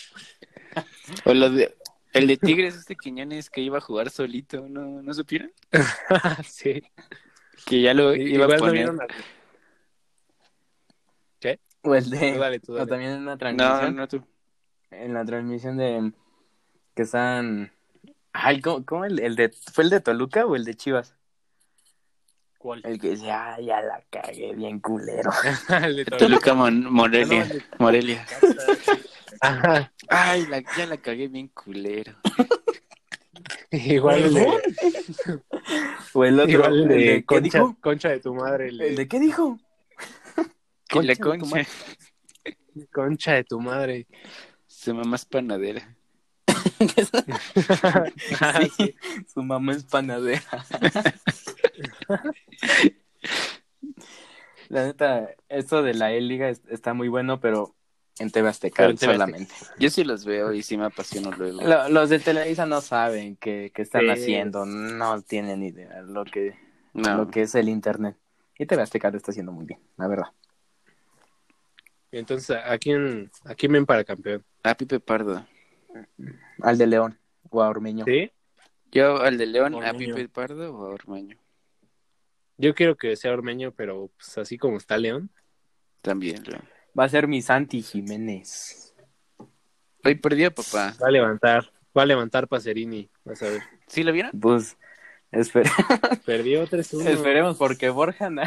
Speaker 3: O lo de, el de Tigres, este Quiñones que iba a jugar solito, ¿no, ¿no supieron?
Speaker 2: Ah, sí.
Speaker 3: Que ya lo iba
Speaker 2: Igual
Speaker 3: a
Speaker 2: no
Speaker 3: poner.
Speaker 2: vieron a...
Speaker 1: O el Pues de-
Speaker 2: Tú dale, tú
Speaker 1: o
Speaker 2: dale.
Speaker 1: también en la
Speaker 3: No,
Speaker 1: transmisión,
Speaker 3: no tú.
Speaker 1: en la transmisión de que están, ay, ¿cómo, cómo el, el de, fue el de Toluca o el de Chivas?
Speaker 4: ¿Cuál?
Speaker 1: El que dice, ah, ya la cagué bien culero.
Speaker 2: El de Toluca.
Speaker 3: Toluca Mon- Morelia. Morelia.
Speaker 2: Ajá.
Speaker 3: Ay, la- ya la cagué bien culero.
Speaker 2: Igual el de,
Speaker 1: O el otro,
Speaker 2: igual el de
Speaker 1: ¿qué
Speaker 2: concha,
Speaker 1: dijo?
Speaker 2: concha de tu madre. El de,
Speaker 1: ¿El de qué dijo?
Speaker 3: Que la
Speaker 1: Concha de tu
Speaker 3: concha.
Speaker 2: Concha de tu madre.
Speaker 3: Su mamá es panadera.
Speaker 2: Ah,
Speaker 1: Sí, su mamá es panadera. La neta, esto de la E-Liga es- está muy bueno, pero en TV Azteca
Speaker 2: Pero en TV
Speaker 1: solamente.
Speaker 3: Yo sí los veo y sí me apasiono luego.
Speaker 1: Lo- los de Televisa no saben qué, qué están
Speaker 2: Sí.
Speaker 1: haciendo, no tienen idea lo que,
Speaker 3: No.
Speaker 1: lo que es el Internet. Y TV Azteca lo está haciendo muy bien, la verdad.
Speaker 2: Entonces, ¿a quién, ¿a quién ven para campeón?
Speaker 3: A Pipe Ah, Pardo.
Speaker 1: Al de León o a Ormeño.
Speaker 2: ¿Sí?
Speaker 3: Yo al de León, a
Speaker 4: Ormeño.
Speaker 3: Pipe Pardo o a Ormeño.
Speaker 2: Yo quiero que sea Ormeño, pero pues, así como está León.
Speaker 3: También, León.
Speaker 1: Va a ser mi Santi Jiménez.
Speaker 3: Hoy perdió, papá.
Speaker 2: Va a levantar. Va a levantar Pacerini. Vas a ver.
Speaker 3: ¿Sí lo vieron?
Speaker 1: Pues, espere-
Speaker 2: Perdió 3-1.
Speaker 1: esperemos porque Borja no.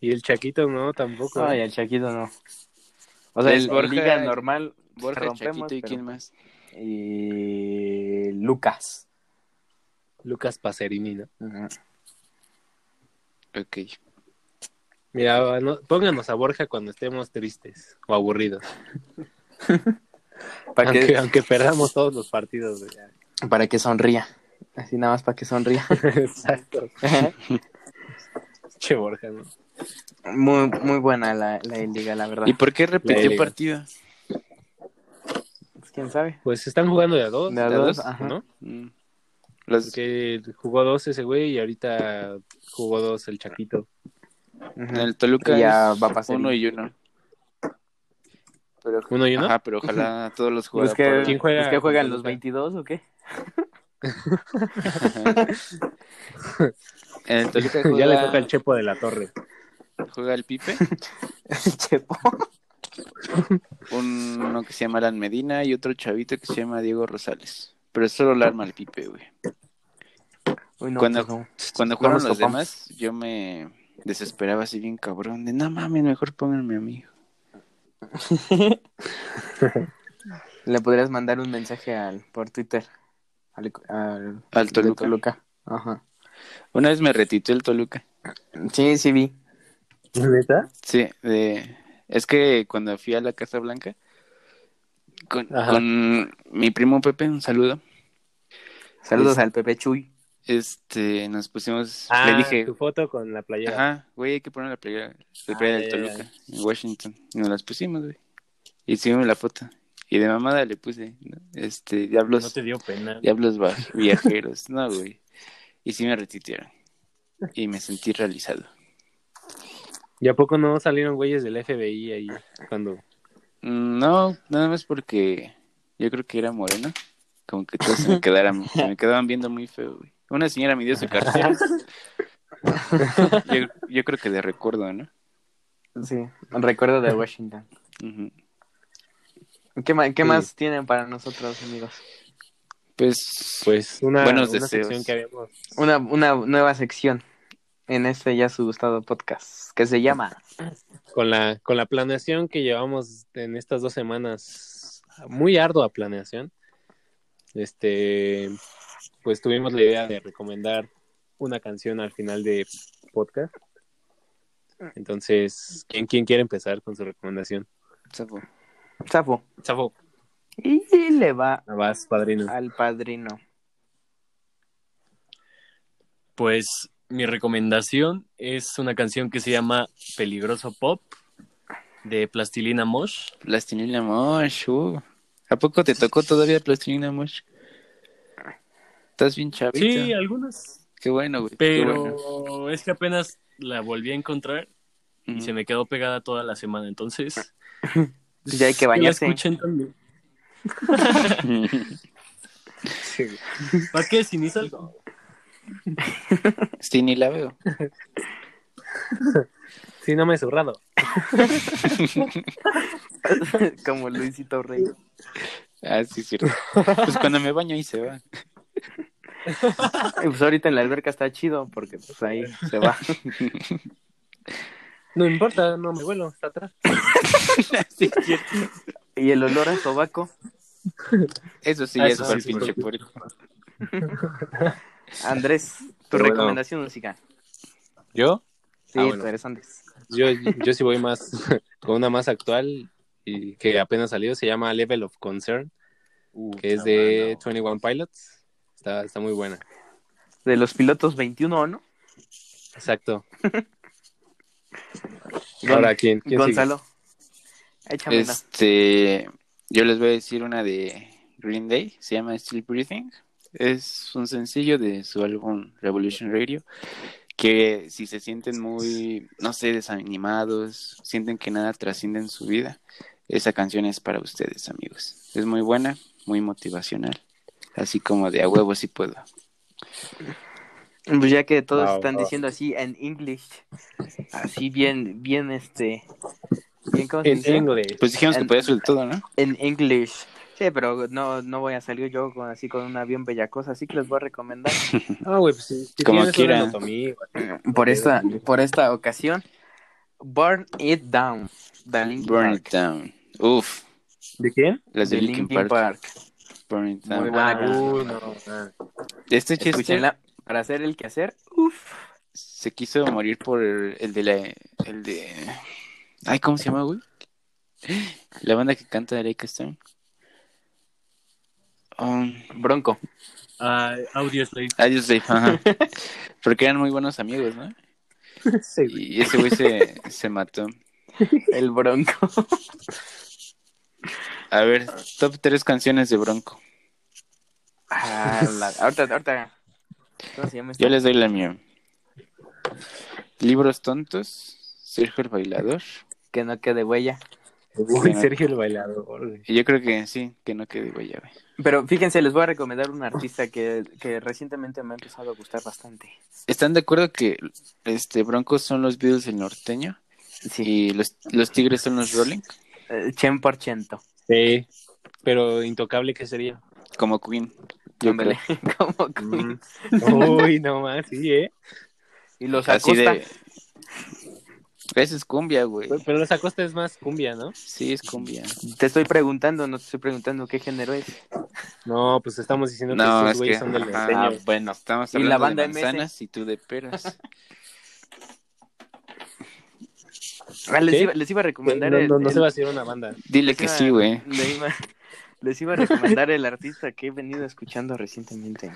Speaker 2: Y el Chaquito no, tampoco. ¿eh?
Speaker 1: Ay, el Chaquito no. O sea,
Speaker 3: Es
Speaker 1: el
Speaker 3: Borja-
Speaker 1: Liga normal,
Speaker 3: Borja,
Speaker 1: rompemos,
Speaker 3: Chaquito y
Speaker 1: pero-
Speaker 3: quién más.
Speaker 1: y Lucas.
Speaker 2: Lucas Pacerini, ¿no?
Speaker 3: Ok.
Speaker 2: Mira, no- pónganos a Borja cuando estemos tristes o aburridos.
Speaker 1: Para
Speaker 2: Aunque,
Speaker 1: que,
Speaker 2: aunque perdamos todos los partidos. güey.
Speaker 1: para que sonría. Así nada más para que sonría.
Speaker 2: Exacto. Che Borja, ¿no?
Speaker 1: muy, muy buena la, la liga, la verdad.
Speaker 3: ¿Y por qué repitió
Speaker 2: Liga.
Speaker 3: partido?
Speaker 1: Pues, ¿Quién sabe?
Speaker 2: Pues están jugando de a dos,
Speaker 1: De a
Speaker 3: ¿De
Speaker 1: dos,
Speaker 3: dos?
Speaker 1: ajá.
Speaker 2: ¿no?
Speaker 3: Mm. Los,
Speaker 2: Porque jugó dos ese güey y ahorita jugó dos el Chaquito.
Speaker 1: Ujú.
Speaker 3: en el Toluca
Speaker 1: Ya
Speaker 3: es
Speaker 1: va a pasar.
Speaker 3: uno y uno.
Speaker 1: Pero,
Speaker 2: ¿Uno y uno?
Speaker 3: Ajá, pero ojalá todos los
Speaker 1: ¿Los
Speaker 3: jugadores.
Speaker 1: que,
Speaker 2: ¿Quién juega?
Speaker 1: los que juegan los
Speaker 2: Toluca?
Speaker 1: 22 o qué?
Speaker 3: El
Speaker 2: ya le toca
Speaker 3: Toluca juega,
Speaker 2: el chepo de la torre.
Speaker 3: juega el Pipe,
Speaker 1: Chepo.
Speaker 3: uno que se llama Alan Medina y otro chavito que se llama Diego Rosales. Pero solo lo arma el Pipe, güey.
Speaker 1: Uy, no,
Speaker 3: Cuando-
Speaker 1: pues no.
Speaker 3: Cuando jugaron
Speaker 1: nos
Speaker 3: los
Speaker 1: topamos.
Speaker 3: demás, yo me desesperaba así bien cabrón. De no mames, mejor pónganme a mí.
Speaker 1: Le podrías mandar un mensaje al, por Twitter. Al, al,
Speaker 3: Al
Speaker 1: de
Speaker 3: Toluca.
Speaker 1: Ajá.
Speaker 3: Una vez me retitó el Toluca.
Speaker 1: Sí, sí vi.
Speaker 2: ¿Neta?
Speaker 3: Sí, de... es que cuando fui a la Casa Blanca con,
Speaker 2: Ajá.
Speaker 3: con mi primo Pepe, un saludo.
Speaker 1: Saludos
Speaker 3: Sí.
Speaker 1: al Pepe Chuy.
Speaker 3: Este, nos pusimos,
Speaker 2: Ah,
Speaker 3: le dije,
Speaker 2: tu foto con la playera.
Speaker 3: ajá, güey, hay que poner la playera, la
Speaker 2: Ah,
Speaker 3: playera
Speaker 2: ya,
Speaker 3: del
Speaker 2: ya,
Speaker 3: Toluca en Washington. Y nos las pusimos, güey. Y subimos la foto. Y de mamada le puse, ¿no? este, diablos,
Speaker 4: No te dio pena.
Speaker 3: diablos va- viajeros, no, güey. Y sí me retitieron. Y me sentí realizado.
Speaker 2: ¿Y a poco no salieron güeyes del FBI ahí cuando...
Speaker 3: Mm, No, nada más porque yo creo que era morena. Como que todos se me quedaran, se me quedaban viendo muy feo, güey. Una señora me dio su cartera. Yo, yo creo que de recuerdo, ¿no?
Speaker 1: Sí. Recuerdo de Washington.
Speaker 3: Ujú.
Speaker 1: ¿Qué, ma- qué
Speaker 2: Sí.
Speaker 1: más tienen para nosotros, amigos?
Speaker 3: Pues,
Speaker 2: Pues una,
Speaker 3: Buenos
Speaker 2: una
Speaker 3: deseos.
Speaker 2: sección que habíamos...
Speaker 1: Una, una nueva sección en este ya su gustado podcast que se llama
Speaker 2: Con la, con la planeación que llevamos en estas dos semanas, muy ardua planeación, este, pues tuvimos la idea de recomendar una canción al final de podcast. Entonces, ¿quién, quién quiere empezar con su recomendación?
Speaker 3: sapo.
Speaker 1: Sapo.
Speaker 2: Chavo.
Speaker 1: Y le va
Speaker 2: Ah, Vas, padrino.
Speaker 1: al padrino.
Speaker 4: Pues mi recomendación es una canción que se llama Peligroso Pop de Plastilina Mosh.
Speaker 3: Plastilina Mosh, uh. ¿A poco te tocó todavía Plastilina Mosh? Estás bien chavito.
Speaker 4: Sí, algunas.
Speaker 3: Qué bueno, güey. Qué
Speaker 4: Pero
Speaker 3: bueno.
Speaker 4: es que apenas la volví a encontrar y
Speaker 3: Ujú.
Speaker 4: se me quedó pegada toda la semana. Entonces,
Speaker 1: Pues Ya hay que
Speaker 4: la
Speaker 1: bañarse.
Speaker 4: escuchen también. ¿Para qué? Si ni salgo.
Speaker 3: Sí, ni la veo.
Speaker 2: Sí, no me he zurrado.
Speaker 1: Como Luisito Rey. Eh,
Speaker 3: Ah, sí, cierto. Pues cuando me baño ahí se va.
Speaker 1: Y Pues ahorita en la alberca está chido porque pues ahí se va.
Speaker 2: No me importa, no me vuelo, está atrás.
Speaker 3: Sí, es cierto.
Speaker 1: Y el olor a sobaco.
Speaker 3: Eso sí,
Speaker 4: Ah,
Speaker 3: ya es
Speaker 4: eso
Speaker 3: para el
Speaker 4: sí,
Speaker 3: pinche
Speaker 4: sí.
Speaker 3: puerco.
Speaker 1: Andrés, tu
Speaker 2: Pero bueno.
Speaker 1: recomendación musical.
Speaker 2: ¿Yo?
Speaker 1: Sí,
Speaker 2: Ah, bueno.
Speaker 1: tú eres Andrés.
Speaker 2: Yo, yo sí voy más con una más actual y que apenas salió, se llama Level of Concern, que es de 21 Pilots. Está, está muy buena.
Speaker 1: De los pilotos 21, ¿no?
Speaker 2: Exacto.
Speaker 1: Gon-
Speaker 2: Ahora, ¿quién? quién sigue?
Speaker 1: Gonzalo. Échame una.
Speaker 3: Este, yo les voy a decir una de Green Day, se llama Still Breathing. Es un sencillo de su álbum Revolution Radio, que si se sienten muy, no sé, desanimados, sienten que nada trasciende en su vida, esa canción es para ustedes, amigos. Es muy buena, muy motivacional, así como de a huevo si puedo.
Speaker 1: Pues ya que todos
Speaker 2: Wow,
Speaker 1: están
Speaker 2: wow.
Speaker 1: diciendo así en English. Así bien, bien este. Bien, ¿cómo se
Speaker 2: En
Speaker 1: dice?
Speaker 2: inglés.
Speaker 3: Pues dijimos que
Speaker 1: And-
Speaker 3: podía subir todo, ¿no?
Speaker 1: En English. Sí, pero no, no voy a salir yo con, así con una bien bella cosa, así que les voy a recomendar.
Speaker 2: Ah, güey, pues sí. Si
Speaker 3: Como
Speaker 2: tienes
Speaker 3: quiera.
Speaker 2: una anatomía,
Speaker 1: Por esta, por esta ocasión, Burn It Down. de Linkin
Speaker 3: Burn
Speaker 1: Park.
Speaker 3: It Down. Uf,
Speaker 2: ¿De quién?
Speaker 3: las de,
Speaker 1: de
Speaker 3: Linkin Park. Burn It
Speaker 1: Muy
Speaker 3: Down.
Speaker 1: buena.
Speaker 2: Ah,
Speaker 1: canción.
Speaker 2: uh, no, ah.
Speaker 3: Este chiste
Speaker 1: Escúchenla para hacer el quehacer. Uf.
Speaker 3: se quiso morir por el de la el de ay cómo se llama güey la banda que canta de Lake Stone um,
Speaker 1: Bronco.
Speaker 4: Ah, Audio Slave.
Speaker 3: Audio Slave, ajá. porque eran muy buenos amigos no
Speaker 2: Sí, güey.
Speaker 3: y ese güey se, se mató
Speaker 1: El Bronco.
Speaker 3: a ver top tres canciones de Bronco
Speaker 1: Ah, la- ahorita, ahorita. ¿Cómo se llama
Speaker 3: yo
Speaker 1: esto?
Speaker 3: les doy la mía libros tontos Sergio el bailador
Speaker 1: Que no quede huella.
Speaker 2: Uy, Sergio el bailador. güey.
Speaker 3: Y yo creo que sí, que no quede guayaba.
Speaker 1: Pero fíjense, les voy a recomendar un artista que, que recientemente me ha empezado a gustar bastante.
Speaker 3: ¿Están de acuerdo que este Broncos son los Beatles el norteño? Y los, los Tigres son los Rolling,
Speaker 1: Eh, 100%.
Speaker 2: Sí, pero intocable que sería.
Speaker 3: como Queen. Yo
Speaker 1: Ándale,
Speaker 3: creo.
Speaker 1: como Queen.
Speaker 2: Mm. Uy, no más, sí, ¿eh?
Speaker 1: Y los
Speaker 3: Así
Speaker 1: Acosta.
Speaker 3: de. Eso es cumbia, güey.
Speaker 2: Pero los Acosta es más cumbia, ¿no?
Speaker 3: Sí, es cumbia.
Speaker 1: Te estoy preguntando, no te estoy preguntando qué género es.
Speaker 2: No, pues estamos diciendo que
Speaker 3: No,
Speaker 2: esos
Speaker 3: es
Speaker 2: güey
Speaker 3: que.
Speaker 2: son del
Speaker 3: ajá,
Speaker 2: norteño.
Speaker 3: Ah, bueno, estamos
Speaker 1: Y
Speaker 3: hablando
Speaker 1: la banda
Speaker 3: de
Speaker 1: MS.
Speaker 3: manzanas y tú de peras.
Speaker 1: Ah, les,
Speaker 2: ¿Qué?
Speaker 1: iba, les iba a recomendar
Speaker 2: No,
Speaker 1: el-
Speaker 2: no, no
Speaker 1: el-
Speaker 2: se va a hacer una banda.
Speaker 3: Dile
Speaker 1: les
Speaker 3: que
Speaker 1: iba-
Speaker 3: sí, güey.
Speaker 1: le iba- les iba a recomendar el artista que he venido escuchando recientemente.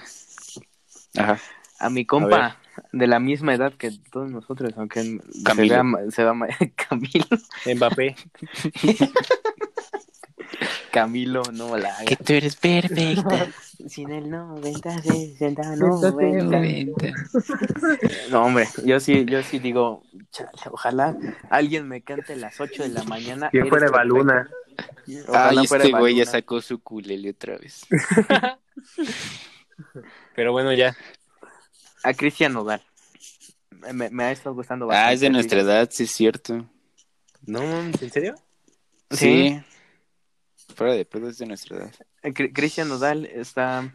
Speaker 3: Ajá.
Speaker 1: A mi compa, de la misma edad que todos nosotros, aunque se
Speaker 3: Camilo.
Speaker 1: vea, ma- se vea ma- Camilo.
Speaker 2: Mbappé.
Speaker 1: Camilo, no la hagas.
Speaker 3: tú eres perfecta.
Speaker 1: Sin el 90, 60, 90.
Speaker 3: Yo
Speaker 1: No, hombre, yo sí, yo sí digo, chale, ojalá alguien me cante a las 8 de la mañana. Eres perfecto. Ojalá
Speaker 3: Ay,
Speaker 1: fuera
Speaker 3: este güey ya
Speaker 1: Baluna.
Speaker 3: sacó su culele otra vez.
Speaker 2: Pero bueno, ya.
Speaker 1: A Cristian Nodal. Me, me ha estado gustando bastante.
Speaker 3: Ah, es de nuestra
Speaker 1: Cristian.
Speaker 3: edad, sí es cierto.
Speaker 2: No, mames, ¿en serio?
Speaker 3: Sí. Fuera de pedo es de nuestra edad.
Speaker 1: Eh, Cri- Cristian Nodal está...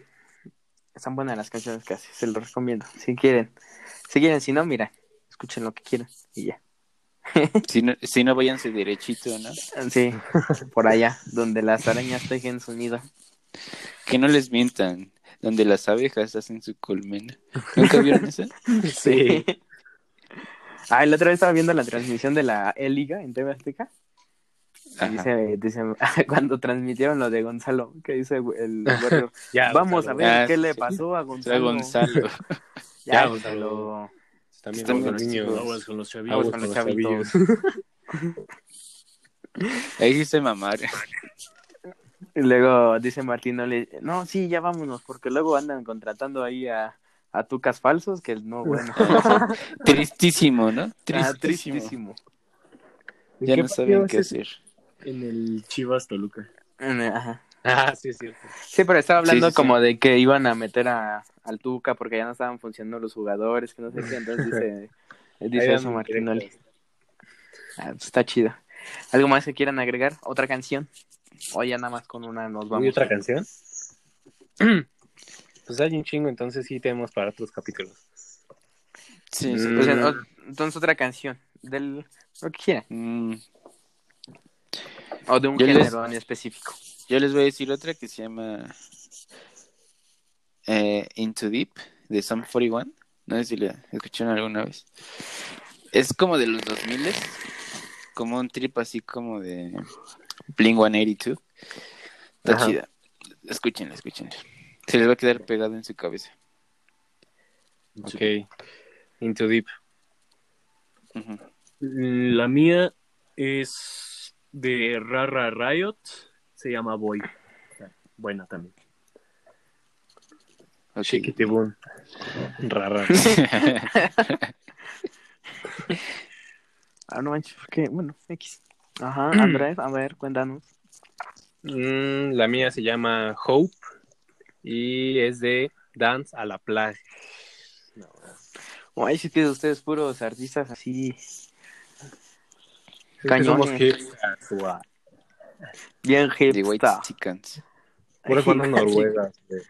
Speaker 1: Están buenas las canciones que hace, se los recomiendo. Si quieren. Si quieren, si no, mira, escuchen lo que quieran y ya.
Speaker 3: Si no, si no váyanse derechito, ¿no?
Speaker 1: Sí, por allá, donde las arañas tejen su nido.
Speaker 3: Que no les mientan, donde las abejas hacen su colmena. ¿Nunca vieron eso?
Speaker 2: Sí.
Speaker 1: Ah, la otra vez estaba viendo la transmisión de la E-Liga en TV Azteca. Y
Speaker 3: Ajá.
Speaker 1: dice, dice, cuando transmitieron lo de Gonzalo, que dice el güero,
Speaker 2: Ya,
Speaker 1: Vamos a
Speaker 2: Gonzalo.
Speaker 1: ver
Speaker 3: Ah,
Speaker 1: qué le
Speaker 3: sí.
Speaker 1: pasó a
Speaker 3: O sea,
Speaker 1: Gonzalo.
Speaker 3: Gonzalo.
Speaker 1: Ya,
Speaker 2: Ya,
Speaker 1: Gonzalo.
Speaker 2: Gonzalo. También
Speaker 3: Estamos
Speaker 2: los niños.
Speaker 3: listos.
Speaker 4: Aguas con los chavillos.
Speaker 1: Aguas con los chavitos.
Speaker 3: Ahí sí se mamar.
Speaker 1: Y luego dice Martín, no, le- no, sí, ya vámonos, porque luego andan contratando ahí a, a tucas falsos, que no, bueno,
Speaker 3: Tristísimo, ¿no?
Speaker 1: Ah,
Speaker 3: Tristísimo.
Speaker 1: tristísimo.
Speaker 4: ¿En
Speaker 3: Ya
Speaker 4: qué
Speaker 3: no
Speaker 4: partido
Speaker 3: saben qué
Speaker 4: es ese?
Speaker 3: hacer.
Speaker 4: En el Chivas Toluca.
Speaker 1: eh, Ajá.
Speaker 2: Ah, sí, es cierto.
Speaker 1: Sí, pero estaba hablando
Speaker 3: Sí, sí, sí.
Speaker 1: como de que iban a meter a, al Tuca porque ya no estaban funcionando los jugadores, que no sé qué, entonces dice, dice
Speaker 2: Ahí
Speaker 1: eso
Speaker 2: van
Speaker 1: Martín
Speaker 2: directos.
Speaker 1: Oli. Ah, pues está chido. ¿Algo más que quieran agregar? ¿Otra canción? O ya nada más con una nos vamos.
Speaker 2: ¿Y otra canción? Pues hay un chingo, entonces sí tenemos para otros capítulos.
Speaker 3: Sí, sí.
Speaker 1: Pues, en- o- entonces otra canción, del lo que quieran,
Speaker 3: Mm,
Speaker 1: o de un
Speaker 3: Yo les-
Speaker 1: género en específico.
Speaker 3: Yo les voy a decir otra que se llama eh, Into Deep de Sum 41. No sé si la escucharon alguna vez. Es como de los 2000 como un trip así como de Blink 182. Está
Speaker 2: Ajá.
Speaker 3: chida. Escúchenla, escúchenla. Se les va a quedar pegado en su cabeza.
Speaker 2: Ok. Into Deep.
Speaker 3: Ujú.
Speaker 4: La mía es de Rara Riot. Se llama Boy. Buena también.
Speaker 3: Ok.
Speaker 2: Shake it, boom. Rara.
Speaker 1: Ah, no manches, porque, bueno, X. Ajá,
Speaker 3: Mm.
Speaker 1: Andrés, a ver, cuéntanos.
Speaker 2: Mm, la mía se llama Hope y es de Dance a la Plage.
Speaker 1: Ay, Oh, sí que ustedes puros artistas así,
Speaker 2: Es que
Speaker 1: Cañones.
Speaker 2: Somos hipsters, guau.
Speaker 1: bien
Speaker 3: The White
Speaker 1: hipsta.
Speaker 3: Chickens.
Speaker 2: Puras bandas noruegas. güey.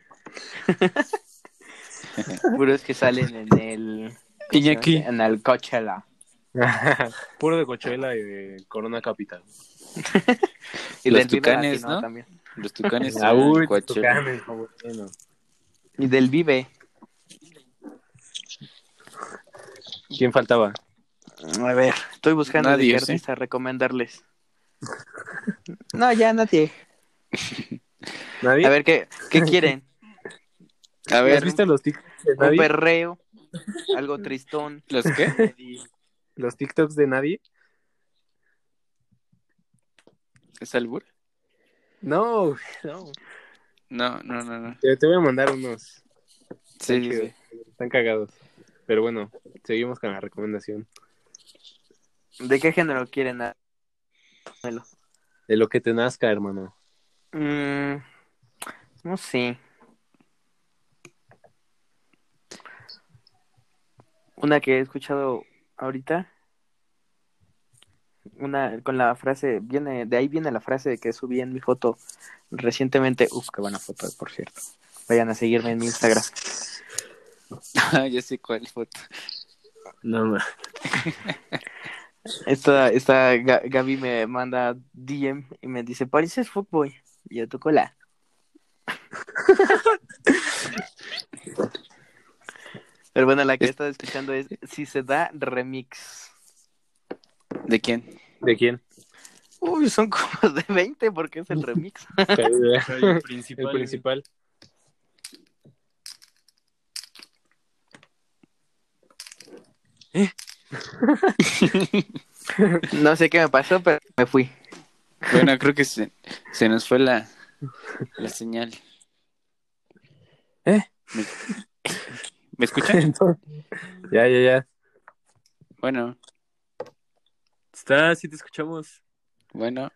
Speaker 1: Puro es que salen en el.
Speaker 3: Iñaki.
Speaker 1: este? En el Coachella.
Speaker 2: Puro de Coachella y de Corona Capital.
Speaker 1: Y
Speaker 3: Los
Speaker 1: del Vive
Speaker 3: Tucanes,
Speaker 1: Latino
Speaker 3: ¿no?
Speaker 1: También.
Speaker 3: Los tucanes.
Speaker 2: Ah,
Speaker 3: eran
Speaker 2: uy,
Speaker 3: Coachella.
Speaker 2: Tucanes, no, bueno.
Speaker 1: Y del Vive.
Speaker 2: ¿Quién faltaba?
Speaker 1: A ver, estoy buscando
Speaker 3: Nadie,
Speaker 1: de qué
Speaker 3: ¿sí?
Speaker 1: artista recomendarles. No, ya nadie.
Speaker 2: ¿Nadie?
Speaker 1: A ver, ¿qué, qué quieren?
Speaker 3: A
Speaker 2: ¿Has
Speaker 3: ver,
Speaker 2: visto los TikToks de
Speaker 1: ¿Un
Speaker 2: nadie?
Speaker 1: perreo? ¿Algo tristón?
Speaker 3: ¿los qué?
Speaker 2: ¿Los TikToks de nadie?
Speaker 3: ¿Es albur?
Speaker 2: No, no.
Speaker 3: No, no, no, no.
Speaker 2: Te, te voy a mandar unos.
Speaker 3: Sí, sí,
Speaker 2: chido.
Speaker 3: sí.
Speaker 2: Están cagados. Pero bueno, seguimos con la recomendación.
Speaker 1: ¿De qué género quieren? a-
Speaker 2: De lo que te nazca, hermano.
Speaker 1: Mm, no sé. Una que he escuchado ahorita. Una con la frase, viene, de ahí viene la frase que subí en mi foto recientemente. Uf, qué buena foto, por cierto. Vayan a seguirme en mi Instagram.
Speaker 3: Ah, ya sé cuál foto.
Speaker 4: No, ma-
Speaker 1: Esta, esta Ga- Gaby me manda DM y me dice, pareces fuckboy. Y yo toco la. Pero bueno, la que he estado escuchando es Si se da remix.
Speaker 3: ¿De quién?
Speaker 2: ¿De quién?
Speaker 1: Uy, son como de 20 porque es el remix.
Speaker 4: el
Speaker 2: el
Speaker 4: principal.
Speaker 2: principal.
Speaker 1: No sé qué me pasó, pero me fui.
Speaker 3: Bueno, creo que se, se nos fue la, la señal.
Speaker 2: ¿Eh?
Speaker 3: ¿Me, ¿Me escuchan?
Speaker 2: Ya, ya, ya.
Speaker 3: Bueno,
Speaker 4: Está, sí te escuchamos.
Speaker 3: bueno.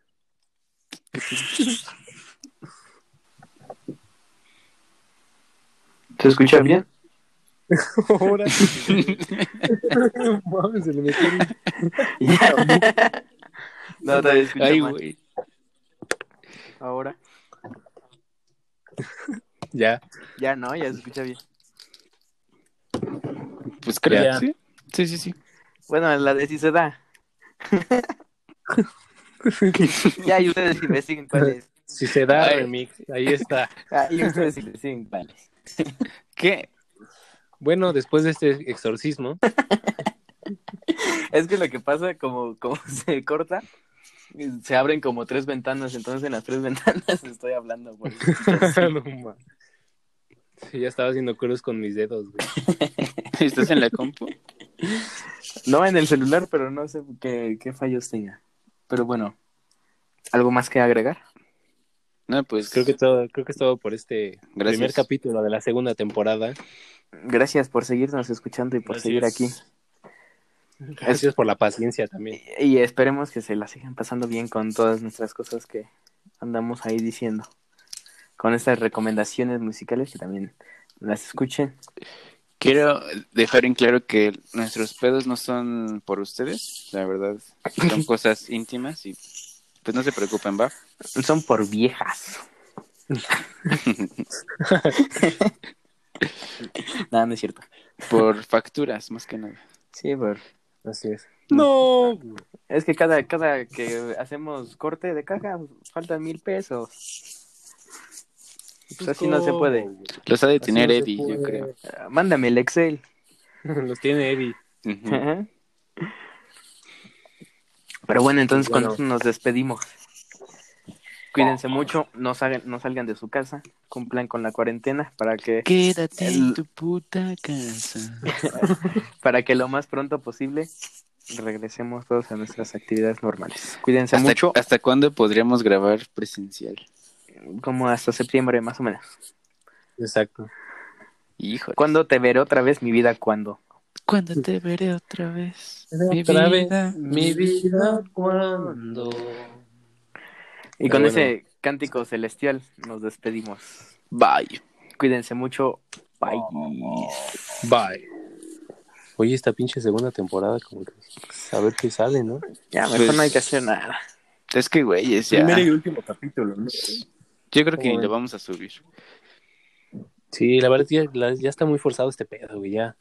Speaker 1: ¿Se escucha bien?
Speaker 2: Ahora Mames, se le metió el-
Speaker 1: No, todavía escucha
Speaker 3: Ay,
Speaker 1: mal.
Speaker 3: güey.
Speaker 1: Ahora.
Speaker 2: Ya.
Speaker 1: Ya no, ya se escucha bien.
Speaker 3: Pues creo
Speaker 4: Ya.
Speaker 3: que sí. Sí, sí, sí.
Speaker 1: Bueno, la de Si se da. ya, y ustedes investiguen cuál es.
Speaker 2: Si se da
Speaker 3: Ay.
Speaker 2: remix, ahí está.
Speaker 1: Ah, y ustedes investiguen cuál es.
Speaker 3: ¿Qué?
Speaker 2: Bueno, después de este exorcismo,
Speaker 1: Es que lo que pasa, como, como se corta, se abren como tres ventanas, entonces en las tres ventanas estoy hablando. güey.
Speaker 2: No ma- Sí, ya estaba haciendo cruz con mis dedos, güey.
Speaker 3: ¿Estás en la compu?
Speaker 1: No en el celular, pero no sé qué, qué fallos tenga. Pero bueno, ¿algo más que agregar?
Speaker 3: No, pues
Speaker 2: Creo que todo, creo que es todo por este
Speaker 3: Gracias.
Speaker 2: primer capítulo de la segunda temporada.
Speaker 1: Gracias por seguirnos escuchando y por
Speaker 4: Gracias.
Speaker 1: seguir aquí.
Speaker 2: Gracias por la paciencia también.
Speaker 1: Y esperemos que se la sigan pasando bien con todas nuestras cosas que andamos ahí diciendo. Con estas recomendaciones musicales que también las escuchen.
Speaker 3: Quiero dejar en claro que nuestros pedos no son por ustedes, la verdad. Son cosas íntimas y pues no se preocupen, va.
Speaker 1: Son por viejas. Nada, no es cierto.
Speaker 3: Por facturas, más que nada.
Speaker 1: Sí, pero
Speaker 2: Así es.
Speaker 4: No.
Speaker 1: es que cada, cada que hacemos corte de caja faltan mil pesos. Pues así no se puede.
Speaker 3: Los ha de tener
Speaker 2: Así no se
Speaker 3: Eddie, yo
Speaker 2: puede.
Speaker 3: creo.
Speaker 1: Ah, Mándame el Excel.
Speaker 2: Los tiene Eddie.
Speaker 3: Ujú.
Speaker 1: Pero bueno, entonces
Speaker 2: Bueno.
Speaker 1: cuando nos despedimos. Cuídense mucho, no salgan, no salgan de su casa, cumplan con la cuarentena para que,
Speaker 3: Quédate
Speaker 1: El-
Speaker 3: en tu puta casa.
Speaker 1: para que lo más pronto posible regresemos todos a nuestras actividades normales. Cuídense
Speaker 3: ¿Hasta,
Speaker 1: mucho,
Speaker 3: ¿Hasta cuándo podríamos grabar presencial?
Speaker 1: como hasta septiembre más o menos.
Speaker 2: Exacto.
Speaker 3: Híjole.
Speaker 1: ¿Cuándo te veré otra vez mi vida? ¿Cuándo?
Speaker 3: ¿Cuándo te veré otra vez?
Speaker 2: Otra vez,
Speaker 3: mi
Speaker 2: vida cuando.
Speaker 1: Y con
Speaker 2: Pero bueno.
Speaker 1: ese cántico celestial nos despedimos.
Speaker 3: Bye.
Speaker 1: Cuídense mucho. Bye.
Speaker 2: Bye. Oye, esta pinche segunda temporada, como que a ver qué sale, ¿no?
Speaker 1: Ya, mejor no hay que hacer nada.
Speaker 3: Es que, güey, es ya.
Speaker 4: Primero y último capítulo, ¿no?
Speaker 3: Yo creo que ni
Speaker 2: Joder.
Speaker 3: lo vamos a subir.
Speaker 2: Sí, la verdad ya, la- ya está muy forzado este pedo, güey. Ya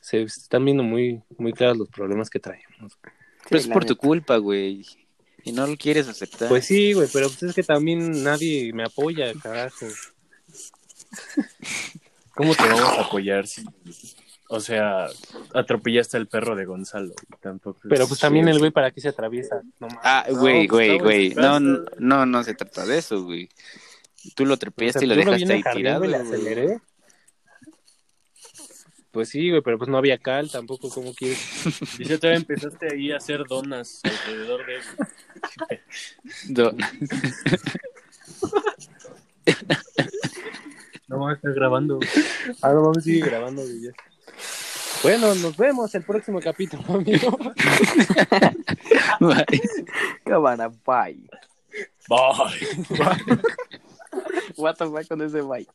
Speaker 2: se están viendo muy, muy claros los problemas que traemos.
Speaker 3: Pero
Speaker 1: la
Speaker 3: es pues por
Speaker 1: neta.
Speaker 3: tu culpa, güey. Y no lo quieres aceptar.
Speaker 2: Pues sí, güey, pero pues es que también nadie me apoya, carajo.
Speaker 4: ¿Cómo te vamos a apoyar si, o sea, atropellaste al perro de Gonzalo? Tampoco. es-
Speaker 2: Pero pues también el güey para qué se atraviesa. No mames.
Speaker 3: Ah,
Speaker 4: No,
Speaker 3: güey,
Speaker 4: pues,
Speaker 3: güey,
Speaker 4: estamos
Speaker 3: güey.
Speaker 4: en
Speaker 3: No,
Speaker 4: casa.
Speaker 3: no, no, no se trata de eso, güey. Tú lo atropellaste y lo
Speaker 2: yo
Speaker 3: dejaste
Speaker 2: vine
Speaker 3: ahí
Speaker 2: al jardín,
Speaker 3: tirado.
Speaker 2: güey, le
Speaker 3: güey.
Speaker 2: aceleré. Pues sí, güey, pero pues no había cal tampoco, ¿cómo quieres?
Speaker 4: Y ya todavía empezaste ahí a hacer donas alrededor de él.
Speaker 3: Do-
Speaker 4: No, mames, estás grabando.
Speaker 2: Ah, no mames, sigue grabando, güey. ya. Bueno, nos vemos el próximo capítulo, amigo.
Speaker 3: Bye.
Speaker 1: Cámara, bye.
Speaker 4: Bye.
Speaker 1: What the fuck con ese bye.